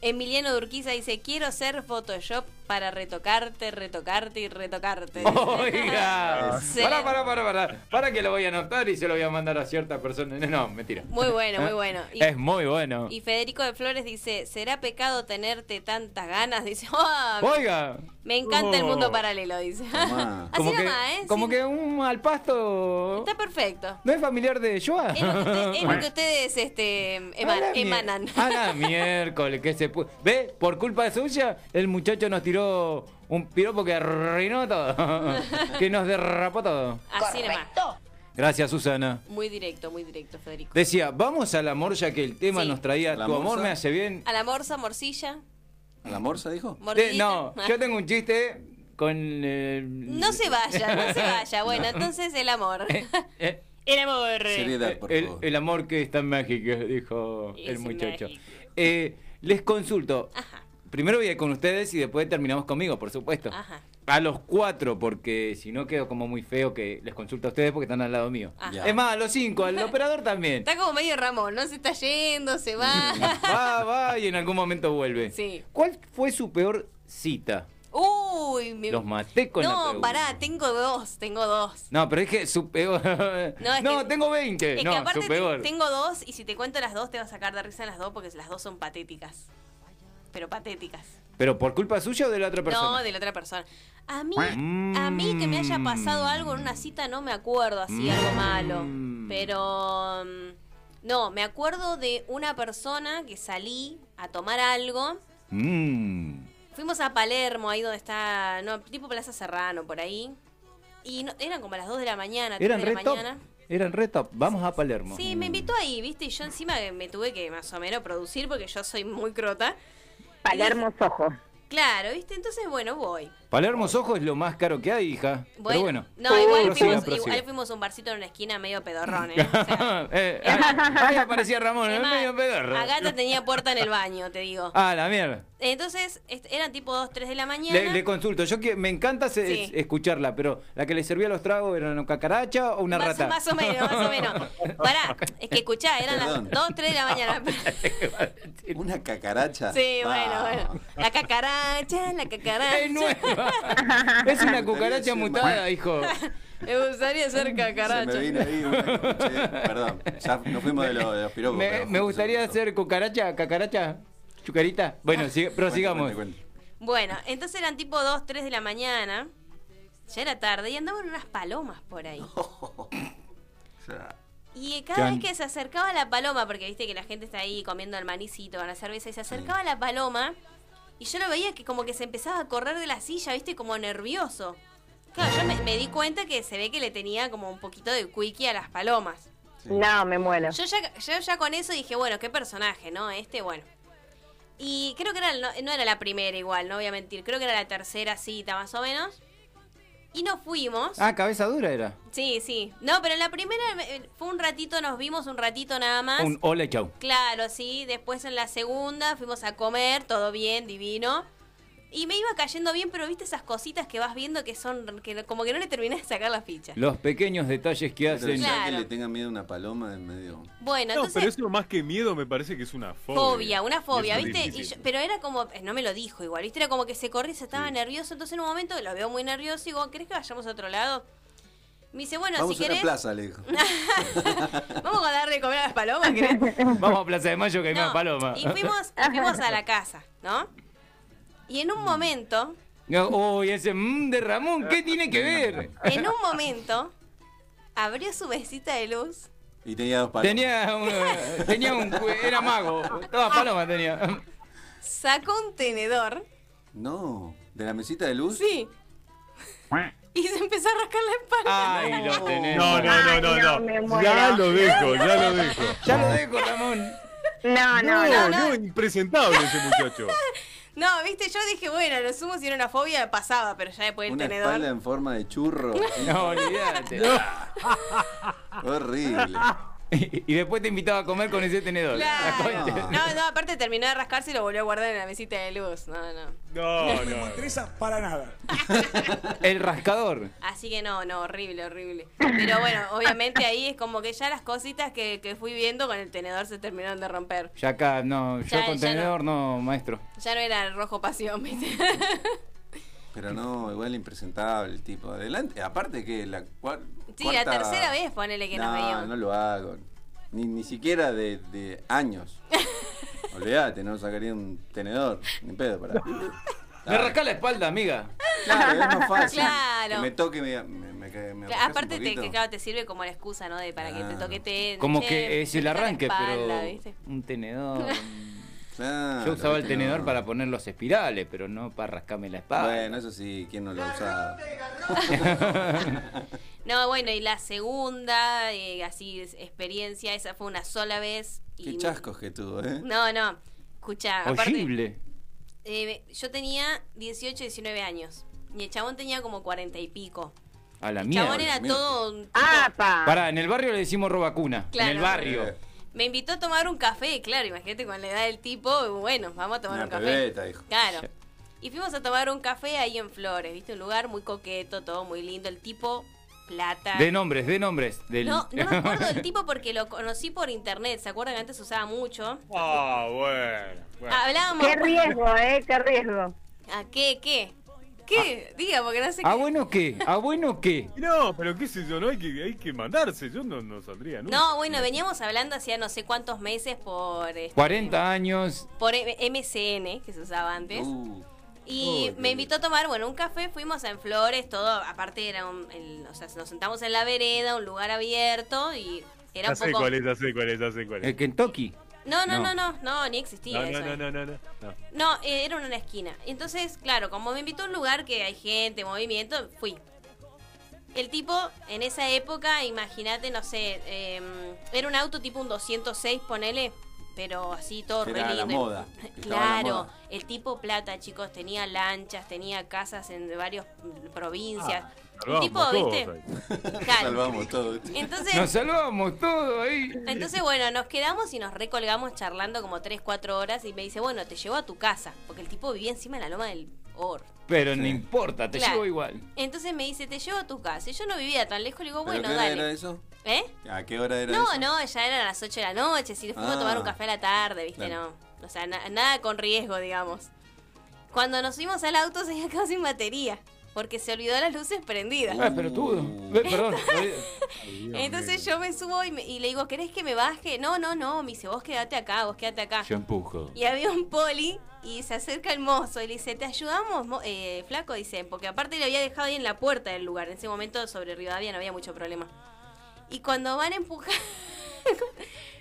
[SPEAKER 4] Emiliano Durquiza dice, quiero ser Photoshop para retocarte, retocarte y retocarte.
[SPEAKER 3] Oh. Oiga,
[SPEAKER 4] Sí.
[SPEAKER 3] para, para, para, para, para que lo voy a anotar y se lo voy a mandar a cierta persona. No, no, mentira.
[SPEAKER 4] Muy bueno, muy bueno. Y,
[SPEAKER 3] Es muy bueno.
[SPEAKER 4] y Federico de Flores dice, ¿será pecado tenerte tantas ganas? Dice, "Ah,
[SPEAKER 3] Oiga,
[SPEAKER 4] me encanta el
[SPEAKER 3] Oh.
[SPEAKER 4] mundo paralelo, dice.
[SPEAKER 3] Tomá.
[SPEAKER 4] Así
[SPEAKER 3] Como que-
[SPEAKER 4] nomás, ¿eh?
[SPEAKER 3] como que un al pasto.
[SPEAKER 4] Está perfecto.
[SPEAKER 3] ¿No es familiar de Joa?
[SPEAKER 4] Es lo que,
[SPEAKER 3] Ah,
[SPEAKER 4] usted- es lo que ustedes este, eman-
[SPEAKER 3] A la mier-
[SPEAKER 4] emanan.
[SPEAKER 3] A la Ah, miércoles, que se pu- ¿Ve? Por culpa suya, el muchacho nos tiró un piropo que arruinó todo. que nos derrapó todo.
[SPEAKER 4] Así nomás.
[SPEAKER 3] Gracias, Susana.
[SPEAKER 4] Muy directo, muy directo, Federico.
[SPEAKER 3] Decía, vamos al amor ya que el tema nos traía.
[SPEAKER 5] ¿La
[SPEAKER 3] Tu amor
[SPEAKER 5] morsa?
[SPEAKER 3] me hace bien.
[SPEAKER 4] A la morsa, morcilla.
[SPEAKER 5] ¿A la morsa, dijo?
[SPEAKER 4] Mordidita.
[SPEAKER 3] Eh, no, yo tengo un chiste con... eh,
[SPEAKER 4] No se vaya, no se vaya. Bueno, entonces el amor.
[SPEAKER 3] eh.
[SPEAKER 4] El amor.
[SPEAKER 3] Eh, el, el amor que es tan mágico, dijo
[SPEAKER 4] Es
[SPEAKER 3] el muchacho.
[SPEAKER 4] mágico.
[SPEAKER 3] Eh, les consulto. Primero voy a ir con ustedes y después terminamos conmigo, por supuesto.
[SPEAKER 4] Ajá.
[SPEAKER 3] A los cuatro, porque si no quedo como muy feo que les consulto a ustedes porque están al lado mío.
[SPEAKER 4] Ajá.
[SPEAKER 3] Es más, a los cinco, al operador también.
[SPEAKER 4] Está como medio Ramón, ¿no? Se está yendo, se va.
[SPEAKER 3] Va, va y en algún momento vuelve.
[SPEAKER 4] Sí.
[SPEAKER 3] ¿Cuál fue su peor cita?
[SPEAKER 4] Uy, me...
[SPEAKER 3] Los maté con la
[SPEAKER 4] Eh, No,
[SPEAKER 3] pregunta.
[SPEAKER 4] pará, tengo dos, tengo dos.
[SPEAKER 3] No, pero es que su peor... No,
[SPEAKER 4] es que-
[SPEAKER 3] tengo 20.
[SPEAKER 4] Es
[SPEAKER 3] no,
[SPEAKER 4] que aparte
[SPEAKER 3] su
[SPEAKER 4] te-
[SPEAKER 3] peor.
[SPEAKER 4] tengo dos y si te cuento las dos te vas a sacar de risa las dos porque las dos son patéticas. Pero patéticas.
[SPEAKER 3] ¿Pero por culpa suya o de la otra persona?
[SPEAKER 4] No, de la otra persona. A mí, a mí que me haya pasado algo en una cita no me acuerdo así, algo
[SPEAKER 3] Mm.
[SPEAKER 4] malo. Pero... mm, No, me acuerdo de una persona que salí a tomar algo.
[SPEAKER 3] Mm.
[SPEAKER 4] Fuimos a Palermo, ahí donde está, no, tipo Plaza Serrano, por ahí. Y no- eran como las 2 de la mañana, 3
[SPEAKER 3] Eran
[SPEAKER 4] de la
[SPEAKER 3] re top.
[SPEAKER 4] mañana.
[SPEAKER 3] Eran re top. Vamos a Palermo.
[SPEAKER 4] Sí, me invitó ahí, viste, y yo encima me tuve que más o menos producir porque yo soy muy crota.
[SPEAKER 7] Palermo Sojo.
[SPEAKER 4] Claro, viste, entonces bueno, voy.
[SPEAKER 3] Palermo Sojo es lo más caro que hay, hija. Pero bueno.
[SPEAKER 4] no, igual,
[SPEAKER 3] Prosiga,
[SPEAKER 4] fuimos,
[SPEAKER 3] prosiga.
[SPEAKER 4] igual fuimos a un barcito en una esquina medio pedorrón, ¿eh?
[SPEAKER 3] Eh, ahí- ahí aparecía Ramón,
[SPEAKER 4] Es
[SPEAKER 3] es
[SPEAKER 4] más,
[SPEAKER 3] medio pedorro.
[SPEAKER 4] Agata tenía puerta en el baño, te digo.
[SPEAKER 3] Ah, la mierda.
[SPEAKER 4] Entonces, est- eran tipo 2, 3 de la mañana.
[SPEAKER 3] Le, le consulto, yo que me encanta se-
[SPEAKER 4] Sí.
[SPEAKER 3] escucharla, pero la que le servía los tragos era una cacaracha o una
[SPEAKER 4] más,
[SPEAKER 3] rata.
[SPEAKER 4] más o menos, más o menos. Pará, es que escuchá, eran
[SPEAKER 5] Perdón.
[SPEAKER 4] las 2, 3 de la mañana.
[SPEAKER 5] ¿Una cacaracha?
[SPEAKER 4] Sí, bueno,
[SPEAKER 5] Ah,
[SPEAKER 4] bueno. La cacaracha, la cacaracha.
[SPEAKER 3] Es nueva. Es
[SPEAKER 5] Ah,
[SPEAKER 3] una cucaracha mutada, hijo.
[SPEAKER 4] Me gustaría ser
[SPEAKER 5] Se me
[SPEAKER 4] cacaracha.
[SPEAKER 5] vino ahí una... Che, perdón, ya nos fuimos de, lo- de los piropos.
[SPEAKER 3] Me,
[SPEAKER 5] pero-
[SPEAKER 3] me gustaría ser cucaracha, cacaracha, chucarita. Bueno, sigue- prosigamos.
[SPEAKER 4] Bueno, entonces eran tipo 2, 3 de la mañana. Ya era tarde y andaban unas palomas por ahí. Y cada
[SPEAKER 3] Chan.
[SPEAKER 4] vez que se acercaba la paloma, porque viste que la gente está ahí comiendo el manicito con la cerveza, y se acercaba la paloma, y yo lo veía que como que se empezaba a correr de la silla, viste, como nervioso. Claro, yo me, me di cuenta que se ve que le tenía como un poquito de cuiqui a las palomas.
[SPEAKER 7] No, me muero.
[SPEAKER 4] Yo ya, yo ya con eso dije, bueno, qué personaje, ¿no? Este, bueno. Y creo que era, no, no era la primera igual, no voy a mentir, creo que era la tercera cita más o menos. Y nos fuimos.
[SPEAKER 3] Ah, cabeza dura era.
[SPEAKER 4] Sí, sí. No, pero en la primera eh, fue un ratito, nos vimos un ratito nada más.
[SPEAKER 3] Un hola, chau.
[SPEAKER 4] Claro, sí. Después en la segunda fuimos a comer, todo bien, divino. Y me iba cayendo bien, pero viste esas cositas que vas viendo que son, que no- como que no le terminás de sacar la ficha.
[SPEAKER 3] Los pequeños detalles que
[SPEAKER 5] Pero
[SPEAKER 3] hacen.
[SPEAKER 5] ya que
[SPEAKER 4] Claro.
[SPEAKER 5] le tenga miedo a una paloma en medio.
[SPEAKER 4] Bueno,
[SPEAKER 8] No,
[SPEAKER 4] entonces...
[SPEAKER 8] pero eso más que miedo me parece que es una fobia.
[SPEAKER 4] Fobia, una fobia,
[SPEAKER 8] Y eso es
[SPEAKER 4] ¿viste? Y
[SPEAKER 8] difícil.
[SPEAKER 4] yo- pero era como, eh, no me lo dijo igual, ¿viste? Era como que se corría, se estaba nervioso, entonces en un momento lo veo muy nervioso y digo, ¿querés que vayamos a otro lado? Me dice, bueno,
[SPEAKER 5] Vamos
[SPEAKER 4] si
[SPEAKER 5] a una
[SPEAKER 4] querés,
[SPEAKER 5] plaza, le dijo.
[SPEAKER 4] vamos a darle de comer a las palomas, ¿querés?
[SPEAKER 3] Vamos a Plaza de Mayo que hay
[SPEAKER 4] No,
[SPEAKER 3] más paloma.
[SPEAKER 4] Y fuimos, y fuimos a la casa, ¿no? Y en un momento,
[SPEAKER 3] No, uy, ese mm, de Ramón, ¿qué tiene que ver?
[SPEAKER 4] en un momento, abrió su mesita de luz.
[SPEAKER 5] Y tenía dos palomas.
[SPEAKER 3] Tenía un, tenía un. Era mago.
[SPEAKER 4] Ah.
[SPEAKER 3] Estaba paloma, tenía.
[SPEAKER 4] Sacó un tenedor
[SPEAKER 5] No, de la mesita de luz.
[SPEAKER 4] Sí. y se empezó a rascar la espalda.
[SPEAKER 3] Ay, lo tenés.
[SPEAKER 8] No, no, no, no, no. ya lo dejo, ya lo dejo.
[SPEAKER 3] Ya lo dejo, Ramón.
[SPEAKER 7] No,
[SPEAKER 4] Ah, no, no, no.
[SPEAKER 8] impresentable ese muchacho.
[SPEAKER 4] No, viste, yo dije, bueno, lo sumo si era una fobia, pasaba, pero ya después del
[SPEAKER 5] Una
[SPEAKER 4] tenedor.
[SPEAKER 5] espalda en forma de churro.
[SPEAKER 3] No, olvídate.
[SPEAKER 5] Horrible.
[SPEAKER 3] Y, y después te invitaba a comer con ese tenedor. La concha.
[SPEAKER 4] No, no, aparte terminó de rascarse y lo volvió a guardar en la mesita de luz. No, no.
[SPEAKER 3] No,
[SPEAKER 9] me
[SPEAKER 3] no.
[SPEAKER 9] interesa para nada.
[SPEAKER 3] El rascador.
[SPEAKER 4] Así que no, no, horrible, horrible. Pero bueno, obviamente ahí es como que ya las cositas que, que fui viendo con el tenedor se terminaron de romper.
[SPEAKER 3] Ya acá, no, yo
[SPEAKER 4] Ya,
[SPEAKER 3] con
[SPEAKER 4] ya
[SPEAKER 3] tenedor no. maestro.
[SPEAKER 4] Ya no era el rojo pasión, ¿viste?
[SPEAKER 5] Pero no, igual impresentable el tipo. Adelante. Aparte que la cuar-
[SPEAKER 4] Sí,
[SPEAKER 5] cuarta...
[SPEAKER 4] la tercera vez, ponele que
[SPEAKER 5] no,
[SPEAKER 4] nos veíamos.
[SPEAKER 5] no lo hago. Ni, ni siquiera de, de años. Olvídate, no sacaría un tenedor. Ni pedo para.
[SPEAKER 3] Me rascá la espalda, amiga.
[SPEAKER 5] Claro, es más fácil.
[SPEAKER 4] Claro.
[SPEAKER 5] Que me toque, me, me, me, que me
[SPEAKER 4] Ah, Claro,
[SPEAKER 5] rascas un
[SPEAKER 4] Aparte, te,
[SPEAKER 5] poquito.
[SPEAKER 4] que, claro, te sirve como la excusa, ¿no? De para que te
[SPEAKER 5] Claro.
[SPEAKER 4] toquete.
[SPEAKER 3] Como que es el arranque,
[SPEAKER 4] espalda,
[SPEAKER 3] pero. Oh.
[SPEAKER 4] ¿viste?
[SPEAKER 3] Un tenedor.
[SPEAKER 5] Claro,
[SPEAKER 3] Yo usaba el
[SPEAKER 5] Ah, viste,
[SPEAKER 3] tenedor
[SPEAKER 5] no.
[SPEAKER 3] para poner los espirales, pero no para rascarme la espalda.
[SPEAKER 5] Bueno, eso sí, ¿quién no lo usaba?
[SPEAKER 4] No, bueno, y la segunda, eh, así, es- experiencia, esa fue una sola vez. Y
[SPEAKER 5] Qué chascos que tuvo, ¿eh?
[SPEAKER 4] No, no. Escucha, aparte,
[SPEAKER 3] Horrible.
[SPEAKER 4] eh, yo tenía 18, 19 años. Y el chabón tenía como 40 y pico.
[SPEAKER 3] A la
[SPEAKER 4] El chabón
[SPEAKER 3] mierda.
[SPEAKER 4] era todo un
[SPEAKER 3] Pará, en el barrio le decimos robacuna.
[SPEAKER 4] Claro.
[SPEAKER 3] En el barrio.
[SPEAKER 5] Eh,
[SPEAKER 4] Me invitó a tomar un café, claro, imagínate con la edad del tipo, bueno, vamos a tomar
[SPEAKER 5] Una
[SPEAKER 4] un café.
[SPEAKER 5] pebeta, dijo.
[SPEAKER 4] Claro. Y fuimos a tomar un café ahí en Flores, ¿viste? Un lugar muy coqueto, todo muy lindo. El tipo, plata.
[SPEAKER 3] De nombres, de nombres. Del...
[SPEAKER 4] No, no me acuerdo del tipo porque lo conocí por internet. ¿Se acuerdan que antes usaba mucho?
[SPEAKER 8] Ah, bueno. bueno.
[SPEAKER 4] Hablábamos.
[SPEAKER 7] Qué riesgo, ¿eh? Qué riesgo.
[SPEAKER 4] ¿A Ah, qué? ¿Qué? ¿Qué? Diga, porque no sé
[SPEAKER 3] ¿Ah,
[SPEAKER 4] qué.
[SPEAKER 3] bueno qué? ¿Ah, bueno qué?
[SPEAKER 8] No, pero qué sé yo, no hay que, hay que mandarse, yo no, no saldría nunca.
[SPEAKER 4] No, bueno, veníamos hablando hacía no sé cuántos meses por, este,
[SPEAKER 3] 40 años.
[SPEAKER 4] por E-, M- MSN, que se usaba antes. Y me invitó a tomar, bueno, un café, fuimos a En Flores, todo, aparte era un, el- o sea, nos sentamos en la vereda, un lugar abierto y era
[SPEAKER 8] ya
[SPEAKER 4] un
[SPEAKER 8] sé
[SPEAKER 4] poco...
[SPEAKER 8] cuál es, ya sé cuál es, ya sé cuál es.
[SPEAKER 3] El Kentucky.
[SPEAKER 4] No, no, no,
[SPEAKER 8] No.
[SPEAKER 4] no, no, ni existía
[SPEAKER 8] No,
[SPEAKER 4] eso.
[SPEAKER 8] no, no, no, no, no. no.
[SPEAKER 4] No, eh, era una esquina. Entonces, claro, como me invitó a un lugar que hay gente, movimiento, fui. El tipo, en esa época, imagínate, no sé, eh, era un auto tipo un 206, ponele, pero así todo re
[SPEAKER 5] Era la
[SPEAKER 4] lindo.
[SPEAKER 5] moda. estaba la
[SPEAKER 4] Claro,
[SPEAKER 5] moda.
[SPEAKER 4] el tipo plata, chicos, tenía lanchas, tenía casas en varias mm, provincias. un
[SPEAKER 5] salvamos
[SPEAKER 4] tipo,
[SPEAKER 5] todos
[SPEAKER 4] ¿viste? Claro.
[SPEAKER 5] Salvamos todo.
[SPEAKER 4] Entonces-
[SPEAKER 3] Nos salvamos todo ahí.
[SPEAKER 4] Entonces, bueno, nos quedamos y nos recolgamos charlando como 3, 4 horas y me dice, bueno, te llevo a tu casa, porque el tipo vivía encima de la loma del Or.
[SPEAKER 3] Pero no importa, te
[SPEAKER 4] Claro.
[SPEAKER 3] llevo igual.
[SPEAKER 4] Entonces me dice, te llevo a tu casa. Y yo no vivía tan lejos, le digo,
[SPEAKER 5] ¿Pero
[SPEAKER 4] Ah, bueno,
[SPEAKER 5] qué hora
[SPEAKER 4] dale.
[SPEAKER 5] era eso?
[SPEAKER 4] ¿Eh?
[SPEAKER 5] ¿A qué hora era
[SPEAKER 4] No,
[SPEAKER 5] eso?
[SPEAKER 4] no, ya eran las 8 de la noche, si fuimos a
[SPEAKER 5] Ah.
[SPEAKER 4] tomar un café a la tarde, viste,
[SPEAKER 5] Claro.
[SPEAKER 4] no. O sea, na- nada con riesgo, digamos. Cuando nos subimos al auto se había quedado sin batería, porque se olvidó las luces prendidas.
[SPEAKER 3] Ah, pero tú. Ve, Perdón.
[SPEAKER 4] Entonces yo me subo y, me- y le digo, ¿querés que me baje? No, no, no, me dice, vos quédate acá, vos quédate acá.
[SPEAKER 3] Yo empujo.
[SPEAKER 4] Y había un poli y se acerca el mozo y le dice, ¿te ayudamos, mo- eh, flaco? Dice, porque aparte lo había dejado ahí en la puerta del lugar. En ese momento sobre Rivadavia no había mucho problema. Y cuando van a empujar...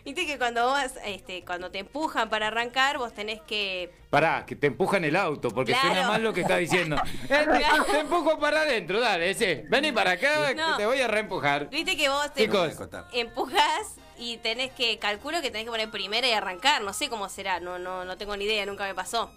[SPEAKER 4] Viste que cuando vas, este, cuando te empujan para arrancar, vos tenés que...
[SPEAKER 3] Pará, que te empujan el auto, porque
[SPEAKER 4] Claro.
[SPEAKER 3] suena mal lo que está diciendo. Eh, te, te empujo para adentro, dale, ese. Vení para acá,
[SPEAKER 4] No.
[SPEAKER 3] que te voy a reempujar.
[SPEAKER 4] Viste que vos te
[SPEAKER 3] Chicos,
[SPEAKER 4] empujás y tenés que... Calculo que tenés que poner primera y arrancar. No sé cómo será, no, no, no tengo ni idea, nunca me pasó.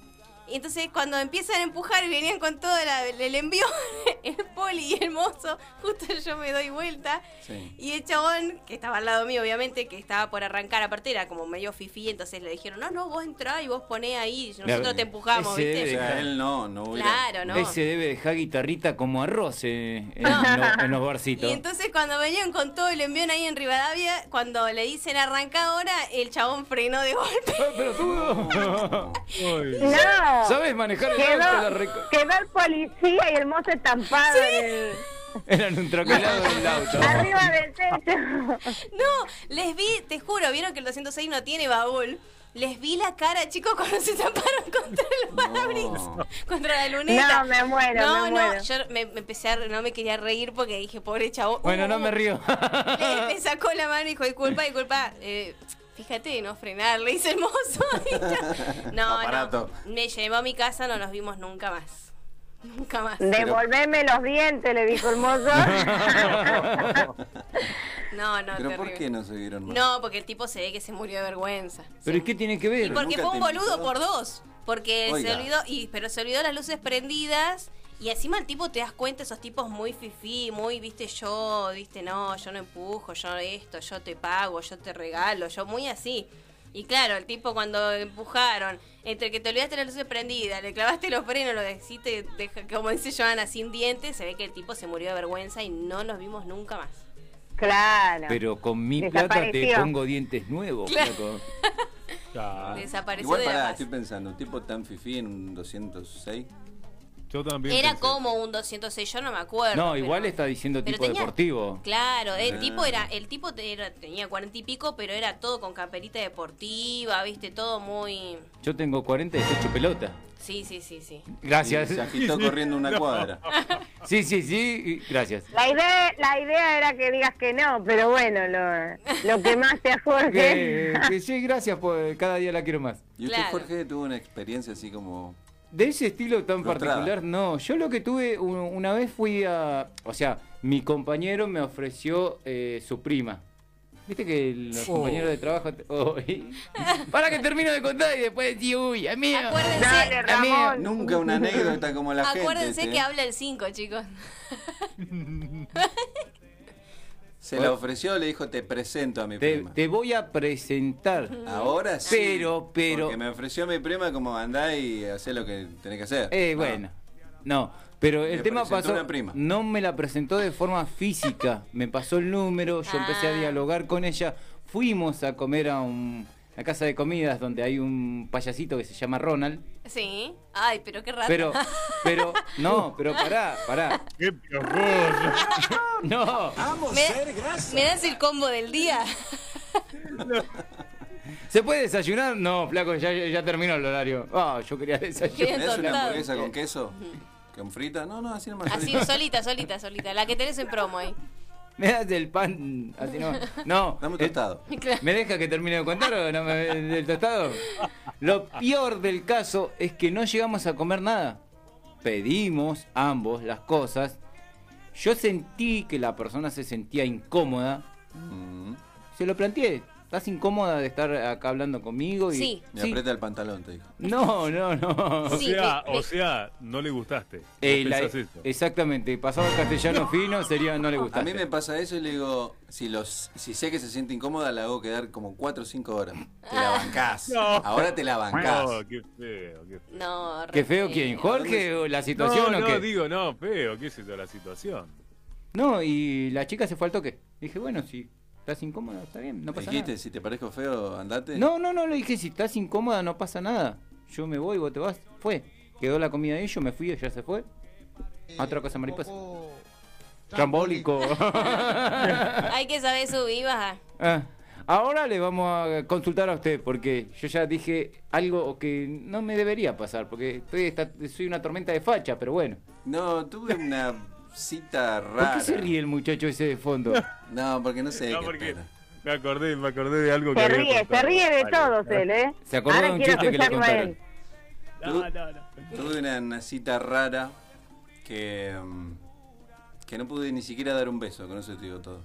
[SPEAKER 4] Y entonces cuando empiezan a empujar y venían con todo la- el envío, el poli y el mozo, justo yo me doy vuelta.
[SPEAKER 5] Sí.
[SPEAKER 4] Y el chabón, que estaba al lado mío, obviamente, que estaba por arrancar, aparte era como medio fifí, entonces le dijeron, no, no, vos entrá y vos poné ahí, nosotros te empujamos,
[SPEAKER 3] Ese
[SPEAKER 4] ¿viste?
[SPEAKER 3] debe
[SPEAKER 5] O sea,
[SPEAKER 3] dejar-
[SPEAKER 5] él no, no hubiera-
[SPEAKER 4] Claro, no.
[SPEAKER 3] Ese debe dejar guitarrita como arroz eh, en, lo- en los barcitos. Ah,
[SPEAKER 4] Y entonces cuando venían con todo el envío ahí en Rivadavia, cuando le dicen arranca ahora, el chabón frenó de golpe.
[SPEAKER 7] No.
[SPEAKER 3] ¿Sabes manejar el
[SPEAKER 7] Quedó-
[SPEAKER 3] auto? La reco-
[SPEAKER 7] Quedó el policía y el mozo estampado en el-
[SPEAKER 3] Eran un troquelado del auto.
[SPEAKER 7] arriba del techo.
[SPEAKER 4] No, les vi, te juro, vieron que el 206 no tiene baúl. Les vi la cara, chicos, cuando se taparon contra el parabrisas, contra la luneta.
[SPEAKER 7] No, me muero,
[SPEAKER 4] No,
[SPEAKER 7] me
[SPEAKER 4] no,
[SPEAKER 7] muero.
[SPEAKER 4] yo me, me empecé a, re- no me quería reír porque dije, pobre chabón.
[SPEAKER 3] Bueno, no me río.
[SPEAKER 4] Le, le sacó la mano y dijo, disculpa, disculpa. eh, fíjate de no frenar, le hice el mozo. No,
[SPEAKER 5] Aparato.
[SPEAKER 4] no. Me llevó a mi casa, no nos vimos nunca más. Nunca más.
[SPEAKER 7] Devolveme los dientes, le dijo el mozo.
[SPEAKER 4] No, no,
[SPEAKER 5] Pero ¿por
[SPEAKER 4] terrible.
[SPEAKER 5] qué no se vieron más?
[SPEAKER 4] No, porque el tipo se ve que se murió de vergüenza.
[SPEAKER 3] ¿Pero ¿y qué tiene que
[SPEAKER 4] Y
[SPEAKER 3] ver?
[SPEAKER 4] porque fue un boludo por dos. Porque se
[SPEAKER 3] Oiga.
[SPEAKER 4] olvidó, y, pero se olvidó las luces prendidas. Y encima el tipo te das cuenta, esos tipos muy fifí, muy, viste, yo, viste, no, yo no empujo, yo esto, yo te pago, yo te regalo, yo muy así. Y claro, el tipo cuando empujaron, entre que te olvidaste las luces prendidas, le clavaste los frenos, lo deciste, deja- como dice Joana, sin dientes, se ve que el tipo se murió de vergüenza y no nos vimos nunca más.
[SPEAKER 7] Claro.
[SPEAKER 3] Pero con mi plata te
[SPEAKER 4] Desapareció.
[SPEAKER 3] pongo dientes nuevos.
[SPEAKER 4] Claro.
[SPEAKER 3] loco.
[SPEAKER 4] Desapareció
[SPEAKER 5] Igual
[SPEAKER 4] de la
[SPEAKER 5] pará,
[SPEAKER 4] paz.
[SPEAKER 5] estoy pensando, un tipo tan fifí en un 206.
[SPEAKER 8] Yo también.
[SPEAKER 4] Era como un 206, yo no me acuerdo.
[SPEAKER 3] No,
[SPEAKER 4] pero-
[SPEAKER 3] igual está diciendo
[SPEAKER 4] pero
[SPEAKER 3] tipo
[SPEAKER 4] tenía-
[SPEAKER 3] deportivo.
[SPEAKER 4] Claro, el
[SPEAKER 3] Ah.
[SPEAKER 4] tipo era, el tipo te- era- tenía cuarenta y pico, pero era todo con camperita deportiva, viste, todo muy,
[SPEAKER 3] Yo tengo 48 pelotas.
[SPEAKER 4] sí, sí, sí, sí.
[SPEAKER 3] Gracias.
[SPEAKER 5] Y se agitó corriendo una cuadra.
[SPEAKER 3] Sí, sí, sí. y Gracias.
[SPEAKER 7] La idea, la idea era que digas que no, pero bueno, lo, lo que más te Jorge.
[SPEAKER 3] Que, que Eh, sí, gracias, pues cada día la quiero más.
[SPEAKER 5] ¿Y usted,
[SPEAKER 7] Claro.
[SPEAKER 5] Jorge, tuvo una experiencia así como
[SPEAKER 3] De ese estilo tan
[SPEAKER 5] Frustrada.
[SPEAKER 3] particular, no. Yo lo que tuve, un- una vez fui a. O sea, mi compañero me ofreció eh, su prima. Viste que los
[SPEAKER 19] Oh.
[SPEAKER 3] compañeros de trabajo. te- oh, y- Para que termino de contar y después decís, uy, amigo.
[SPEAKER 4] Acuérdense-
[SPEAKER 3] amigo.
[SPEAKER 5] Nunca una anécdota como la
[SPEAKER 4] Acuérdense
[SPEAKER 5] gente.
[SPEAKER 4] que
[SPEAKER 5] ¿eh?
[SPEAKER 4] habla el 5, chicos.
[SPEAKER 5] Se la ofreció, le dijo, te presento a mi
[SPEAKER 3] Te,
[SPEAKER 5] prima.
[SPEAKER 3] te voy a presentar.
[SPEAKER 5] Ahora sí.
[SPEAKER 3] Pero, pero.
[SPEAKER 5] Porque me ofreció mi prima como andá y hacé lo que tenés que hacer.
[SPEAKER 3] Eh,
[SPEAKER 5] Ah,
[SPEAKER 3] bueno. No, pero el
[SPEAKER 5] Le
[SPEAKER 3] tema
[SPEAKER 5] presentó
[SPEAKER 3] pasó.
[SPEAKER 5] una prima.
[SPEAKER 3] No me la presentó de forma física. Me pasó el número, yo empecé a dialogar con ella. Fuimos a comer a un- una casa de comidas donde hay un payasito que se llama Ronald.
[SPEAKER 4] Sí. Ay, pero qué raro.
[SPEAKER 3] Pero, pero, no, pero pará, pará. ¡Qué No.
[SPEAKER 4] me, me das el combo del día.
[SPEAKER 3] ¿Se puede desayunar? No, flaco, ya, ya terminó el horario. Ah, yo quería
[SPEAKER 4] Quería
[SPEAKER 3] desayunar.
[SPEAKER 5] ¿Me das una
[SPEAKER 4] tostado.
[SPEAKER 5] hamburguesa con queso? ¿Con frita? No, no, así nomás.
[SPEAKER 4] Así, solita, solita, solita. La que tenés en promo ahí.
[SPEAKER 3] ¿Me das el pan? Así no. No. Dame un tostado.
[SPEAKER 4] Claro.
[SPEAKER 3] ¿Me deja que termine de contar o no me del tostado? Lo peor del caso es que no llegamos a comer nada. Pedimos ambos las cosas. Yo sentí que la persona se sentía incómoda.
[SPEAKER 5] Mm.
[SPEAKER 3] Se lo planteé. ¿Estás incómoda de estar acá hablando conmigo? Y...
[SPEAKER 4] Sí.
[SPEAKER 5] Me aprieta el pantalón, te dijo.
[SPEAKER 3] No, no, no.
[SPEAKER 8] O
[SPEAKER 5] ah,
[SPEAKER 8] sea, o sea, no le gustaste. Vos
[SPEAKER 3] Eh, la-
[SPEAKER 8] pensás esto.
[SPEAKER 3] exactamente, pasado el castellano fino sería no le
[SPEAKER 5] A
[SPEAKER 3] gustaste.
[SPEAKER 5] mí me pasa eso y le digo, si los, si sé que se siente incómoda, la hago quedar como 4 o 5 horas.
[SPEAKER 7] Ah.
[SPEAKER 5] Te la bancás.
[SPEAKER 8] No.
[SPEAKER 5] Ahora te la bancás.
[SPEAKER 8] No, qué feo, qué feo.
[SPEAKER 4] No,
[SPEAKER 3] ¿Qué feo quién? ¿Jorge o la situación
[SPEAKER 8] no,
[SPEAKER 3] o qué?
[SPEAKER 8] No, digo, no, feo, qué sé yo, la situación.
[SPEAKER 3] No, y la chica se fue al toque. Dije, bueno, si estás incómoda, está bien, no pasa
[SPEAKER 5] Dijiste, si te parezco feo, andate.
[SPEAKER 3] nada. No, no, no, le dije, si estás incómoda, no pasa nada. Yo me voy, vos te vas. Fue. Quedó la comida ahí, yo me fui, ella se fue.
[SPEAKER 5] Eh,
[SPEAKER 3] Otra cosa mariposa. Trambólico.
[SPEAKER 4] Hay que saber subir y bajar.
[SPEAKER 3] Ah, Ahora le vamos a consultar a usted, porque yo ya dije algo que no me debería pasar, porque estoy, esta- soy una tormenta de facha, pero bueno.
[SPEAKER 5] No, tuve una cita
[SPEAKER 3] ¿Por
[SPEAKER 5] rara.
[SPEAKER 3] qué se ríe el muchacho ese de fondo?
[SPEAKER 5] No, porque no sé.
[SPEAKER 8] No,
[SPEAKER 5] qué
[SPEAKER 8] porque
[SPEAKER 5] pena.
[SPEAKER 8] me acordé, me acordé de algo que
[SPEAKER 7] Se
[SPEAKER 8] había
[SPEAKER 7] ríe, se
[SPEAKER 8] contado.
[SPEAKER 7] ríe de
[SPEAKER 8] Vale.
[SPEAKER 7] todos él, ¿eh?
[SPEAKER 3] Se acordó de un
[SPEAKER 7] quiero
[SPEAKER 3] chiste que le
[SPEAKER 7] escucharlo a él.
[SPEAKER 8] No, no, no.
[SPEAKER 5] Tuve una, una cita rara que. mm, que no pude ni siquiera dar un beso, con eso te digo todo.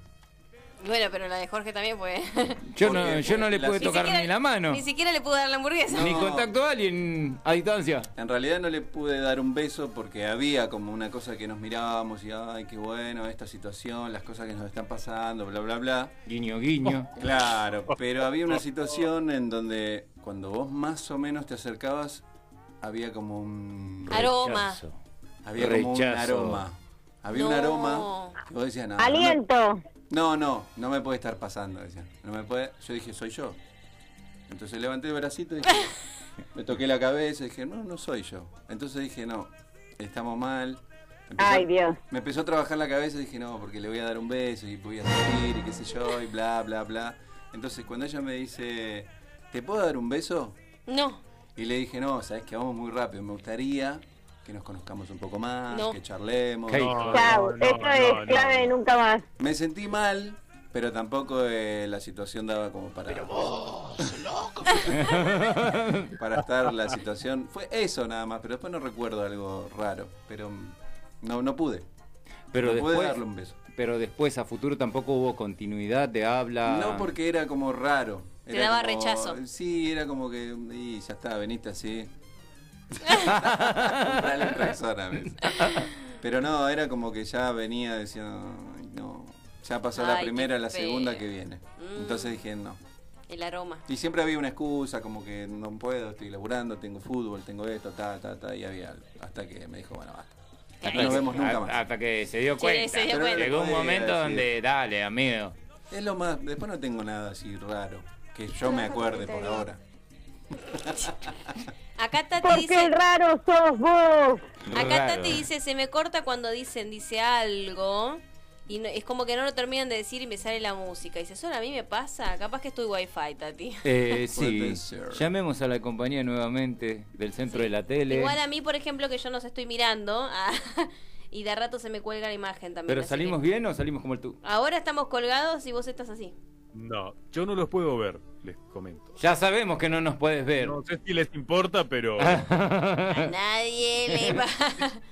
[SPEAKER 4] Bueno, pero la de Jorge también, pues.
[SPEAKER 3] Yo no, yo no le
[SPEAKER 5] la-
[SPEAKER 3] pude
[SPEAKER 5] Ni
[SPEAKER 3] tocar
[SPEAKER 4] siquiera-
[SPEAKER 3] ni la mano.
[SPEAKER 4] Ni siquiera le pudo dar la hamburguesa.
[SPEAKER 3] Ni contacto a alguien a distancia.
[SPEAKER 5] En realidad no le pude dar un beso porque había como una cosa que nos mirábamos y, ay, qué bueno esta situación, las cosas que nos están pasando, bla, bla, bla.
[SPEAKER 3] Guiño, guiño.
[SPEAKER 5] Claro, pero había una situación en donde cuando vos más o menos te acercabas, había como un...
[SPEAKER 4] Aroma.
[SPEAKER 5] Rechazo. Había como un
[SPEAKER 3] Rechazo.
[SPEAKER 5] aroma. Había un
[SPEAKER 4] No.
[SPEAKER 5] aroma que vos decías, no, no,
[SPEAKER 7] Aliento.
[SPEAKER 5] No, no, no me puede estar pasando, decían. No me puede. Yo dije, soy yo. Entonces levanté el bracito y dije, me toqué la cabeza y dije, no, no soy yo. Entonces dije, no, estamos mal. Empezó-
[SPEAKER 7] Ay, Dios.
[SPEAKER 5] Me empezó a trabajar la cabeza y dije, no, porque le voy a dar un beso y voy a salir y qué sé yo y bla, bla, bla. Entonces cuando ella me dice, ¿te puedo dar un beso?
[SPEAKER 4] No.
[SPEAKER 5] Y le dije, no, sabes que vamos muy rápido, me gustaría que nos conozcamos un poco más,
[SPEAKER 4] No.
[SPEAKER 5] que charlemos.
[SPEAKER 3] Qué hijo de-
[SPEAKER 7] Chao, esto es clave de nunca más.
[SPEAKER 5] Me sentí mal, pero tampoco eh, la situación daba como para. para estar la situación. Fue eso nada más, pero después no recuerdo algo raro. Pero mm, no, no pude.
[SPEAKER 3] Pero
[SPEAKER 5] no
[SPEAKER 3] después,
[SPEAKER 5] pude darle un beso.
[SPEAKER 3] Pero después a futuro tampoco hubo continuidad de habla.
[SPEAKER 5] No porque era como raro.
[SPEAKER 4] Te
[SPEAKER 5] Era
[SPEAKER 4] daba
[SPEAKER 5] como-
[SPEAKER 4] rechazo.
[SPEAKER 5] Sí, era como que. Y ya está, veniste así. Comprale un Rexona, a veces. Pero no, era como que ya venía diciendo. "Ay, No. Ya pasó la
[SPEAKER 4] Ay, qué
[SPEAKER 5] primera, la
[SPEAKER 4] feo.
[SPEAKER 5] segunda que viene.
[SPEAKER 4] Mm.
[SPEAKER 5] Entonces dije, no.
[SPEAKER 4] El aroma.
[SPEAKER 5] Y siempre había una excusa, como que no puedo, estoy laburando, tengo fútbol, tengo esto, ta, ta, ta, y había algo. Hasta que me dijo, bueno, basta. No nos vemos nunca
[SPEAKER 20] A-
[SPEAKER 5] más.
[SPEAKER 20] Hasta que se dio
[SPEAKER 4] Sí,
[SPEAKER 20] cuenta.
[SPEAKER 4] se dio cuenta.
[SPEAKER 20] Llegó un
[SPEAKER 5] Después de
[SPEAKER 20] momento
[SPEAKER 5] decir-
[SPEAKER 20] donde, dale, amigo.
[SPEAKER 5] Es lo más, después no tengo nada así raro, que yo me acuerde por ahora.
[SPEAKER 4] Acá Tati
[SPEAKER 7] Porque
[SPEAKER 4] dice.
[SPEAKER 7] el raro sos vos.
[SPEAKER 4] Acá
[SPEAKER 5] Raro.
[SPEAKER 4] Tati dice, se me corta cuando dicen, dice algo. Y no- es como que no lo terminan de decir y me sale la música. Dice, ¿eso a mí me pasa? Capaz que estoy wifi, Tati.
[SPEAKER 3] Eh, sí,
[SPEAKER 5] Puede ser.
[SPEAKER 3] llamemos a la compañía nuevamente del centro de la tele.
[SPEAKER 4] Igual a mí, por ejemplo, que yo nos estoy mirando. ah, y de rato se me cuelga la imagen también.
[SPEAKER 3] ¿Pero
[SPEAKER 4] así
[SPEAKER 3] salimos bien o salimos como el tú?
[SPEAKER 4] que- Ahora estamos colgados y vos estás así.
[SPEAKER 8] No, yo no los puedo ver, les comento.
[SPEAKER 3] Ya sabemos que no nos puedes ver.
[SPEAKER 8] No sé si les importa, pero.
[SPEAKER 4] A nadie le va.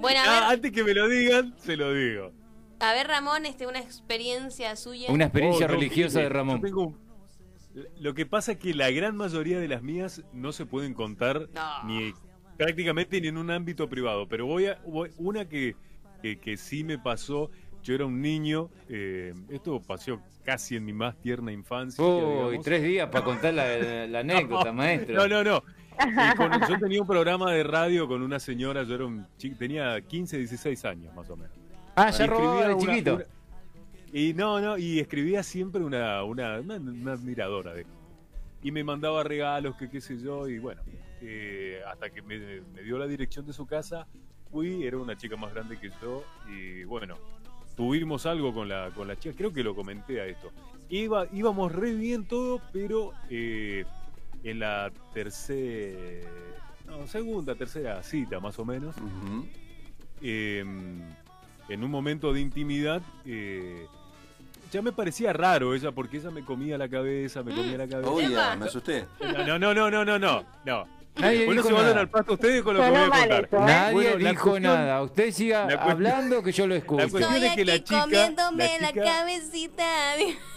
[SPEAKER 4] bueno, a
[SPEAKER 8] Ah,
[SPEAKER 4] ver,
[SPEAKER 8] antes que me lo digan, se lo digo.
[SPEAKER 4] a ver, Ramón, este, una experiencia suya.
[SPEAKER 3] Una experiencia
[SPEAKER 8] Oh, no,
[SPEAKER 3] religiosa
[SPEAKER 8] mire,
[SPEAKER 3] de Ramón.
[SPEAKER 8] yo tengo un- Lo que pasa es que la gran mayoría de las mías no se pueden contar
[SPEAKER 4] No.
[SPEAKER 8] ni eh, prácticamente ni en un ámbito privado. Pero voy a voy- una que, que, que sí me pasó. Yo era un niño. eh, esto pasó casi en mi más tierna infancia.
[SPEAKER 3] Uy,
[SPEAKER 8] digamos.
[SPEAKER 3] tres días para contar la, la anécdota, maestro.
[SPEAKER 8] No, no, no. Y con- yo tenía un programa de radio con una señora, yo era un chi- tenía 15, 16 años más o menos.
[SPEAKER 3] Ah,
[SPEAKER 8] Y
[SPEAKER 3] ya robaba
[SPEAKER 8] escribía
[SPEAKER 3] de
[SPEAKER 8] una-
[SPEAKER 3] chiquito.
[SPEAKER 8] una- y no, no, y escribía siempre una, una, una- una admiradora de Y me mandaba regalos, que qué sé yo, y bueno, eh, hasta que me, me dio la dirección de su casa, fui, era una chica más grande que yo, y bueno, tuvimos algo con la, con la chica, creo que lo comenté a esto. Iba, íbamos re bien todo, pero eh, en la tercera, no, segunda, tercera cita más o menos, eh, en un momento de intimidad, eh, ya me parecía raro ella, porque ella me comía la cabeza, me comía la cabeza.
[SPEAKER 5] Oye, me asusté.
[SPEAKER 8] No, no, no, no, no, no, no.
[SPEAKER 3] Nadie
[SPEAKER 8] Bueno,
[SPEAKER 3] dijo
[SPEAKER 8] se mandan
[SPEAKER 3] nada.
[SPEAKER 8] al pasto ustedes con lo que
[SPEAKER 7] Sonó
[SPEAKER 8] voy a
[SPEAKER 7] mal
[SPEAKER 8] contar.
[SPEAKER 7] eso, ¿eh?
[SPEAKER 3] Nadie
[SPEAKER 8] Bueno, la
[SPEAKER 3] dijo
[SPEAKER 8] cuestión-
[SPEAKER 3] nada. Usted siga
[SPEAKER 8] la cuestión-
[SPEAKER 3] hablando que yo lo escucho.
[SPEAKER 8] la cuestión
[SPEAKER 4] Estoy
[SPEAKER 8] es que
[SPEAKER 4] aquí
[SPEAKER 8] la chica,
[SPEAKER 4] comiéndome
[SPEAKER 8] la
[SPEAKER 4] la,
[SPEAKER 8] chica-
[SPEAKER 4] cabecita.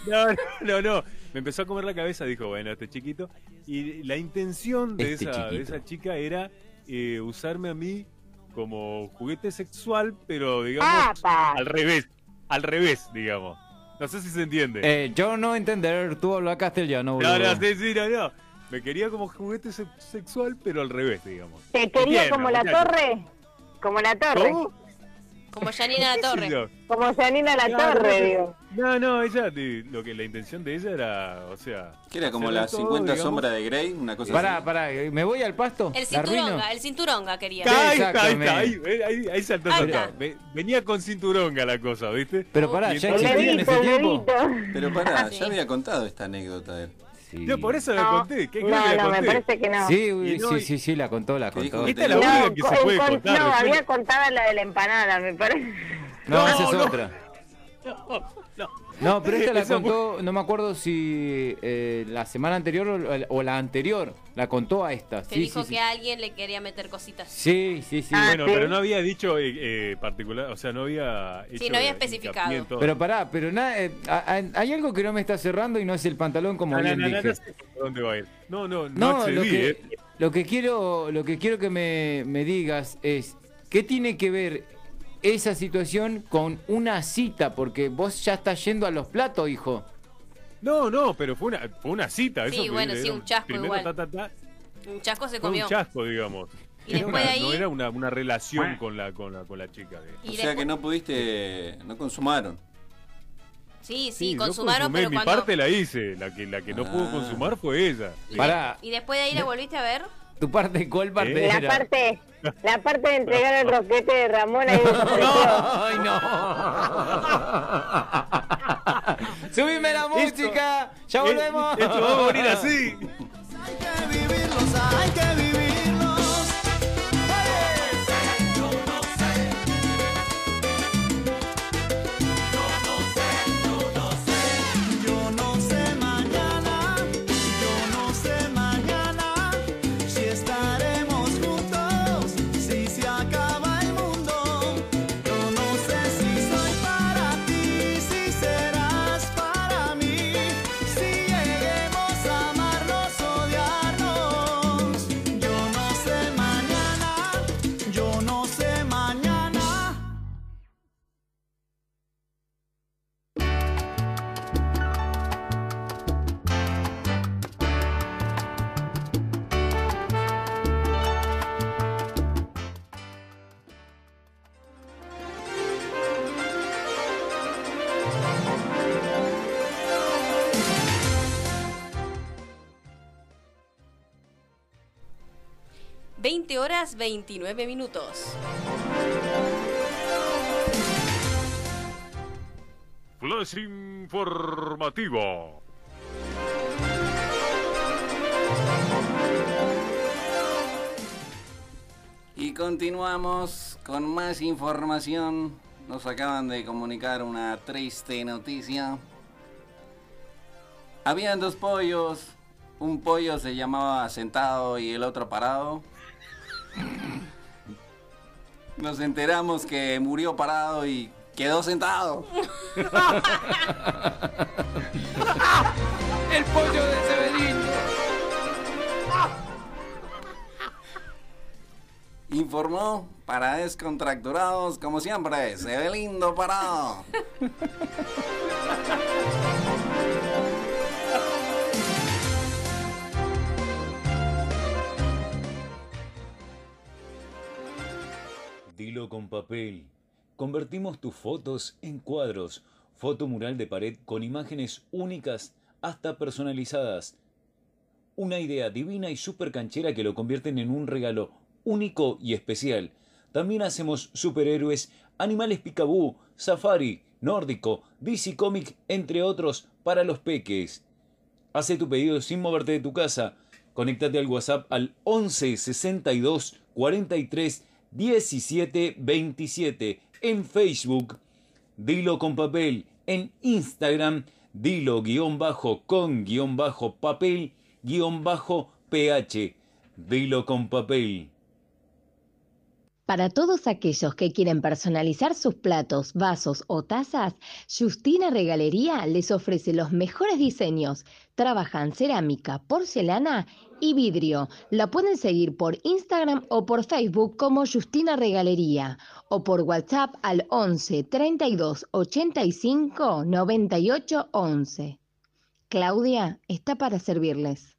[SPEAKER 8] No, no, no, no. Me empezó a comer la cabeza, dijo, bueno, este chiquito. Y la intención de,
[SPEAKER 20] Este
[SPEAKER 8] esa, de
[SPEAKER 20] chiquito.
[SPEAKER 8] esa chica era eh, usarme a mí como juguete sexual, pero digamos
[SPEAKER 7] Apa.
[SPEAKER 8] al revés. Al revés, digamos. No sé si se entiende.
[SPEAKER 3] Eh, yo no entender, tú hablas castellano, boludo.
[SPEAKER 8] no, no, sí, sí, no, no. Me quería como juguete se- sexual, pero al revés, digamos.
[SPEAKER 7] Te quería
[SPEAKER 8] Tierno,
[SPEAKER 7] como la
[SPEAKER 8] muchacho.
[SPEAKER 7] torre. Como la torre.
[SPEAKER 8] ¿Cómo?
[SPEAKER 4] Como Janina La
[SPEAKER 8] Sí,
[SPEAKER 4] Torre.
[SPEAKER 8] señor.
[SPEAKER 7] Como Janina la
[SPEAKER 8] Claro,
[SPEAKER 7] torre,
[SPEAKER 8] no,
[SPEAKER 7] digo.
[SPEAKER 8] No, no, ella, de- lo que la intención de ella era, o sea...
[SPEAKER 5] Que era como
[SPEAKER 8] hacerle
[SPEAKER 5] las
[SPEAKER 8] todo,
[SPEAKER 5] 50
[SPEAKER 8] digamos. eh,
[SPEAKER 5] sombras de Grey, una cosa
[SPEAKER 3] Pará,
[SPEAKER 5] así.
[SPEAKER 3] pará, ¿me voy al pasto?
[SPEAKER 4] El
[SPEAKER 3] ¿La arruino?
[SPEAKER 4] cinturonga, el cinturonga quería.
[SPEAKER 8] Ahí está, ahí
[SPEAKER 3] Exactamente.
[SPEAKER 8] está, ahí, ahí, ahí saltó,
[SPEAKER 4] Ahí
[SPEAKER 8] saltó.
[SPEAKER 4] está.
[SPEAKER 8] Ve- Venía con cinturonga la cosa, ¿viste?
[SPEAKER 3] Pero pará,
[SPEAKER 8] Y
[SPEAKER 3] ¿ya
[SPEAKER 8] entonces-
[SPEAKER 3] existía en ese tiempo?
[SPEAKER 5] Pero
[SPEAKER 20] Ah,
[SPEAKER 5] pará, ya había contado esta anécdota él.
[SPEAKER 3] Sí.
[SPEAKER 8] Yo por eso la
[SPEAKER 7] No,
[SPEAKER 8] conté, ¿qué creo
[SPEAKER 7] no,
[SPEAKER 8] que la
[SPEAKER 7] no, me
[SPEAKER 8] conté?
[SPEAKER 7] parece que no.
[SPEAKER 3] Sí, uy,
[SPEAKER 8] Y no,
[SPEAKER 3] sí,
[SPEAKER 8] y-
[SPEAKER 3] sí, sí, la contó, la
[SPEAKER 5] dijo
[SPEAKER 3] contó.
[SPEAKER 5] que
[SPEAKER 8] Esta es la
[SPEAKER 7] No,
[SPEAKER 8] única que
[SPEAKER 7] co-
[SPEAKER 8] se puede
[SPEAKER 7] en con-
[SPEAKER 8] contar.
[SPEAKER 7] no
[SPEAKER 8] después-
[SPEAKER 7] había contado la de la empanada, me parece.
[SPEAKER 3] No,
[SPEAKER 8] No,
[SPEAKER 3] esa es
[SPEAKER 8] no.
[SPEAKER 3] otra.
[SPEAKER 20] No, pero esta la
[SPEAKER 3] Eso
[SPEAKER 20] contó, no me acuerdo si eh, la semana anterior o la, o la anterior, la contó a esta.
[SPEAKER 4] Que
[SPEAKER 20] Sí,
[SPEAKER 4] dijo
[SPEAKER 20] sí, sí.
[SPEAKER 4] que alguien le quería meter cositas.
[SPEAKER 20] Sí, sí,
[SPEAKER 7] Ah,
[SPEAKER 20] sí.
[SPEAKER 8] bueno, pero no había dicho eh, eh, particular, o sea, no había.
[SPEAKER 4] Sí,
[SPEAKER 8] hecho
[SPEAKER 4] no había
[SPEAKER 8] hincapié en
[SPEAKER 4] especificado.
[SPEAKER 8] todo.
[SPEAKER 20] Pero pará, pero nada, eh, a- a- hay algo que no me está cerrando y no es el pantalón como
[SPEAKER 8] No, no,
[SPEAKER 20] bien
[SPEAKER 8] no, no,
[SPEAKER 20] dije.
[SPEAKER 8] no sé por dónde va a ir. No, no, no,
[SPEAKER 20] No, lo,
[SPEAKER 8] accedí,
[SPEAKER 20] que,
[SPEAKER 8] eh.
[SPEAKER 20] lo que quiero, lo que quiero que me, me digas es qué tiene que ver esa situación con una cita, porque vos ya estás yendo a los platos, hijo.
[SPEAKER 8] No, no, pero fue una, fue una cita.
[SPEAKER 4] Sí,
[SPEAKER 8] eso que
[SPEAKER 4] bueno,
[SPEAKER 8] le
[SPEAKER 4] sí,
[SPEAKER 8] dieron.
[SPEAKER 4] un chasco
[SPEAKER 8] Primero,
[SPEAKER 4] igual.
[SPEAKER 8] ta, ta, ta,
[SPEAKER 4] Un chasco se
[SPEAKER 8] fue
[SPEAKER 4] comió.
[SPEAKER 8] un chasco, digamos.
[SPEAKER 4] Y
[SPEAKER 8] Era
[SPEAKER 4] después
[SPEAKER 8] una-
[SPEAKER 4] de ahí-
[SPEAKER 8] No era una, una relación con la, con, la, con la chica.
[SPEAKER 4] Y
[SPEAKER 5] O
[SPEAKER 4] después-
[SPEAKER 5] sea que no pudiste, no consumaron.
[SPEAKER 4] Sí, sí,
[SPEAKER 8] yo
[SPEAKER 4] consumaron,
[SPEAKER 8] consumé,
[SPEAKER 4] pero
[SPEAKER 8] mi
[SPEAKER 4] cuando.
[SPEAKER 8] parte la hice. La que, la que no
[SPEAKER 5] Ah.
[SPEAKER 8] pudo consumar fue ella. Eh,
[SPEAKER 20] Pará,
[SPEAKER 4] Y después de ahí la volviste a ver.
[SPEAKER 20] tu parte, ¿cuál parte
[SPEAKER 7] La
[SPEAKER 20] era?
[SPEAKER 7] parte, la parte de entregar el roquete de Ramón ahí
[SPEAKER 20] ¡Ay, no! ¡Subime la música! ¡Ya volvemos!
[SPEAKER 8] Esto va a morir así.
[SPEAKER 19] Hay que vivirlos. Yo no sé mañana, yo no sé mañana si estaremos juntos, si se acaba el mundo. Yo no sé si soy para ti, si serás para mí, si lleguemos a amarnos, odiarnos. Yo no sé mañana, yo no sé mañana.
[SPEAKER 4] ¿20 horas 29 minutos.
[SPEAKER 8] Flash informativo.
[SPEAKER 5] Y continuamos con más información. Nos acaban de comunicar una triste noticia. Habían dos pollos. Un pollo se llamaba sentado y el otro parado. Nos enteramos que murió parado y quedó sentado.
[SPEAKER 19] El pollo de Severino.
[SPEAKER 4] Ah,
[SPEAKER 5] Informó para descontracturados, como siempre, se ve lindo parado.
[SPEAKER 14] Dilo con papel. Convertimos tus fotos en cuadros, foto mural de pared con imágenes únicas hasta personalizadas. Una idea divina y super canchera que lo convierten en un regalo único y especial. También hacemos superhéroes, animales picabú, safari, nórdico, DC Comic, entre otros, para los peques. Hace tu pedido sin moverte de tu casa. Conéctate al WhatsApp al 11 62 43 17 27 en Facebook. Dilo con papel en Instagram. Dilo guión bajo con guión bajo papel guión bajo ph. Dilo con papel.
[SPEAKER 21] Para todos aquellos que quieren personalizar sus platos, vasos o tazas, Justina Regalería les ofrece los mejores diseños. Trabajan cerámica, porcelana y vidrio. La pueden seguir por Instagram o por Facebook como Justina Regalería o por WhatsApp al 11 32 85 98 11. Claudia está para servirles.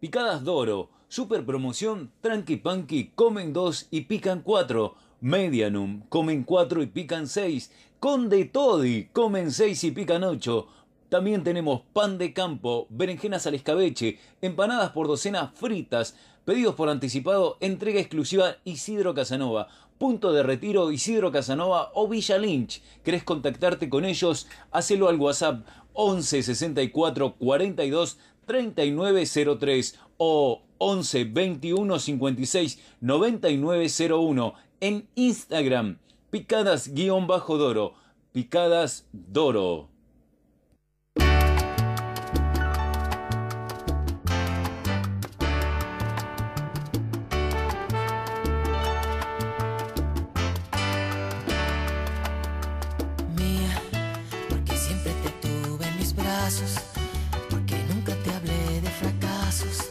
[SPEAKER 14] Picadas Doro, super promoción, tranqui panqui, comen 2 y pican 4. Medianum, comen 4 y pican 6. Conde Todi, comen 6 y pican 8. También tenemos pan de campo, berenjenas al escabeche, empanadas por docenas fritas, pedidos por anticipado, entrega exclusiva Isidro Casanova. Punto de retiro Isidro Casanova o Villa Lynch. ¿Querés contactarte con ellos? Hacelo al WhatsApp 11 64 42 3903 o 11 21 56 9901 en Instagram picadas-doro picadas d'oro.
[SPEAKER 2] mía, porque siempre te tuve en mis brazos, porque nunca te hablé de fracasos,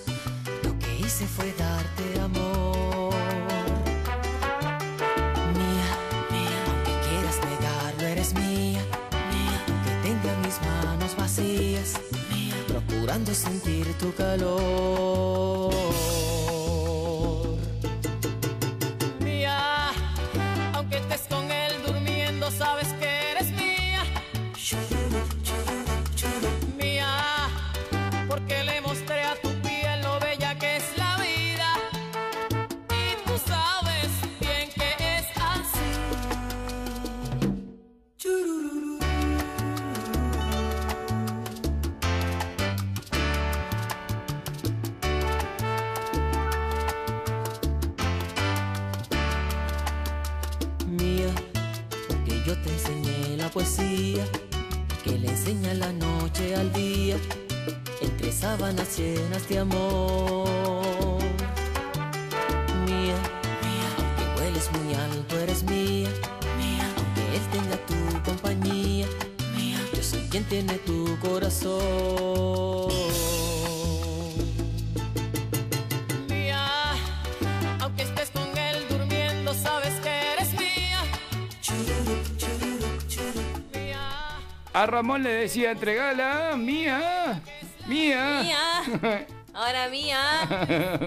[SPEAKER 2] lo que hice fue darte amor. Mía, mía, aunque quieras negarlo, eres mía, mía, aunque tenga mis manos vacías, mía, procurando sentir tu calor.
[SPEAKER 22] mía. Aunque estés con él durmiendo, sabes que eres mía. Mía, porque le mostré a tu piel lo bella que es la vida. Y tú sabes bien que es así.
[SPEAKER 2] mía, porque yo te enseñé la poesía, que le enseña la noche al día, entre sábanas llenas de amor. Mía, mía, aunque hueles muy alto, eres mía, mía, aunque él tenga tu compañía, mía, yo soy quien tiene tu corazón.
[SPEAKER 22] Mía, aunque estés con él durmiendo, sabes que eres mía.
[SPEAKER 3] A Ramón le decía, entregala, mía, mía.
[SPEAKER 4] Mía. Ahora mía.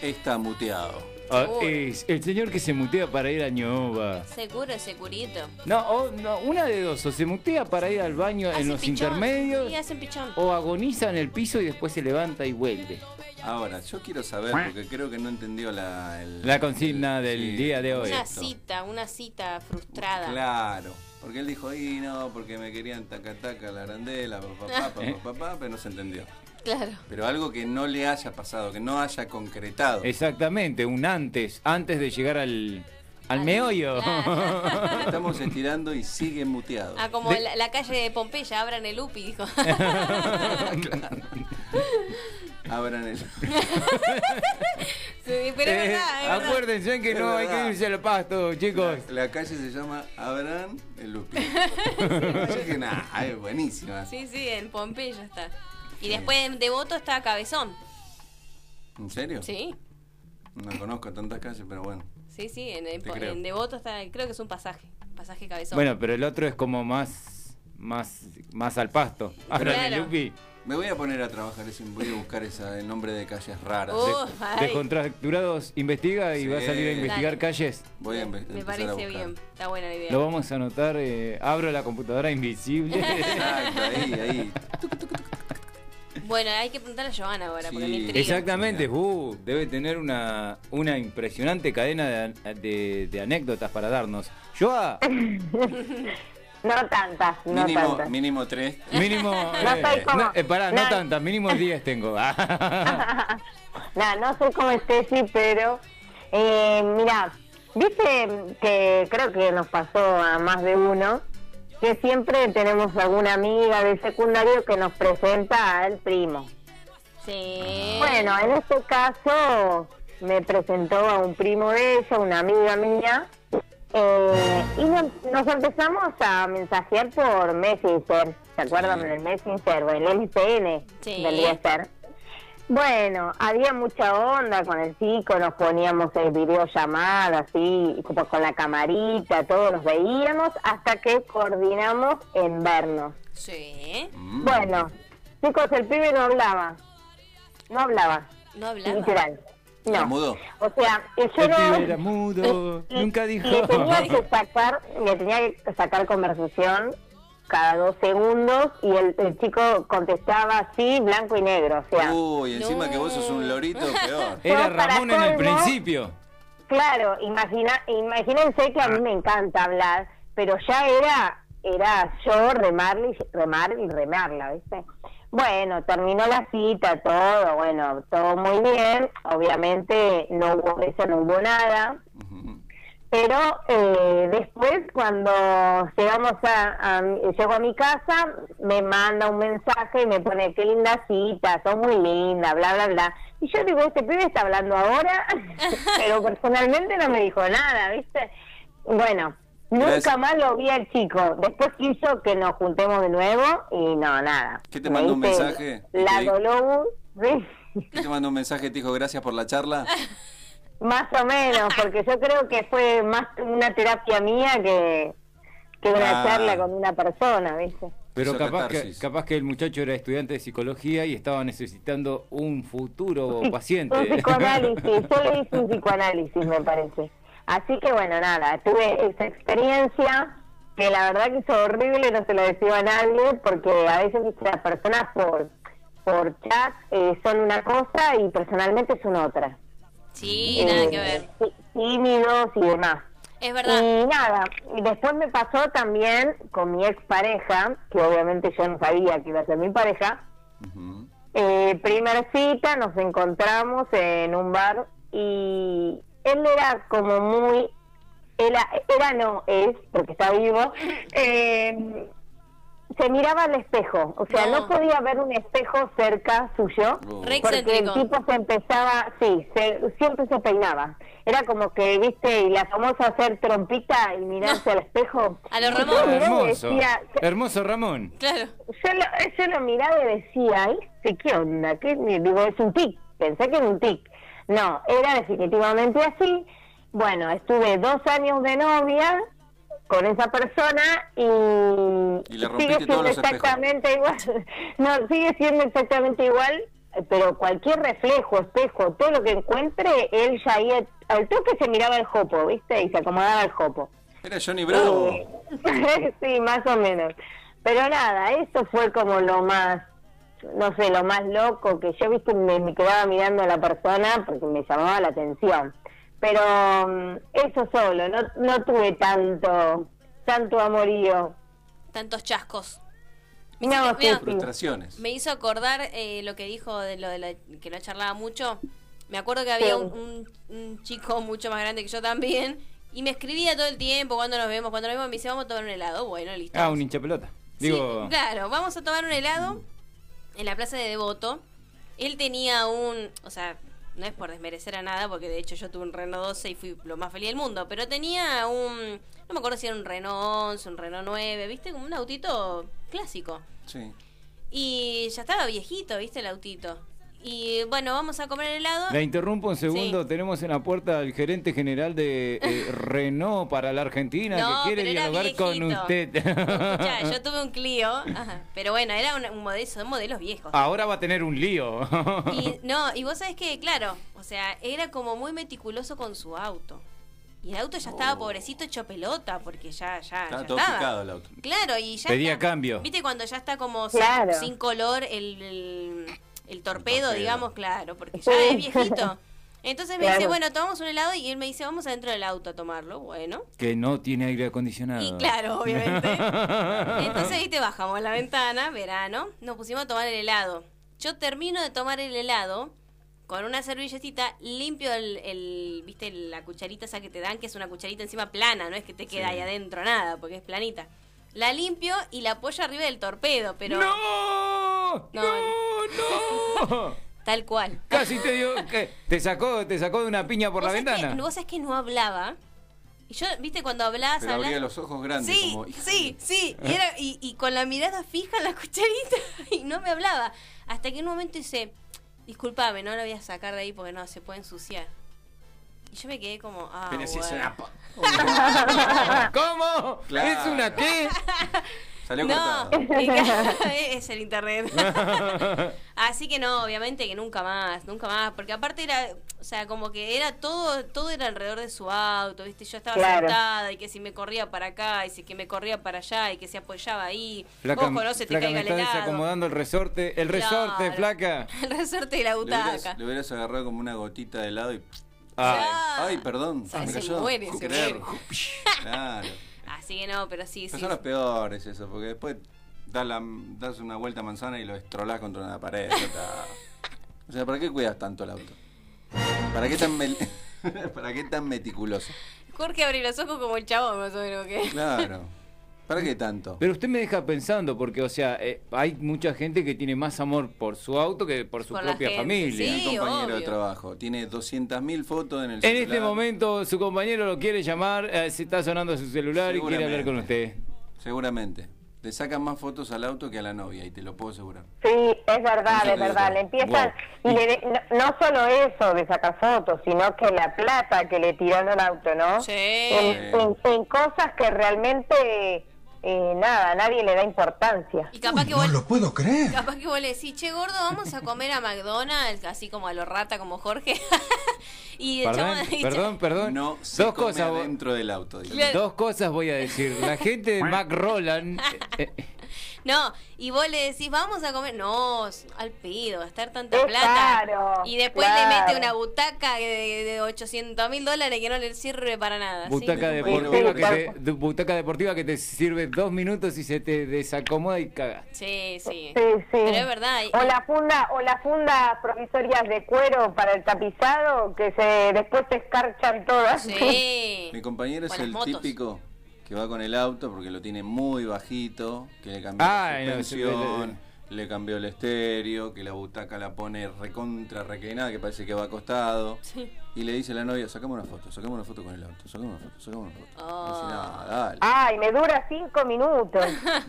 [SPEAKER 5] Está muteado.
[SPEAKER 3] Ah,
[SPEAKER 4] Uy.
[SPEAKER 3] es el señor que se mutea para ir a Ñova.
[SPEAKER 4] Seguro, segurito.
[SPEAKER 3] No, o- no, una de dos, o se mutea para ir al baño en los
[SPEAKER 4] Pichón.
[SPEAKER 3] intermedios,
[SPEAKER 4] Sí, hacen pichón.
[SPEAKER 3] o agoniza en el piso y después se levanta y vuelve.
[SPEAKER 5] Ahora, yo quiero saber, porque creo que no entendió la, el-
[SPEAKER 3] La consigna del día de hoy.
[SPEAKER 4] Una
[SPEAKER 5] esto.
[SPEAKER 4] cita, una cita frustrada.
[SPEAKER 5] Claro. Porque él dijo, y no, porque me querían taca-taca la arandela, papá,
[SPEAKER 3] Eh.
[SPEAKER 5] papá, papá, pero no se entendió.
[SPEAKER 4] Claro.
[SPEAKER 5] Pero algo que no le haya pasado, que no haya concretado.
[SPEAKER 3] Exactamente, un antes, antes de llegar al, al meollo.
[SPEAKER 5] Estamos estirando y sigue muteado.
[SPEAKER 4] Ah, como
[SPEAKER 3] De-
[SPEAKER 4] la, la calle de Pompeya, abran el UPI, dijo.
[SPEAKER 5] Abran el.
[SPEAKER 4] Sí, pero
[SPEAKER 5] Eh,
[SPEAKER 4] es verdad, es verdad.
[SPEAKER 3] Eh, acuérdense que no hay que irse al pasto, chicos.
[SPEAKER 5] La, la calle se llama Abraham el Lupi. Así que nada, es buenísima.
[SPEAKER 4] Sí, sí, en Pompeya está. Y después de voto está Cabezón.
[SPEAKER 5] ¿En serio?
[SPEAKER 4] Sí,
[SPEAKER 5] No conozco tantas calles, pero bueno.
[SPEAKER 4] sí, sí, en, en,
[SPEAKER 5] Te creo.
[SPEAKER 4] en Devoto está, creo que es un pasaje, pasaje Cabezón.
[SPEAKER 3] Bueno, pero el otro es como más, más, más al pasto. Abran Ah, el
[SPEAKER 4] Claro.
[SPEAKER 3] lupi.
[SPEAKER 5] Me voy a poner a trabajar, es- voy a buscar esa, el nombre de calles raras.
[SPEAKER 4] Oh,
[SPEAKER 5] Sí.
[SPEAKER 4] ay.
[SPEAKER 3] Descontracturados investiga y
[SPEAKER 5] Sí.
[SPEAKER 3] va a salir a investigar
[SPEAKER 4] Dale.
[SPEAKER 3] calles.
[SPEAKER 5] Voy a empe-
[SPEAKER 4] Me
[SPEAKER 5] empezar a
[SPEAKER 4] parece
[SPEAKER 5] buscar.
[SPEAKER 4] bien, está buena la idea.
[SPEAKER 3] Lo vamos a anotar. eh, abro la computadora invisible.
[SPEAKER 5] Exacto, ahí, ahí.
[SPEAKER 4] Bueno, hay que preguntar a Joana ahora, porque me intriga.
[SPEAKER 3] Exactamente, uh, debe tener una, una impresionante cadena de, an- de- de anécdotas para darnos. Joa,
[SPEAKER 7] No tantas, no
[SPEAKER 5] mínimo,
[SPEAKER 7] tantas.
[SPEAKER 5] mínimo tres.
[SPEAKER 3] mínimo.
[SPEAKER 7] No soy como-
[SPEAKER 3] no, eh, pará, no
[SPEAKER 7] no.
[SPEAKER 3] tantas, mínimo 10 tengo.
[SPEAKER 7] Nah, no soy como Ceci, pero eh, mira, viste que creo que nos pasó a más de uno que siempre tenemos alguna amiga del secundario que nos presenta al primo.
[SPEAKER 4] Sí.
[SPEAKER 7] Bueno, en este caso me presentó a un primo de ella, una amiga mía, eh, y nos, nos empezamos a mensajear por Messenger. ¿Se acuerdan del Messenger o el MCN?
[SPEAKER 4] Sí.
[SPEAKER 7] Debería ser. Bueno, había mucha onda con el chico, nos poníamos el videollamada así, como con la camarita, todos nos veíamos, hasta que coordinamos en vernos.
[SPEAKER 4] Sí.
[SPEAKER 5] Mm.
[SPEAKER 7] Bueno, chicos, el pibe no hablaba. No hablaba.
[SPEAKER 4] No hablaba.
[SPEAKER 7] Literal. No.
[SPEAKER 5] La mudó.
[SPEAKER 7] O sea, y yo
[SPEAKER 3] El
[SPEAKER 7] no-
[SPEAKER 3] pibe Este era mudo, nunca dijo.
[SPEAKER 7] Le tenía que sacar, le tenía que sacar conversación cada dos segundos y el, el chico contestaba así, blanco y negro. O
[SPEAKER 4] ah,
[SPEAKER 3] Uh.
[SPEAKER 7] sea,
[SPEAKER 5] Uy, encima que vos sos un lorito, peor.
[SPEAKER 3] Era
[SPEAKER 7] Yo, para
[SPEAKER 3] Ramón en el
[SPEAKER 7] colmo,
[SPEAKER 3] principio.
[SPEAKER 7] claro, imagina, imagínense que a mí
[SPEAKER 3] Ah.
[SPEAKER 7] me encanta hablar, pero ya era, era yo remarla y remar y remarla, ¿viste? Bueno, terminó la cita, todo, bueno, todo muy bien. Obviamente no hubo beso, no hubo nada. Pero eh, después, cuando llegamos a, a- llego a mi casa, me manda un mensaje y me pone, qué linda cita, son muy linda, bla, bla, bla. Y yo digo, este pibe está hablando ahora, pero personalmente no me dijo nada, ¿viste? Bueno, nunca
[SPEAKER 5] Gracias.
[SPEAKER 7] más lo vi al chico. Después quiso que nos juntemos de nuevo y no, nada.
[SPEAKER 5] ¿Qué te
[SPEAKER 7] Me
[SPEAKER 5] mandó un
[SPEAKER 7] dice,
[SPEAKER 5] mensaje?
[SPEAKER 7] La
[SPEAKER 5] Sí.
[SPEAKER 7] Dolou, ¿sí?
[SPEAKER 5] Te mando un mensaje, te dijo gracias por la charla.
[SPEAKER 7] Más o menos, porque yo creo que fue más una terapia mía que, que una
[SPEAKER 3] Ah.
[SPEAKER 7] charla con una persona, ¿viste?
[SPEAKER 3] Pero
[SPEAKER 5] Hizo
[SPEAKER 3] capaz que,
[SPEAKER 5] catarsis.
[SPEAKER 3] capaz que el muchacho era estudiante de psicología y estaba necesitando un futuro
[SPEAKER 7] Un
[SPEAKER 3] paciente.
[SPEAKER 7] psicoanálisis, yo le hice un psicoanálisis, me parece. Así que bueno, nada, tuve esa experiencia que la verdad que es horrible, no se lo deseo a nadie, porque a veces viste, las personas por, por chat eh, son una cosa y personalmente son otra.
[SPEAKER 4] Sí, nada que ver.
[SPEAKER 7] tí- Tímidos y demás.
[SPEAKER 4] Es verdad.
[SPEAKER 7] Y nada, y después me pasó también con mi expareja, que obviamente yo no sabía que iba a ser mi pareja. Eh, primera cita, nos encontramos en un bar y él era como muy. Era, era no, es, porque está vivo. eh, se miraba al espejo, o sea, no, podía ver un espejo cerca suyo,
[SPEAKER 4] Re
[SPEAKER 7] porque el
[SPEAKER 4] excéntrico.
[SPEAKER 7] tipo se empezaba, sí, se- siempre se peinaba. Era como que, viste, y la famosa hacer trompita y mirarse al espejo.
[SPEAKER 4] A lo
[SPEAKER 7] Yo
[SPEAKER 4] Ramón.
[SPEAKER 7] miraba y
[SPEAKER 3] Hermoso.
[SPEAKER 7] decía,
[SPEAKER 3] Hermoso Ramón.
[SPEAKER 4] Claro.
[SPEAKER 7] yo lo, yo lo miraba y decía, ¿este qué onda? ¿Qué? ni-?" Digo, es un tic. Pensé que era un tic. No, era definitivamente así. Bueno, estuve dos años de novia con esa persona y,
[SPEAKER 5] Y le rompiste todos
[SPEAKER 7] sigue siendo
[SPEAKER 5] los espejos.
[SPEAKER 7] exactamente igual. No, sigue siendo exactamente igual, pero cualquier reflejo, espejo, todo lo que encuentre, él ya ahí al- al toque se miraba el jopo, ¿viste? Y se acomodaba el jopo.
[SPEAKER 5] Era Johnny Bravo.
[SPEAKER 3] Oh.
[SPEAKER 7] sí, más o menos. Pero nada, eso fue como lo más, no sé, lo más loco que yo, viste, me, me quedaba mirando a la persona porque me llamaba la atención. Pero mm, eso solo, no, no tuve tanto, tanto amorío.
[SPEAKER 4] Tantos chascos.
[SPEAKER 7] No, sí,
[SPEAKER 4] Mira,
[SPEAKER 7] sí.
[SPEAKER 5] Frustraciones.
[SPEAKER 4] Me hizo acordar eh, lo que dijo de lo de la, que lo charlaba mucho. Me acuerdo que había
[SPEAKER 7] Sí.
[SPEAKER 4] un, un- un chico mucho más grande que yo también. Y me escribía todo el tiempo, cuando nos vemos, cuando nos vemos, me dice, vamos a tomar un helado. Bueno, listo.
[SPEAKER 3] Ah, un hincha pelota. Digo,
[SPEAKER 4] Claro, vamos a tomar un helado en la plaza de Devoto. Él tenía un. O sea, no es por desmerecer a nada, porque de hecho yo tuve un Renault 12 y fui lo más feliz del mundo. Pero tenía un. No me acuerdo si era un Renault 11, un Renault 9, ¿viste? Como un autito clásico.
[SPEAKER 5] Sí.
[SPEAKER 4] Y ya estaba viejito, ¿viste? El autito. Y bueno, vamos a comer el helado.
[SPEAKER 3] la interrumpo un segundo. Tenemos en la puerta al gerente general de eh, Renault para la Argentina
[SPEAKER 4] No,
[SPEAKER 3] que quiere
[SPEAKER 4] pero era
[SPEAKER 3] dialogar con
[SPEAKER 4] viejito.
[SPEAKER 3] usted. Ah,
[SPEAKER 4] Ya, yo tuve un Clio. ajá, Pero bueno, era un, un modelo, son modelos viejos.
[SPEAKER 3] Ahora va a tener un lío.
[SPEAKER 4] Y no, y vos sabés que, claro, o sea, era como muy meticuloso con su auto. Y el auto ya estaba pobrecito hecho pelota, porque ya, ya,
[SPEAKER 5] Oh. Estaba
[SPEAKER 4] ya
[SPEAKER 5] todo
[SPEAKER 4] estaba.
[SPEAKER 5] picado el auto.
[SPEAKER 4] Claro, y ya.
[SPEAKER 3] Pedía
[SPEAKER 4] está-
[SPEAKER 3] cambio.
[SPEAKER 4] Viste cuando ya está como sin,
[SPEAKER 5] Claro.
[SPEAKER 4] sin color el, el, el torpedo,
[SPEAKER 5] torpedo.
[SPEAKER 4] digamos, claro, porque
[SPEAKER 7] Sí.
[SPEAKER 4] ya es viejito. Entonces me
[SPEAKER 7] Claro.
[SPEAKER 4] dice, bueno, tomamos un helado y él me dice, vamos adentro del auto a tomarlo. Bueno.
[SPEAKER 3] Que no tiene aire acondicionado.
[SPEAKER 4] Y claro, obviamente. Entonces, viste, bajamos la ventana, verano, nos pusimos a tomar el helado. Yo termino de tomar el helado, con una servilletita limpio el, el- viste, la cucharita esa que te dan, que es una cucharita encima plana, no es que te queda
[SPEAKER 6] Sí.
[SPEAKER 4] ahí adentro nada, porque es planita. La limpio y la apoyo arriba del torpedo, pero...
[SPEAKER 3] ¡No!
[SPEAKER 4] No, Tal cual.
[SPEAKER 3] Casi te dio que te sacó, te sacó de una piña por la
[SPEAKER 4] ¿Vos sabés que-
[SPEAKER 3] ventana.
[SPEAKER 4] vos sabés que no hablaba. Y yo, viste, cuando hablabas,
[SPEAKER 5] Pero
[SPEAKER 4] hablabas-
[SPEAKER 5] abría los ojos grandes.
[SPEAKER 4] Sí,
[SPEAKER 5] como, "Hija
[SPEAKER 4] sí, sí. Y, era- y- y con la mirada fija en la cucharita y no me hablaba. Hasta que en un momento dice, disculpame, no la voy a sacar de ahí porque no, se puede ensuciar. Y yo me quedé como, ah,
[SPEAKER 5] Pero si es
[SPEAKER 4] bueno".
[SPEAKER 5] una po-
[SPEAKER 3] ¿Cómo?
[SPEAKER 5] Claro.
[SPEAKER 3] ¿Es una qué?
[SPEAKER 5] Salió
[SPEAKER 4] No,
[SPEAKER 5] cortado.
[SPEAKER 4] es el internet. Así que no, obviamente que nunca más, nunca más, porque aparte era, o sea, como que era todo, todo era alrededor de su auto, viste, yo estaba
[SPEAKER 6] Claro.
[SPEAKER 4] sentada y que si me corría para acá, y si que me corría para allá, y que se apoyaba ahí,
[SPEAKER 3] Flaca,
[SPEAKER 4] vos no se te
[SPEAKER 3] flaca,
[SPEAKER 4] caiga
[SPEAKER 3] me
[SPEAKER 4] el
[SPEAKER 3] estás
[SPEAKER 4] helado,
[SPEAKER 3] desacomodando el resorte. El resorte,
[SPEAKER 4] Claro.
[SPEAKER 3] flaca.
[SPEAKER 4] el resorte de la
[SPEAKER 5] Le hubieras,
[SPEAKER 4] butaca.
[SPEAKER 5] le hubieras agarrado como una gotita de helado y.
[SPEAKER 3] Ay,
[SPEAKER 5] Ay, perdón.
[SPEAKER 4] Ay,
[SPEAKER 5] me
[SPEAKER 4] Ah. se
[SPEAKER 5] cayó.
[SPEAKER 4] muere, se
[SPEAKER 5] Creer.
[SPEAKER 4] muere.
[SPEAKER 5] Claro.
[SPEAKER 4] Así que no, pero sí,
[SPEAKER 5] Esas
[SPEAKER 4] sí.
[SPEAKER 5] son las peores, eso, porque después das, la- das una vuelta a manzana y lo estrolás contra una pared. ya está. O sea, ¿para qué cuidas tanto el auto? ¿Para qué tan, mel- ¿Para qué tan meticuloso?
[SPEAKER 4] Jorge abre los ojos como el chabón, más o menos. Que...
[SPEAKER 5] Claro. ¿Para qué tanto?
[SPEAKER 3] Pero usted me deja pensando, porque, o sea, eh, hay mucha gente que tiene más amor por su auto que por su
[SPEAKER 5] Por la
[SPEAKER 3] propia
[SPEAKER 5] gente,
[SPEAKER 3] familia.
[SPEAKER 5] un compañero de trabajo. Tiene 200.000 fotos en el
[SPEAKER 3] En este
[SPEAKER 5] celular.
[SPEAKER 3] momento su compañero lo quiere llamar, eh, se está sonando su celular y quiere hablar con usted.
[SPEAKER 5] Seguramente. Le sacan más fotos al auto que a la novia, y te lo puedo asegurar.
[SPEAKER 7] Sí, es verdad,
[SPEAKER 5] Entonces,
[SPEAKER 7] es verdad. Le empiezan,
[SPEAKER 5] Wow.
[SPEAKER 7] y le de- no, no solo eso de sacar fotos, sino que la plata que le tiraron al auto, ¿no? En, en- en cosas que realmente, eh, nada, nadie le da importancia.
[SPEAKER 4] Y capaz que vos,
[SPEAKER 9] lo puedo
[SPEAKER 3] ¿Eh?
[SPEAKER 9] creer.
[SPEAKER 4] capaz que vos le decís, che, gordo, vamos a comer a McDonald's, así como a los rata como Jorge. y el
[SPEAKER 3] Perdón,
[SPEAKER 4] chabón dice,
[SPEAKER 3] perdón, perdón.
[SPEAKER 5] No,
[SPEAKER 3] dos cosas vo-
[SPEAKER 5] dentro del auto. dice.
[SPEAKER 4] Claro.
[SPEAKER 3] Dos cosas voy a decir. La gente de Mac Roland eh, eh,
[SPEAKER 4] No, y vos le decís, vamos a comer. No, s- al pido, gastar tanta
[SPEAKER 7] Es
[SPEAKER 4] plata.
[SPEAKER 7] caro,
[SPEAKER 4] y después le
[SPEAKER 7] claro.
[SPEAKER 4] mete una butaca de, de 800 mil dólares que no le sirve para nada. ¿sí?
[SPEAKER 3] butaca deportiva que te, de- butaca deportiva que te sirve dos minutos y se te desacomoda y cagas.
[SPEAKER 4] Sí, sí.
[SPEAKER 7] Sí, sí.
[SPEAKER 4] Pero es verdad. y-
[SPEAKER 7] O la funda, o las fundas provisorias de cuero para el tapizado que se después se escarchan todas.
[SPEAKER 5] Mi compañero es
[SPEAKER 7] Con las
[SPEAKER 5] el
[SPEAKER 7] motos.
[SPEAKER 5] típico que va con el auto porque lo tiene muy bajito, que le cambió
[SPEAKER 3] Ah, no,
[SPEAKER 5] la suspensión,
[SPEAKER 3] sí,
[SPEAKER 5] le cambió el estéreo, que la butaca la pone recontra reclinada, que parece que va acostado. Y le dice a la novia, sacame una foto, sacame una foto con el auto, sacame una foto, sacame una foto. Le dice,
[SPEAKER 4] Oh.
[SPEAKER 7] Ah.
[SPEAKER 5] "No, dale".
[SPEAKER 7] Ay, me dura cinco minutos.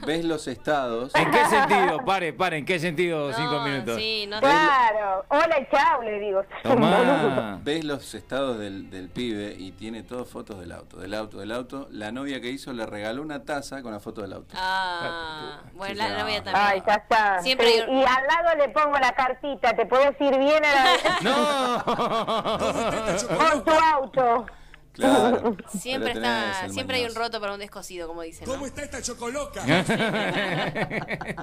[SPEAKER 5] Ves los estados.
[SPEAKER 3] ¿En qué sentido? Pare, pare, ¿en qué sentido cinco minutos?
[SPEAKER 7] Claro. Hola y chao, le digo.
[SPEAKER 3] Tomá.
[SPEAKER 5] Ves los estados del, del pibe y tiene todas fotos del auto, del auto, del auto. La novia que hizo le regaló una taza con la foto del auto.
[SPEAKER 4] Ah, bueno, la la novia también.
[SPEAKER 7] Ay, ya está.
[SPEAKER 4] Siempre
[SPEAKER 7] Sí,
[SPEAKER 4] hay un-
[SPEAKER 7] Y al lado le pongo la cartita, ¿te puedes ir bien a la... con tu auto?
[SPEAKER 5] Claro.
[SPEAKER 4] Siempre,
[SPEAKER 5] Pero tenés
[SPEAKER 4] está,
[SPEAKER 5] el
[SPEAKER 4] siempre hay un
[SPEAKER 5] mañoso.
[SPEAKER 4] roto para un descosido, como dicen. ¿Cómo está esta chocoloca?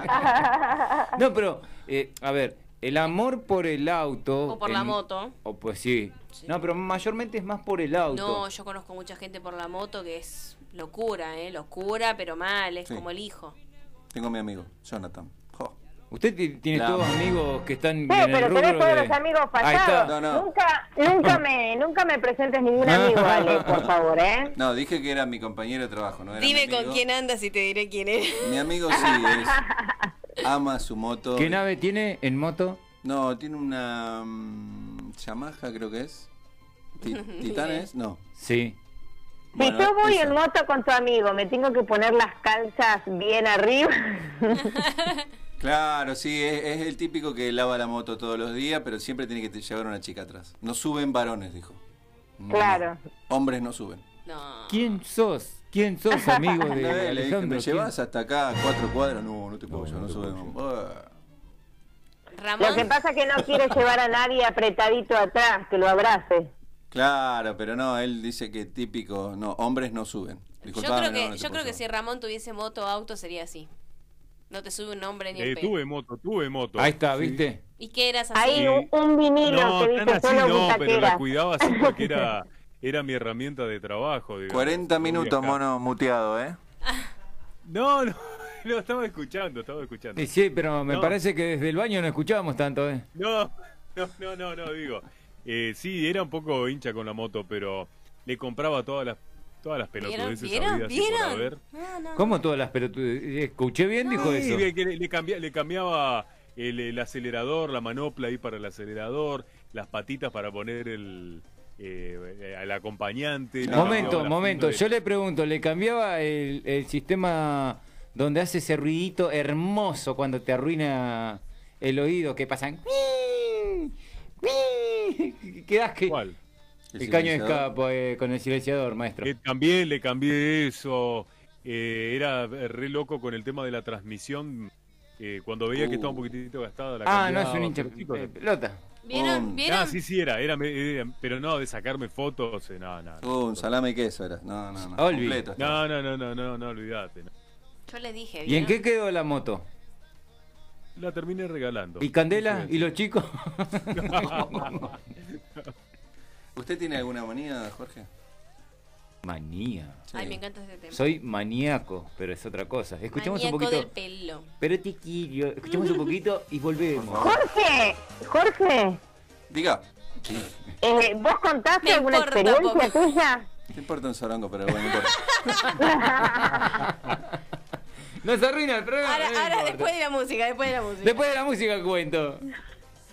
[SPEAKER 3] No, pero, eh, a ver, el amor por el auto.
[SPEAKER 4] O por la
[SPEAKER 3] en-
[SPEAKER 4] moto.
[SPEAKER 3] O pues sí. No, pero mayormente es más por el auto.
[SPEAKER 4] No, yo conozco mucha gente por la moto que es locura, ¿eh? Locura, pero mal, es
[SPEAKER 5] Sí.
[SPEAKER 4] como el hijo.
[SPEAKER 5] Tengo a mi amigo, Jonathan. Jo.
[SPEAKER 3] Usted ti- tiene
[SPEAKER 5] La
[SPEAKER 3] todos
[SPEAKER 5] amo.
[SPEAKER 3] amigos que están
[SPEAKER 7] Sí,
[SPEAKER 3] en el
[SPEAKER 7] Eh, pero
[SPEAKER 3] rubro
[SPEAKER 7] tenés todos
[SPEAKER 3] de-
[SPEAKER 7] los amigos
[SPEAKER 3] Ahí está.
[SPEAKER 7] fallados. Nunca, nunca me, nunca me presentes ningún amigo, Ale, por favor, ¿eh?
[SPEAKER 5] No, dije que era mi compañero de trabajo, no era
[SPEAKER 4] Dime
[SPEAKER 5] mi amigo.
[SPEAKER 4] con quién andas y te diré quién eres.
[SPEAKER 5] Mi amigo sí es. Ama su moto.
[SPEAKER 3] ¿Qué nave tiene en moto?
[SPEAKER 5] No, tiene una mm, Yamaha, creo que es. Ti- ¿Titanes? No.
[SPEAKER 3] Sí.
[SPEAKER 5] Bueno,
[SPEAKER 7] si yo voy
[SPEAKER 5] esa.
[SPEAKER 7] en moto con tu amigo, me tengo que poner las calzas bien arriba.
[SPEAKER 5] Claro, sí, es, es el típico que lava la moto todos los días, pero siempre tiene que te- llevar una chica atrás. No suben varones, dijo. No,
[SPEAKER 7] Claro.
[SPEAKER 5] no, Hombres no suben.
[SPEAKER 3] ¿Quién sos? ¿Quién sos, amigo
[SPEAKER 5] Una
[SPEAKER 3] de
[SPEAKER 5] vez le dije,
[SPEAKER 3] Alejandro?
[SPEAKER 5] ¿me llevas hasta acá a cuatro cuadras? No, no te puedo llevar, no, subimos. Ah.
[SPEAKER 7] Lo que pasa es que no quiere llevar a nadie apretadito atrás, que lo abrace.
[SPEAKER 5] Claro, pero no, él dice que típico, no, hombres no suben.
[SPEAKER 4] Yo
[SPEAKER 5] Disculpame,
[SPEAKER 4] creo
[SPEAKER 5] no,
[SPEAKER 4] que,
[SPEAKER 5] no te
[SPEAKER 4] yo
[SPEAKER 5] puedo
[SPEAKER 4] creo que
[SPEAKER 5] llevar.
[SPEAKER 4] si Ramón tuviese moto o auto sería así. No te sube un nombre ni
[SPEAKER 8] Eh,
[SPEAKER 4] el pelo.
[SPEAKER 8] tuve moto, tuve moto.
[SPEAKER 3] Ahí está, ¿viste?
[SPEAKER 4] ¿Y qué eras así?
[SPEAKER 7] Ahí un, un vinilo
[SPEAKER 8] No,
[SPEAKER 7] que
[SPEAKER 8] tan
[SPEAKER 7] dice
[SPEAKER 8] así
[SPEAKER 7] solo
[SPEAKER 8] no, pero
[SPEAKER 7] butaquera.
[SPEAKER 8] la cuidaba así porque era, era mi herramienta de trabajo. digamos.
[SPEAKER 5] 40
[SPEAKER 8] No
[SPEAKER 5] minutos,
[SPEAKER 8] viajaba.
[SPEAKER 5] mono, muteado, ¿eh?
[SPEAKER 8] No, no, lo estaba escuchando, estaba escuchando.
[SPEAKER 3] Eh, Sí, pero me
[SPEAKER 8] No.
[SPEAKER 3] parece que desde el baño no escuchábamos tanto, ¿eh?
[SPEAKER 8] No, no, no, no, no, digo. Eh, sí, era un poco hincha con la moto, pero le compraba todas las todas las pelotudeces
[SPEAKER 4] ¿Vieron?
[SPEAKER 8] habidas y por
[SPEAKER 4] ¿Vieron?
[SPEAKER 8] haber.
[SPEAKER 3] ¿Cómo todas las pelotudes? ¿Escuché bien? Dijo
[SPEAKER 8] Sí,
[SPEAKER 3] eso.
[SPEAKER 8] bien, que le, le cambia- le cambiaba el, el acelerador, la manopla ahí para el acelerador, las patitas para poner el eh, el acompañante. le cambiaba
[SPEAKER 3] Momento,
[SPEAKER 8] la
[SPEAKER 3] momento.
[SPEAKER 8] funda de-
[SPEAKER 3] Yo le pregunto, ¿le cambiaba el, el sistema donde hace ese ruidito hermoso cuando te arruina el oído? Que pasan. Quedás que. El, caño de
[SPEAKER 8] silenciador?
[SPEAKER 3] escapo eh, con el silenciador, maestro.
[SPEAKER 8] Le cambié, le cambié eso. Eh, era re loco con el tema de la transmisión. Eh, cuando veía
[SPEAKER 3] Uh.
[SPEAKER 8] que estaba un poquitito gastada la
[SPEAKER 3] Ah, no, es
[SPEAKER 8] cambiaba,
[SPEAKER 3] un hincha
[SPEAKER 8] pero, chicos,
[SPEAKER 3] eh, oh. pelota.
[SPEAKER 4] ¿Vieron? ¿Vieron?
[SPEAKER 8] Ah, sí, sí, era, era, era- pero no, de sacarme fotos, eh, no, no. No,
[SPEAKER 5] Uh, un salame y queso era. No, no, no.
[SPEAKER 3] Olvi.
[SPEAKER 5] Completo.
[SPEAKER 8] no, no, no, no, no, no, olvídate. no.
[SPEAKER 4] Yo le dije.
[SPEAKER 3] ¿Y en
[SPEAKER 4] ¿vieron?
[SPEAKER 3] qué quedó la moto?
[SPEAKER 8] La terminé regalando.
[SPEAKER 3] ¿Y Candela? ¿Y los chicos?
[SPEAKER 5] ¿Usted tiene alguna manía, Jorge?
[SPEAKER 3] Manía.
[SPEAKER 4] Ay, me encanta ese tema.
[SPEAKER 3] Soy maníaco, pero es otra cosa. Escuchemos
[SPEAKER 4] Maníaco
[SPEAKER 3] un poquito.
[SPEAKER 4] del pelo.
[SPEAKER 3] Pero tiquillo, escuchemos un poquito y volvemos.
[SPEAKER 7] Jorge, Jorge,
[SPEAKER 5] Diga.
[SPEAKER 7] eh, ¿vos contaste
[SPEAKER 4] Me
[SPEAKER 7] alguna
[SPEAKER 4] importa
[SPEAKER 7] experiencia
[SPEAKER 4] poco.
[SPEAKER 7] tuya?
[SPEAKER 5] ¿Qué importa un sorongo? Pero bueno, no importa.
[SPEAKER 3] Nos arruina el programa.
[SPEAKER 4] Ahora,
[SPEAKER 3] no me
[SPEAKER 4] ahora
[SPEAKER 3] importa.
[SPEAKER 4] después de la música, después de la música.
[SPEAKER 3] Después de la música cuento.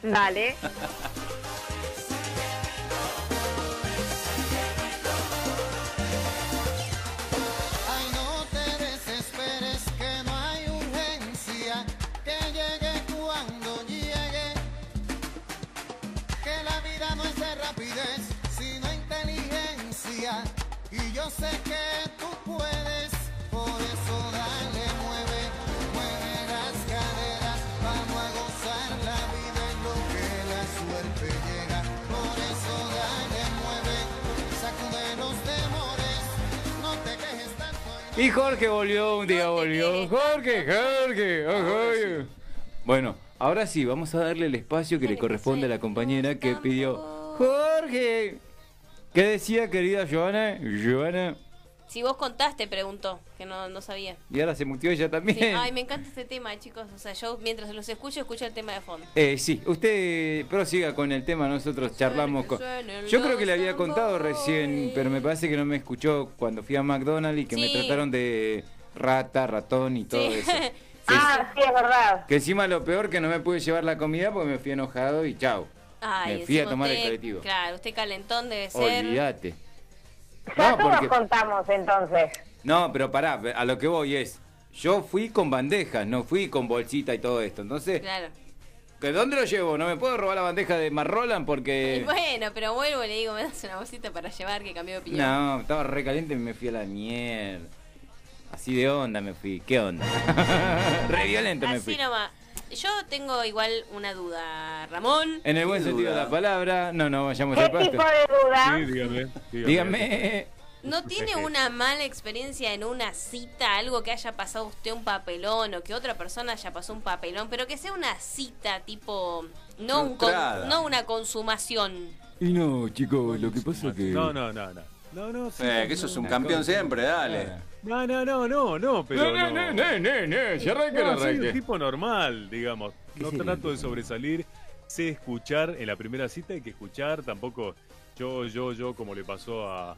[SPEAKER 7] Dale.
[SPEAKER 6] Ay, no te desesperes, que no hay urgencia, que llegue cuando llegue. Que la vida no es de rapidez, sino inteligencia. Y yo sé que tú puedes, por eso dale, mueve, mueve las caderas. Vamos a gozar la vida en lo que la suerte llega. Por eso dale, mueve, sacude los temores. No te quejes tanto.
[SPEAKER 3] Y Jorge volvió, un día volvió. Jorge, Jorge, oh, Jorge. Bueno, ahora sí, vamos a darle el espacio que le corresponde a la compañera que pidió. Jorge. ¿Qué decía, querida Joana? Joana.
[SPEAKER 4] Si vos contaste, preguntó, que no, no sabía.
[SPEAKER 3] Y ahora se mutió ella
[SPEAKER 4] Sí,
[SPEAKER 3] también.
[SPEAKER 4] Ay, me encanta este tema, chicos. O sea, yo mientras los escucho, escucho el tema de fondo.
[SPEAKER 3] Eh, sí, usted prosiga con el tema, nosotros charlamos con...
[SPEAKER 4] suenen
[SPEAKER 3] Yo creo que le había contado recién, pero me parece que no me escuchó cuando fui a McDonald's y que me
[SPEAKER 4] Sí.
[SPEAKER 3] trataron de rata, ratón y todo
[SPEAKER 4] Sí.
[SPEAKER 3] eso.
[SPEAKER 7] Ah, sí, es verdad.
[SPEAKER 3] Que encima lo peor que no me pude llevar la comida porque me fui enojado y chao.
[SPEAKER 4] Ay,
[SPEAKER 3] Me fui a
[SPEAKER 4] encima
[SPEAKER 3] tomar el
[SPEAKER 4] usted-
[SPEAKER 3] colectivo.
[SPEAKER 4] Claro, usted calentón debe ser.
[SPEAKER 3] Olvídate.
[SPEAKER 7] Ya
[SPEAKER 3] No,
[SPEAKER 7] todos
[SPEAKER 3] porque-
[SPEAKER 7] contamos entonces.
[SPEAKER 3] No, pero pará, a lo que voy es, yo fui con bandejas, no fui con bolsita y todo esto. Entonces,
[SPEAKER 4] Claro.
[SPEAKER 3] ¿que ¿dónde lo llevo? No me puedo robar la bandeja de Marroland porque...
[SPEAKER 4] Y bueno, pero vuelvo y le digo, me das una bolsita para llevar que cambió de opinión.
[SPEAKER 3] No, estaba recaliente y me fui a la mierda. Así de onda me fui. ¿Qué onda? Re violento me
[SPEAKER 4] Así
[SPEAKER 3] fui.
[SPEAKER 4] nomás. Yo tengo igual una duda, Ramón.
[SPEAKER 3] En el buen sentido de la palabra, no, no vayamos
[SPEAKER 4] ¿Qué
[SPEAKER 3] al pasto.
[SPEAKER 4] tipo de duda? Sí,
[SPEAKER 3] dígame. Dígame.
[SPEAKER 4] ¿No tiene una mala experiencia en una cita? Algo que haya pasado usted un papelón o que otra persona haya pasado un papelón, pero que sea una cita tipo... No, un con-
[SPEAKER 3] Frustrada.
[SPEAKER 4] no una consumación.
[SPEAKER 3] Y no, chicos, lo que pasa es que.
[SPEAKER 8] No, no, no, no. No, no, sí,
[SPEAKER 5] Eh, que
[SPEAKER 8] no,
[SPEAKER 5] sos un
[SPEAKER 8] no.
[SPEAKER 5] campeón siempre, dale.
[SPEAKER 8] No, no, no, no, no, pero.
[SPEAKER 3] Eh, No, no, no, no, no, no, si arranca,
[SPEAKER 8] No,
[SPEAKER 3] no
[SPEAKER 8] soy
[SPEAKER 3] arranque.
[SPEAKER 8] un tipo normal, digamos. No
[SPEAKER 3] Sí.
[SPEAKER 8] trato de sobresalir. Sé escuchar en la primera cita, hay que escuchar. Tampoco yo, yo, yo, como le pasó a,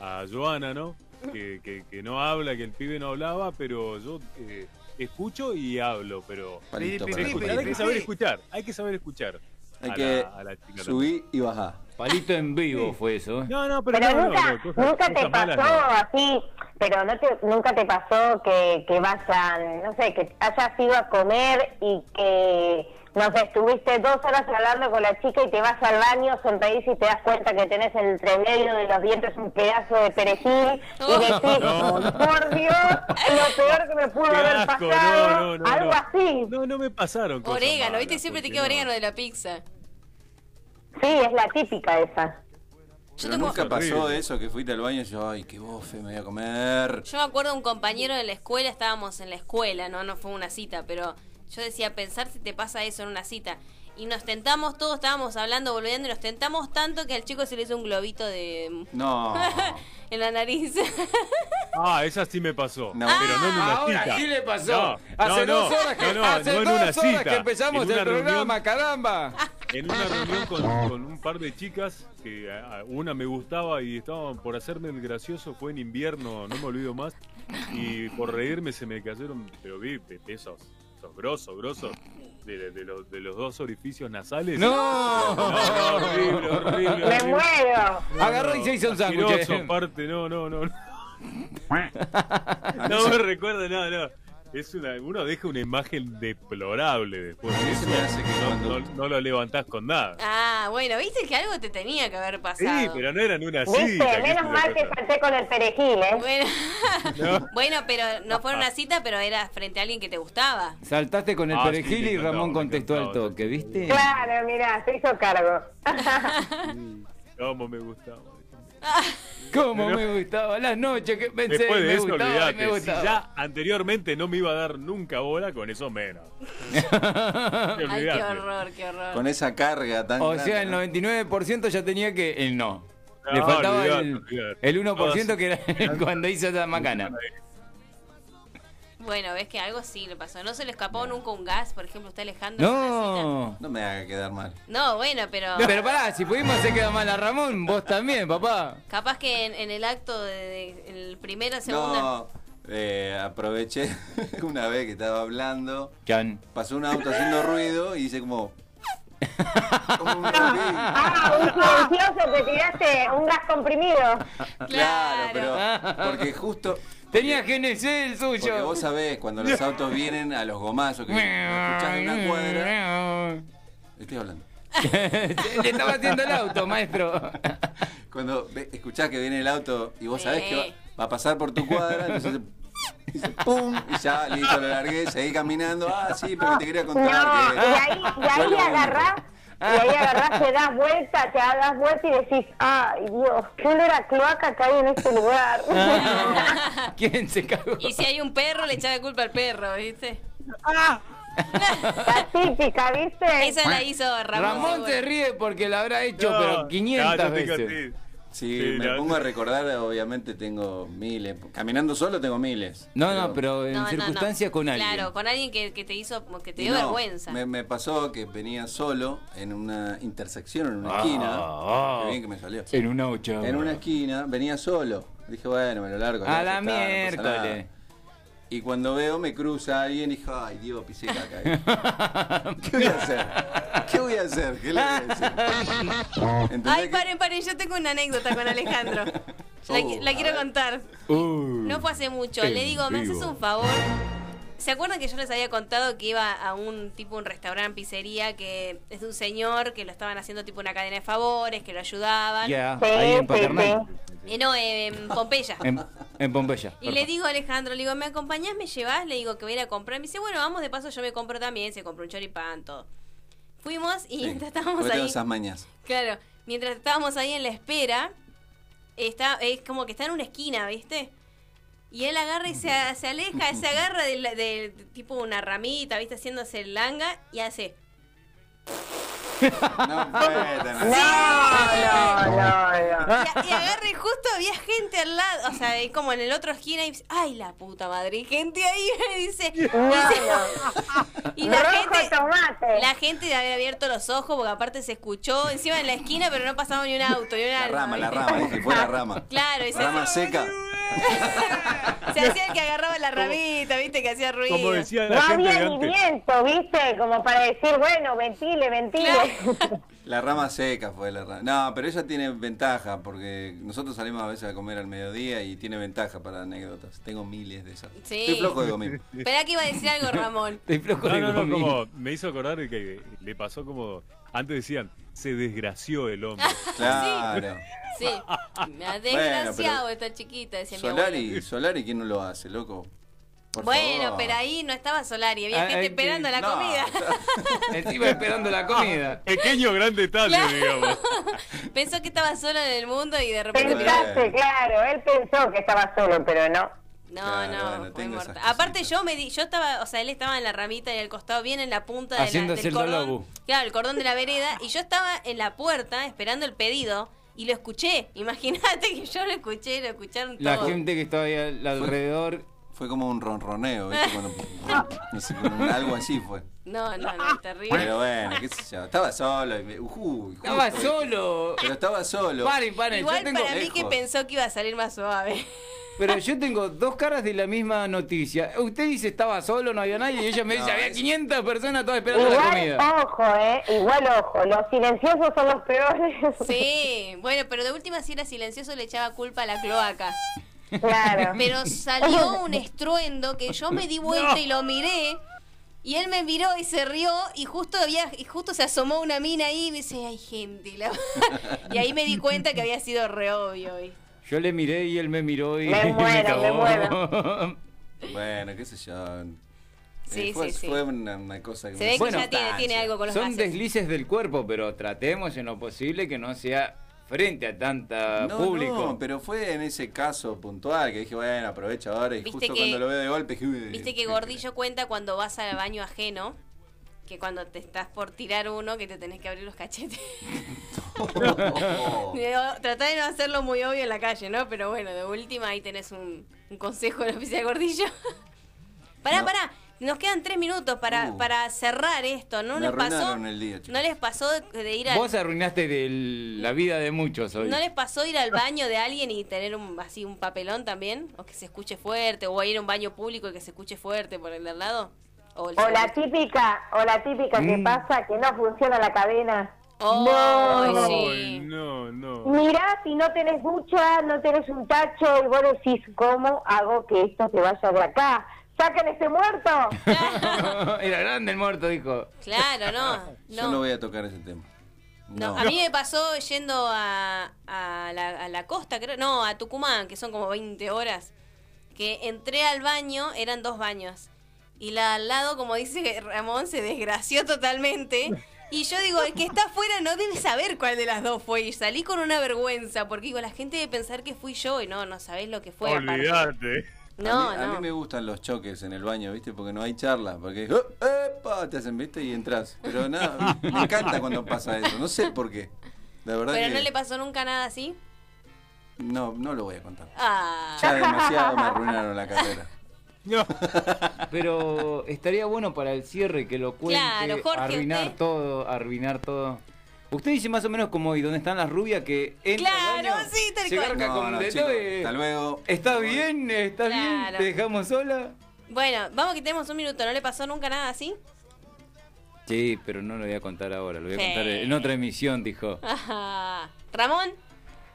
[SPEAKER 8] a Joana, ¿no? Que, que- que no habla, que el pibe no hablaba, pero yo eh, escucho y hablo, pero.
[SPEAKER 5] Palito,
[SPEAKER 8] Sé
[SPEAKER 5] palito,
[SPEAKER 8] escuchar,
[SPEAKER 5] palito.
[SPEAKER 8] Hay que saber escuchar, hay que saber escuchar.
[SPEAKER 5] Hay
[SPEAKER 8] a
[SPEAKER 5] que
[SPEAKER 8] la- a la chica
[SPEAKER 5] subir y bajar.
[SPEAKER 3] Palito en vivo fue eso. ¿eh?
[SPEAKER 8] No, no,
[SPEAKER 7] Pero, nunca, nunca te pasó así, pero no te, nunca te pasó que, que vayan, no sé, que hayas ido a comer y que, no sé, estuviste dos horas hablando con la chica y te vas al baño, sonreís y te das cuenta que tenés en el entremedio de los dientes un pedazo de perejil y decís, "Oh, por Dios, lo peor que me pudo
[SPEAKER 8] Qué
[SPEAKER 7] haber
[SPEAKER 8] asco,
[SPEAKER 7] pasado,
[SPEAKER 8] no, no, no,
[SPEAKER 7] algo
[SPEAKER 8] no.
[SPEAKER 7] así.
[SPEAKER 8] No, no me pasaron cosas
[SPEAKER 4] Orégano,
[SPEAKER 8] malas,
[SPEAKER 4] ¿viste? Siempre te
[SPEAKER 8] porque
[SPEAKER 4] queda
[SPEAKER 8] no.
[SPEAKER 4] orégano de la pizza.
[SPEAKER 7] Sí, es la típica esa.
[SPEAKER 5] Pero
[SPEAKER 4] tengo-
[SPEAKER 5] nunca
[SPEAKER 4] Es
[SPEAKER 5] pasó
[SPEAKER 4] horrible.
[SPEAKER 5] eso que fuiste al baño y yo, ay, qué bofe, me voy a comer.
[SPEAKER 4] Yo me acuerdo de un compañero de la escuela, estábamos en la escuela, no no fue una cita, pero yo decía, pensar si te pasa eso en una cita. Y nos tentamos todos, estábamos hablando, volviendo, y nos tentamos tanto que al chico se le hizo un globito de
[SPEAKER 8] No.
[SPEAKER 4] en la nariz.
[SPEAKER 8] Ah, esa sí me pasó. pero no en una
[SPEAKER 3] Ahora
[SPEAKER 8] cita.
[SPEAKER 3] sí le pasó.
[SPEAKER 8] No,
[SPEAKER 3] hace
[SPEAKER 8] no,
[SPEAKER 3] dos
[SPEAKER 8] no,
[SPEAKER 3] horas que,
[SPEAKER 8] no, no,
[SPEAKER 3] hace
[SPEAKER 8] no en
[SPEAKER 3] dos
[SPEAKER 8] una
[SPEAKER 3] horas
[SPEAKER 8] cita.
[SPEAKER 3] que empezamos
[SPEAKER 8] En una
[SPEAKER 3] el programa,
[SPEAKER 8] reunión-
[SPEAKER 3] caramba.
[SPEAKER 8] En una reunión con, con un par de chicas, que a- a- una me gustaba y estaban por hacerme el gracioso, fue en invierno, no me olvido más. Y por reírme se me cayeron, pero vi pe- esos, esos grosos, grosos, de, de los, de los dos orificios nasales.
[SPEAKER 3] ¡No!
[SPEAKER 8] No, horrible, horrible.
[SPEAKER 3] Me
[SPEAKER 8] horrible.
[SPEAKER 3] muero.
[SPEAKER 8] No,
[SPEAKER 3] Agarró
[SPEAKER 8] no,
[SPEAKER 3] y se hizo un sándwich,
[SPEAKER 8] asqueroso,
[SPEAKER 3] eh.
[SPEAKER 8] aparte, no, no, no. No me recuerda, no, no. Es una, uno deja una imagen deplorable después. de eso. no, no- no lo levantás con nada.
[SPEAKER 4] ah, bueno, viste que algo te tenía que haber
[SPEAKER 8] Sí,
[SPEAKER 4] pasado.
[SPEAKER 8] pero no eran una cita.
[SPEAKER 7] Viste,
[SPEAKER 8] ¿qué
[SPEAKER 7] menos
[SPEAKER 8] sé yo,
[SPEAKER 7] mal que
[SPEAKER 8] cosa?
[SPEAKER 7] salté con el perejil, ¿eh?
[SPEAKER 4] Bueno,
[SPEAKER 8] No.
[SPEAKER 4] bueno, pero no fue una cita, pero era frente a alguien que te gustaba.
[SPEAKER 3] Saltaste con el
[SPEAKER 8] Ah, sí,
[SPEAKER 3] perejil
[SPEAKER 8] me
[SPEAKER 3] y Ramón
[SPEAKER 8] encantaba,
[SPEAKER 3] contestó al toque, ¿viste?
[SPEAKER 7] Claro, mirá, se hizo cargo.
[SPEAKER 8] Cómo me gustaba.
[SPEAKER 3] ¿Cómo
[SPEAKER 8] Pero-
[SPEAKER 3] me gustaba las noches que pensé?
[SPEAKER 8] Después de
[SPEAKER 3] me
[SPEAKER 8] eso,
[SPEAKER 3] gustaba, me
[SPEAKER 8] olvidate. Si
[SPEAKER 3] gustaba.
[SPEAKER 8] ya anteriormente no me iba a dar nunca bola, con eso menos.
[SPEAKER 4] Ay, qué
[SPEAKER 8] Olvidate.
[SPEAKER 4] horror, qué horror.
[SPEAKER 5] Con esa carga tan
[SPEAKER 3] O
[SPEAKER 5] grande,
[SPEAKER 3] sea, el
[SPEAKER 5] ¿no?
[SPEAKER 3] 99% ya tenía que el no.
[SPEAKER 5] No,
[SPEAKER 3] Le faltaba
[SPEAKER 5] olvidate,
[SPEAKER 3] el,
[SPEAKER 5] olvidate.
[SPEAKER 3] el 1%
[SPEAKER 5] Todas-
[SPEAKER 3] que era cuando hizo esa macana.
[SPEAKER 4] Bueno, ves que algo sí le pasó. No se le escapó nunca un gas, por ejemplo, usted Alejandro.
[SPEAKER 20] No.
[SPEAKER 5] No me haga quedar mal.
[SPEAKER 4] No, bueno, pero.
[SPEAKER 20] Pero pará, si pudimos hacer quedar mal a Ramón, vos también, papá.
[SPEAKER 4] Capaz que en, en el acto de, de- el primero, segunda.
[SPEAKER 5] No, eh, aproveché una vez que estaba hablando.
[SPEAKER 20] Chan.
[SPEAKER 5] Pasó un auto haciendo ruido y hice como.
[SPEAKER 7] Ah, un silencioso te tiraste un gas comprimido.
[SPEAKER 5] Claro, pero. Porque justo.
[SPEAKER 20] Tenía GNC el suyo.
[SPEAKER 5] Porque vos sabés, cuando los autos vienen a los gomazos que escuchás en una cuadra. Estoy hablando.
[SPEAKER 20] Le estaba haciendo el auto, maestro.
[SPEAKER 5] Cuando ve- escuchás que viene el auto y vos sabés
[SPEAKER 20] Sí.
[SPEAKER 5] que va, va a pasar por tu cuadra, entonces hace- dice pum, y ya listo, lo largué, seguí caminando. Ah, sí, porque te quería
[SPEAKER 7] No, y
[SPEAKER 5] contar que.
[SPEAKER 7] ahí, y ahí agarrás, y ahí agarrás, te das vuelta, te das vuelta y decís, ay Dios, qué olor a cloaca que hay en este lugar.
[SPEAKER 5] Ah.
[SPEAKER 20] ¿Quién se cagó?
[SPEAKER 4] Y si hay un perro, le echaba culpa al perro, ¿viste?
[SPEAKER 7] Ah, la típica, ¿viste?
[SPEAKER 4] Esa la hizo Ramón.
[SPEAKER 20] Ramón se ríe porque la habrá hecho, pero 500 veces.
[SPEAKER 5] Sí,
[SPEAKER 20] Sí,
[SPEAKER 5] me
[SPEAKER 20] no.
[SPEAKER 5] pongo a recordar, obviamente tengo miles. Caminando solo tengo miles.
[SPEAKER 20] No, no, pero en circunstancias con alguien.
[SPEAKER 4] Claro, con alguien que, que te hizo, como que te
[SPEAKER 5] Y
[SPEAKER 4] dio
[SPEAKER 5] no,
[SPEAKER 4] vergüenza.
[SPEAKER 5] Me, me pasó que venía solo en una intersección, en una
[SPEAKER 20] Ah,
[SPEAKER 5] esquina.
[SPEAKER 20] ah.
[SPEAKER 5] Qué bien que me salió.
[SPEAKER 20] En una ocho.
[SPEAKER 5] En una esquina, venía solo. Dije, bueno, me lo largo.
[SPEAKER 20] A
[SPEAKER 5] ya
[SPEAKER 20] la
[SPEAKER 5] está, no pasa
[SPEAKER 20] miércoles.
[SPEAKER 5] nada. Y cuando veo, me cruza alguien y dije, ay, Diego, pisé caca. ¿Qué voy a hacer? ¿Qué voy a hacer? ¿Qué le voy a decir? Entendés
[SPEAKER 4] Ay,
[SPEAKER 5] que-
[SPEAKER 4] paren, paren, yo tengo una anécdota con Alejandro. La, qui-
[SPEAKER 5] Uh,
[SPEAKER 4] la
[SPEAKER 5] a
[SPEAKER 4] quiero contar.
[SPEAKER 5] Uh.
[SPEAKER 4] No fue hace mucho. Le
[SPEAKER 20] en
[SPEAKER 4] digo, ¿me haces
[SPEAKER 20] vivo".
[SPEAKER 4] un favor? ¿Se acuerdan que yo les había contado que iba a un tipo, un restaurante, pizzería, que es de un señor que lo estaban haciendo tipo una cadena de favores, que lo ayudaban?
[SPEAKER 20] Ya, ahí en Paternal.
[SPEAKER 4] Eh, no, eh, en Pompeya.
[SPEAKER 20] En, en Pompeya.
[SPEAKER 4] Y le digo a Alejandro, le digo, ¿me acompañás, me llevás? Le digo que voy a ir a comprar. Me dice, bueno, vamos de paso, yo me compro también. Se compró un choripán, todo. Fuimos y mientras estábamos
[SPEAKER 5] Porque tengo
[SPEAKER 4] ahí.
[SPEAKER 5] esas mañas.
[SPEAKER 4] Claro, mientras estábamos ahí en la espera, está, es como que está en una esquina, ¿viste? Y él agarra y se, se aleja, se agarra de, la- de tipo una ramita, ¿viste? Haciéndose el langa y hace.
[SPEAKER 5] No puede tener.
[SPEAKER 7] No, no, no.
[SPEAKER 4] Y agarra y justo había gente al lado, o sea, y como en el otro esquina y dice, ay la puta madre, y gente ahí me dice, y la gente la gente había abierto los ojos porque aparte se escuchó encima en la esquina, pero no pasaba ni un auto, ni un
[SPEAKER 5] La
[SPEAKER 4] alma,
[SPEAKER 5] rama, la
[SPEAKER 4] ¿viste?
[SPEAKER 5] rama, dije, fue la rama.
[SPEAKER 4] Claro, y se,
[SPEAKER 5] Rama seca.
[SPEAKER 4] se hacía el que agarraba la ramita, viste, que hacía ruido.
[SPEAKER 5] como decía
[SPEAKER 7] no
[SPEAKER 5] la gente
[SPEAKER 7] había
[SPEAKER 5] de
[SPEAKER 7] ni
[SPEAKER 5] antes.
[SPEAKER 7] viento, ¿viste? Como para decir, bueno, ventile, ventile.
[SPEAKER 5] La rama seca fue la rama. No, pero ella tiene ventaja, porque nosotros salimos a veces a comer al mediodía y tiene ventaja para anécdotas. Tengo miles de esas.
[SPEAKER 4] Sí.
[SPEAKER 5] Estoy flojo de comer.
[SPEAKER 4] Esperá que iba a decir algo, Ramón.
[SPEAKER 8] No, no, no,
[SPEAKER 20] gomín.
[SPEAKER 8] como me hizo acordar que le pasó como. Antes decían, se desgració el hombre.
[SPEAKER 5] Claro.
[SPEAKER 4] Ah, Sí, me ha desgraciado esta chiquita, decía mi abuela.
[SPEAKER 5] Solari, Solari, ¿quién no lo hace, loco? Por
[SPEAKER 4] Bueno,
[SPEAKER 5] favor.
[SPEAKER 4] pero ahí no estaba Solari, había
[SPEAKER 5] Ah,
[SPEAKER 4] gente
[SPEAKER 5] hay que-
[SPEAKER 4] esperando la
[SPEAKER 5] no.
[SPEAKER 4] comida.
[SPEAKER 20] Encima esperando la comida.
[SPEAKER 8] Pequeño, gran detalle,
[SPEAKER 4] Claro.
[SPEAKER 8] digamos.
[SPEAKER 4] Pensó que estaba solo en el mundo y de repente.
[SPEAKER 7] Pensaste, claro, él pensó que estaba solo, pero no.
[SPEAKER 4] No,
[SPEAKER 5] Claro,
[SPEAKER 4] no,
[SPEAKER 5] bueno,
[SPEAKER 4] fue
[SPEAKER 5] tengo
[SPEAKER 4] mortal.
[SPEAKER 5] esas
[SPEAKER 4] Aparte yo me di, yo estaba, o sea, él estaba en la ramita y al costado, bien en la punta de la-
[SPEAKER 20] Haciéndose
[SPEAKER 4] del
[SPEAKER 20] el
[SPEAKER 4] cordón.
[SPEAKER 20] dolabu.
[SPEAKER 4] Claro, el cordón de la vereda y yo estaba en la puerta esperando el pedido y lo escuché. Imagínate que yo lo escuché, lo escucharon
[SPEAKER 20] La
[SPEAKER 4] todos.
[SPEAKER 20] gente que estaba ahí al- alrededor.
[SPEAKER 5] Fue como un ronroneo, ¿viste? Cuando, no sé, como un- algo así fue.
[SPEAKER 4] No, no, no, terrible.
[SPEAKER 5] Pero bueno, qué sé yo. Estaba solo. y me- ujú,
[SPEAKER 20] Estaba
[SPEAKER 5] justo,
[SPEAKER 20] solo.
[SPEAKER 5] Pero estaba solo.
[SPEAKER 20] Paren, paren,
[SPEAKER 4] Igual
[SPEAKER 20] yo tengo
[SPEAKER 4] para mí que
[SPEAKER 20] lejos.
[SPEAKER 4] pensó que iba a salir más suave.
[SPEAKER 20] Pero yo tengo dos caras de la misma noticia. Usted dice estaba solo, no había nadie, y ella me dice
[SPEAKER 7] No,
[SPEAKER 20] había
[SPEAKER 7] es-
[SPEAKER 20] 500 personas todas esperando la
[SPEAKER 7] Igual,
[SPEAKER 20] comida.
[SPEAKER 7] ojo, ¿eh? Igual, ojo. Los silenciosos son los peores.
[SPEAKER 4] Sí, bueno, pero de última si era silencioso le echaba culpa a la cloaca.
[SPEAKER 7] Claro.
[SPEAKER 4] Pero salió un estruendo que yo me di vuelta y lo miré. Y él me miró y se rió y justo había y justo se asomó una mina ahí y me dice, "Ay, gente." y la- y ahí me di cuenta que había sido re obvio. ¿viste?
[SPEAKER 20] Yo le miré y él me miró y
[SPEAKER 7] Me
[SPEAKER 20] y
[SPEAKER 7] muero, me
[SPEAKER 20] cagó.
[SPEAKER 7] muero.
[SPEAKER 5] Bueno, qué sé yo. Eh,
[SPEAKER 4] Sí,
[SPEAKER 5] fue,
[SPEAKER 4] sí, sí.
[SPEAKER 5] fue Una, una cosa que
[SPEAKER 4] Se
[SPEAKER 5] me-
[SPEAKER 4] ve que ya tiene, tiene algo con los
[SPEAKER 20] Son
[SPEAKER 4] gases.
[SPEAKER 20] deslices del cuerpo, pero tratemos en lo posible que no sea frente a tanta
[SPEAKER 5] No,
[SPEAKER 20] público.
[SPEAKER 5] no, pero fue en ese caso puntual que dije, bueno, aprovecha ahora y
[SPEAKER 4] Viste
[SPEAKER 5] justo
[SPEAKER 4] que-
[SPEAKER 5] cuando lo veo de golpe dije, "Uy".
[SPEAKER 4] Viste que Gordillo cuenta cuando vas al baño ajeno, que cuando te estás por tirar uno que te tenés que abrir los cachetes. Digo, Tratá de no hacerlo muy obvio en la calle, ¿no? Pero bueno, de última ahí tenés un, un consejo del oficial Gordillo. Pará, pará. Nos quedan tres minutos para, para cerrar esto. ¿No
[SPEAKER 5] Uh. Me
[SPEAKER 4] les pasó?
[SPEAKER 5] arruinaron el día, chicos.
[SPEAKER 4] ¿No les pasó de de ir al,
[SPEAKER 3] Vos arruinaste del- la vida de muchos hoy.
[SPEAKER 4] ¿No les pasó ir al baño de alguien y tener un, así un papelón también? ¿O que se escuche fuerte? ¿O ir a un baño público y que se escuche fuerte por el de al lado? ¿O el
[SPEAKER 7] O la típica, o la típica que pasa que no funciona la cadena.
[SPEAKER 4] Ay,
[SPEAKER 7] no.
[SPEAKER 8] Ay, no, no.
[SPEAKER 7] Mirá, si no tenés ducha, no tenés un tacho y vos decís, ¿cómo hago que esto se vaya de acá? ¡Saquen ese muerto!
[SPEAKER 3] Era grande el muerto, dijo.
[SPEAKER 4] Claro, no.
[SPEAKER 5] Yo no
[SPEAKER 4] no.
[SPEAKER 5] voy a tocar ese tema.
[SPEAKER 4] No, A mí me pasó yendo a, a la, a la costa, creo. No, a Tucumán, que son como 20 horas. Que entré al baño, eran dos baños. Y la al lado, como dice Ramón, se desgració totalmente. Y yo digo, el que está afuera no debe saber cuál de las dos fue. Y salí con una vergüenza, porque digo, la gente debe pensar que fui yo. Y no, no sabés lo que fue. aparte.
[SPEAKER 8] Olvídate.
[SPEAKER 4] No,
[SPEAKER 5] a mí, a
[SPEAKER 4] no.
[SPEAKER 5] mí me gustan los choques en el baño, ¿viste? Porque no hay charla. Porque ¡Oh, epa! te hacen, ¿viste? Y entras. Pero nada, me encanta cuando pasa eso. No sé por qué. La verdad
[SPEAKER 4] Pero
[SPEAKER 5] que
[SPEAKER 4] no le pasó nunca nada así.
[SPEAKER 5] no, no lo voy a contar.
[SPEAKER 4] Ah.
[SPEAKER 5] Ya demasiado me arruinaron la carrera.
[SPEAKER 3] Pero estaría bueno para el cierre que lo cuente.
[SPEAKER 4] Claro, Jorge,
[SPEAKER 3] arruinar
[SPEAKER 4] usted.
[SPEAKER 3] todo, arruinar todo. Usted dice más o menos como y donde están las rubias que entra al
[SPEAKER 4] Claro,
[SPEAKER 3] baño,
[SPEAKER 4] sí, tal
[SPEAKER 3] se
[SPEAKER 4] cual.
[SPEAKER 3] garca
[SPEAKER 5] No,
[SPEAKER 3] con
[SPEAKER 5] no,
[SPEAKER 3] dedo
[SPEAKER 5] chicos,
[SPEAKER 3] de-
[SPEAKER 5] hasta luego.
[SPEAKER 3] ¿Está bien? ¿Está bien?
[SPEAKER 4] Claro.
[SPEAKER 3] ¿Te dejamos sola?
[SPEAKER 4] Bueno, vamos que tenemos un minuto. ¿No le pasó nunca nada así?
[SPEAKER 3] Sí, pero no lo voy a contar ahora, lo voy a
[SPEAKER 4] Sí.
[SPEAKER 3] contar en otra emisión, dijo.
[SPEAKER 4] Ajá. Ramón.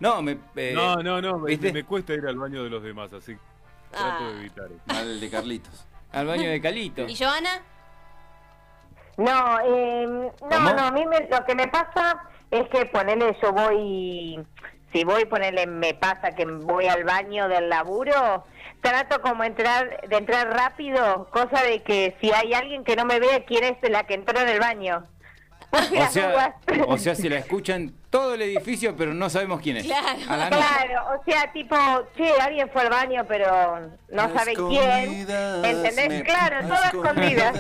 [SPEAKER 3] No, me. eh,
[SPEAKER 8] no, no, no. Me,
[SPEAKER 3] ¿viste?
[SPEAKER 8] me cuesta ir al baño de los demás, así que trato de evitar.
[SPEAKER 5] Al de Carlitos.
[SPEAKER 3] Al baño de Calito.
[SPEAKER 4] Ah. ¿Y Joana?
[SPEAKER 7] No, eh, no, no, a mí me- lo que me pasa es que ponele, yo voy, si voy, ponele, me pasa que voy al baño del laburo, trato como entrar, de entrar rápido, cosa de que si hay alguien que no me vea, quién es la que entró en el baño. Por si
[SPEAKER 3] O
[SPEAKER 7] las dudas.
[SPEAKER 3] sea, eh, o sea, se la escuchan todo el edificio, pero no sabemos quién es. A la noche.
[SPEAKER 7] Claro, o sea, tipo, che, alguien fue al baño, pero no
[SPEAKER 3] A
[SPEAKER 7] sabe quién.
[SPEAKER 3] escondidas
[SPEAKER 7] ¿Entendés?
[SPEAKER 3] me-
[SPEAKER 7] claro,
[SPEAKER 3] a
[SPEAKER 7] todo escondidas.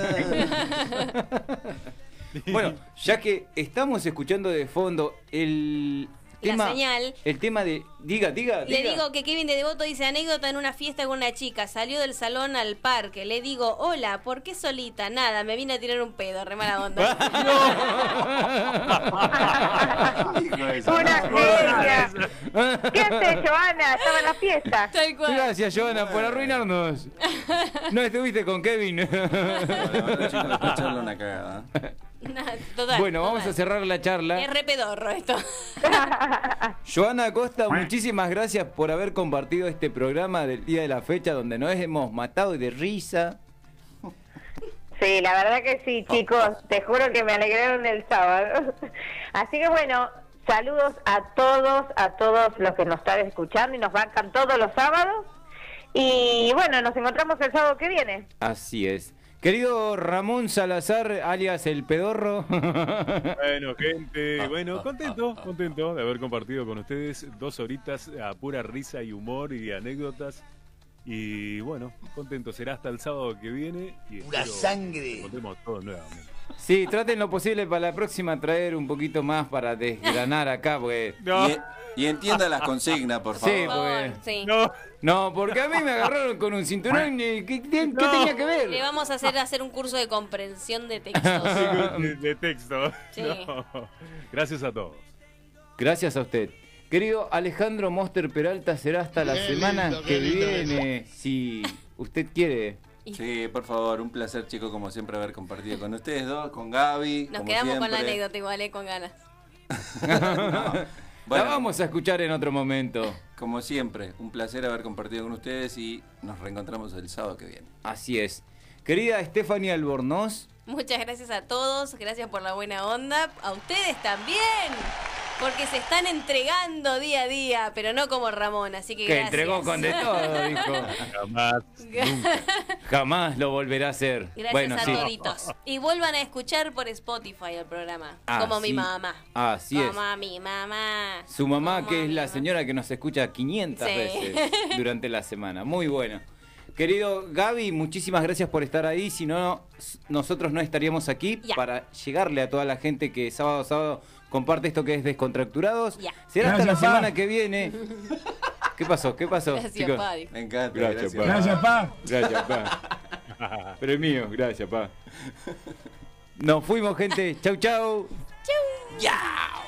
[SPEAKER 3] Bueno, ya que estamos escuchando de fondo el
[SPEAKER 4] La
[SPEAKER 3] tema.
[SPEAKER 4] señal.
[SPEAKER 3] El tema de. Diga, diga,
[SPEAKER 4] Le
[SPEAKER 3] diga.
[SPEAKER 4] digo que Kevin de Devoto dice anécdota en una fiesta con una chica. Salió del salón al parque. Le digo, hola, ¿por qué solita? Nada, me vine a tirar un pedo, re mala onda.
[SPEAKER 7] Una genia. ¿Qué haces, Joana? Estaba en la fiesta.
[SPEAKER 4] Tal
[SPEAKER 3] Gracias, Joana, por arruinarnos. No estuviste con Kevin.
[SPEAKER 5] Escucharlo una cagada.
[SPEAKER 4] Nada, total.
[SPEAKER 3] Bueno, vamos a cerrar la
[SPEAKER 4] Es
[SPEAKER 3] charla.
[SPEAKER 4] re pedorro esto.
[SPEAKER 3] Joana Acosta, muchísimas gracias por haber compartido este programa del día de la fecha donde nos hemos matado de risa.
[SPEAKER 7] Sí, la verdad que sí, chicos. Te juro que me alegraron el sábado. Así que bueno, saludos a todos, a todos los que nos están escuchando y nos bancan todos los sábados. Y bueno, nos encontramos el sábado que viene.
[SPEAKER 3] Así es. Querido Ramón Salazar, alias el pedorro.
[SPEAKER 8] Bueno,
[SPEAKER 3] Ah,
[SPEAKER 8] gente, bueno, contento, contento de haber compartido con ustedes dos horitas a pura risa y humor y anécdotas. Y bueno, contento, será hasta el sábado que viene. Y
[SPEAKER 23] Pura
[SPEAKER 8] espero
[SPEAKER 23] sangre.
[SPEAKER 8] que contemos todo nuevamente.
[SPEAKER 3] Sí, traten lo posible para la próxima traer un poquito más para desgranar acá, porque...
[SPEAKER 5] Y, y entienda las consignas, por favor.
[SPEAKER 3] Sí, porque...
[SPEAKER 4] Sí.
[SPEAKER 3] No, porque a mí me agarraron con un cinturón y... ¿Qué, qué- qué tenía que ver?
[SPEAKER 4] Le vamos a hacer
[SPEAKER 3] Ah.
[SPEAKER 4] hacer un curso de comprensión de textos.
[SPEAKER 8] de, de texto.
[SPEAKER 4] Sí.
[SPEAKER 8] No. Gracias a todos.
[SPEAKER 3] Gracias a usted. Querido Alejandro Moster Peralta, será hasta la
[SPEAKER 5] Qué
[SPEAKER 3] semana
[SPEAKER 5] lindo, qué
[SPEAKER 3] que
[SPEAKER 5] lindo
[SPEAKER 3] viene, si usted quiere.
[SPEAKER 5] Sí, por favor, un placer, chicos, como siempre, haber compartido con ustedes dos, con Gaby.
[SPEAKER 4] Nos
[SPEAKER 5] como
[SPEAKER 4] quedamos con la
[SPEAKER 5] siempre.
[SPEAKER 4] anécdota igual, eh, con ganas.
[SPEAKER 5] Bueno.
[SPEAKER 3] La vamos a escuchar en otro momento.
[SPEAKER 5] Como siempre, un placer haber compartido con ustedes y nos reencontramos el sábado que viene.
[SPEAKER 3] Así es. Querida Stephanie Albornoz,
[SPEAKER 4] Muchas gracias a todos, gracias por la buena onda, a ustedes también, porque se están entregando día a día, pero no como Ramón, así que
[SPEAKER 3] que
[SPEAKER 4] gracias.
[SPEAKER 3] entregó con de todo, dijo.
[SPEAKER 8] Jamás,
[SPEAKER 3] Jamás lo volverá a hacer.
[SPEAKER 4] Gracias
[SPEAKER 3] bueno,
[SPEAKER 4] a
[SPEAKER 3] sí.
[SPEAKER 4] toditos. Y vuelvan a escuchar por Spotify el programa, como
[SPEAKER 3] Así-
[SPEAKER 4] mi mamá.
[SPEAKER 3] Ah, Así es.
[SPEAKER 4] como mi mamá.
[SPEAKER 3] Su mamá, que es la señora que nos escucha 500
[SPEAKER 4] Sí.
[SPEAKER 3] veces durante la semana. Muy bueno. Querido Gaby, muchísimas gracias por estar ahí. Si no, s- nosotros no estaríamos aquí
[SPEAKER 4] Ya.
[SPEAKER 3] para llegarle a toda la gente que sábado a sábado comparte esto que es Descontracturados.
[SPEAKER 4] Ya.
[SPEAKER 3] Será hasta la
[SPEAKER 20] Gracias, pa.
[SPEAKER 3] semana que viene. ¿Qué pasó? ¿Qué pasó?
[SPEAKER 4] Gracias,
[SPEAKER 3] chicos?
[SPEAKER 4] pa, dijo.
[SPEAKER 5] Me encanta.
[SPEAKER 3] Gracias,
[SPEAKER 20] Gracias, pa.
[SPEAKER 3] Gracias, pa. Pero es mío, gracias, pa. Nos fuimos, gente. Chau, chau.
[SPEAKER 4] ¡Chau!
[SPEAKER 24] ¡Ya!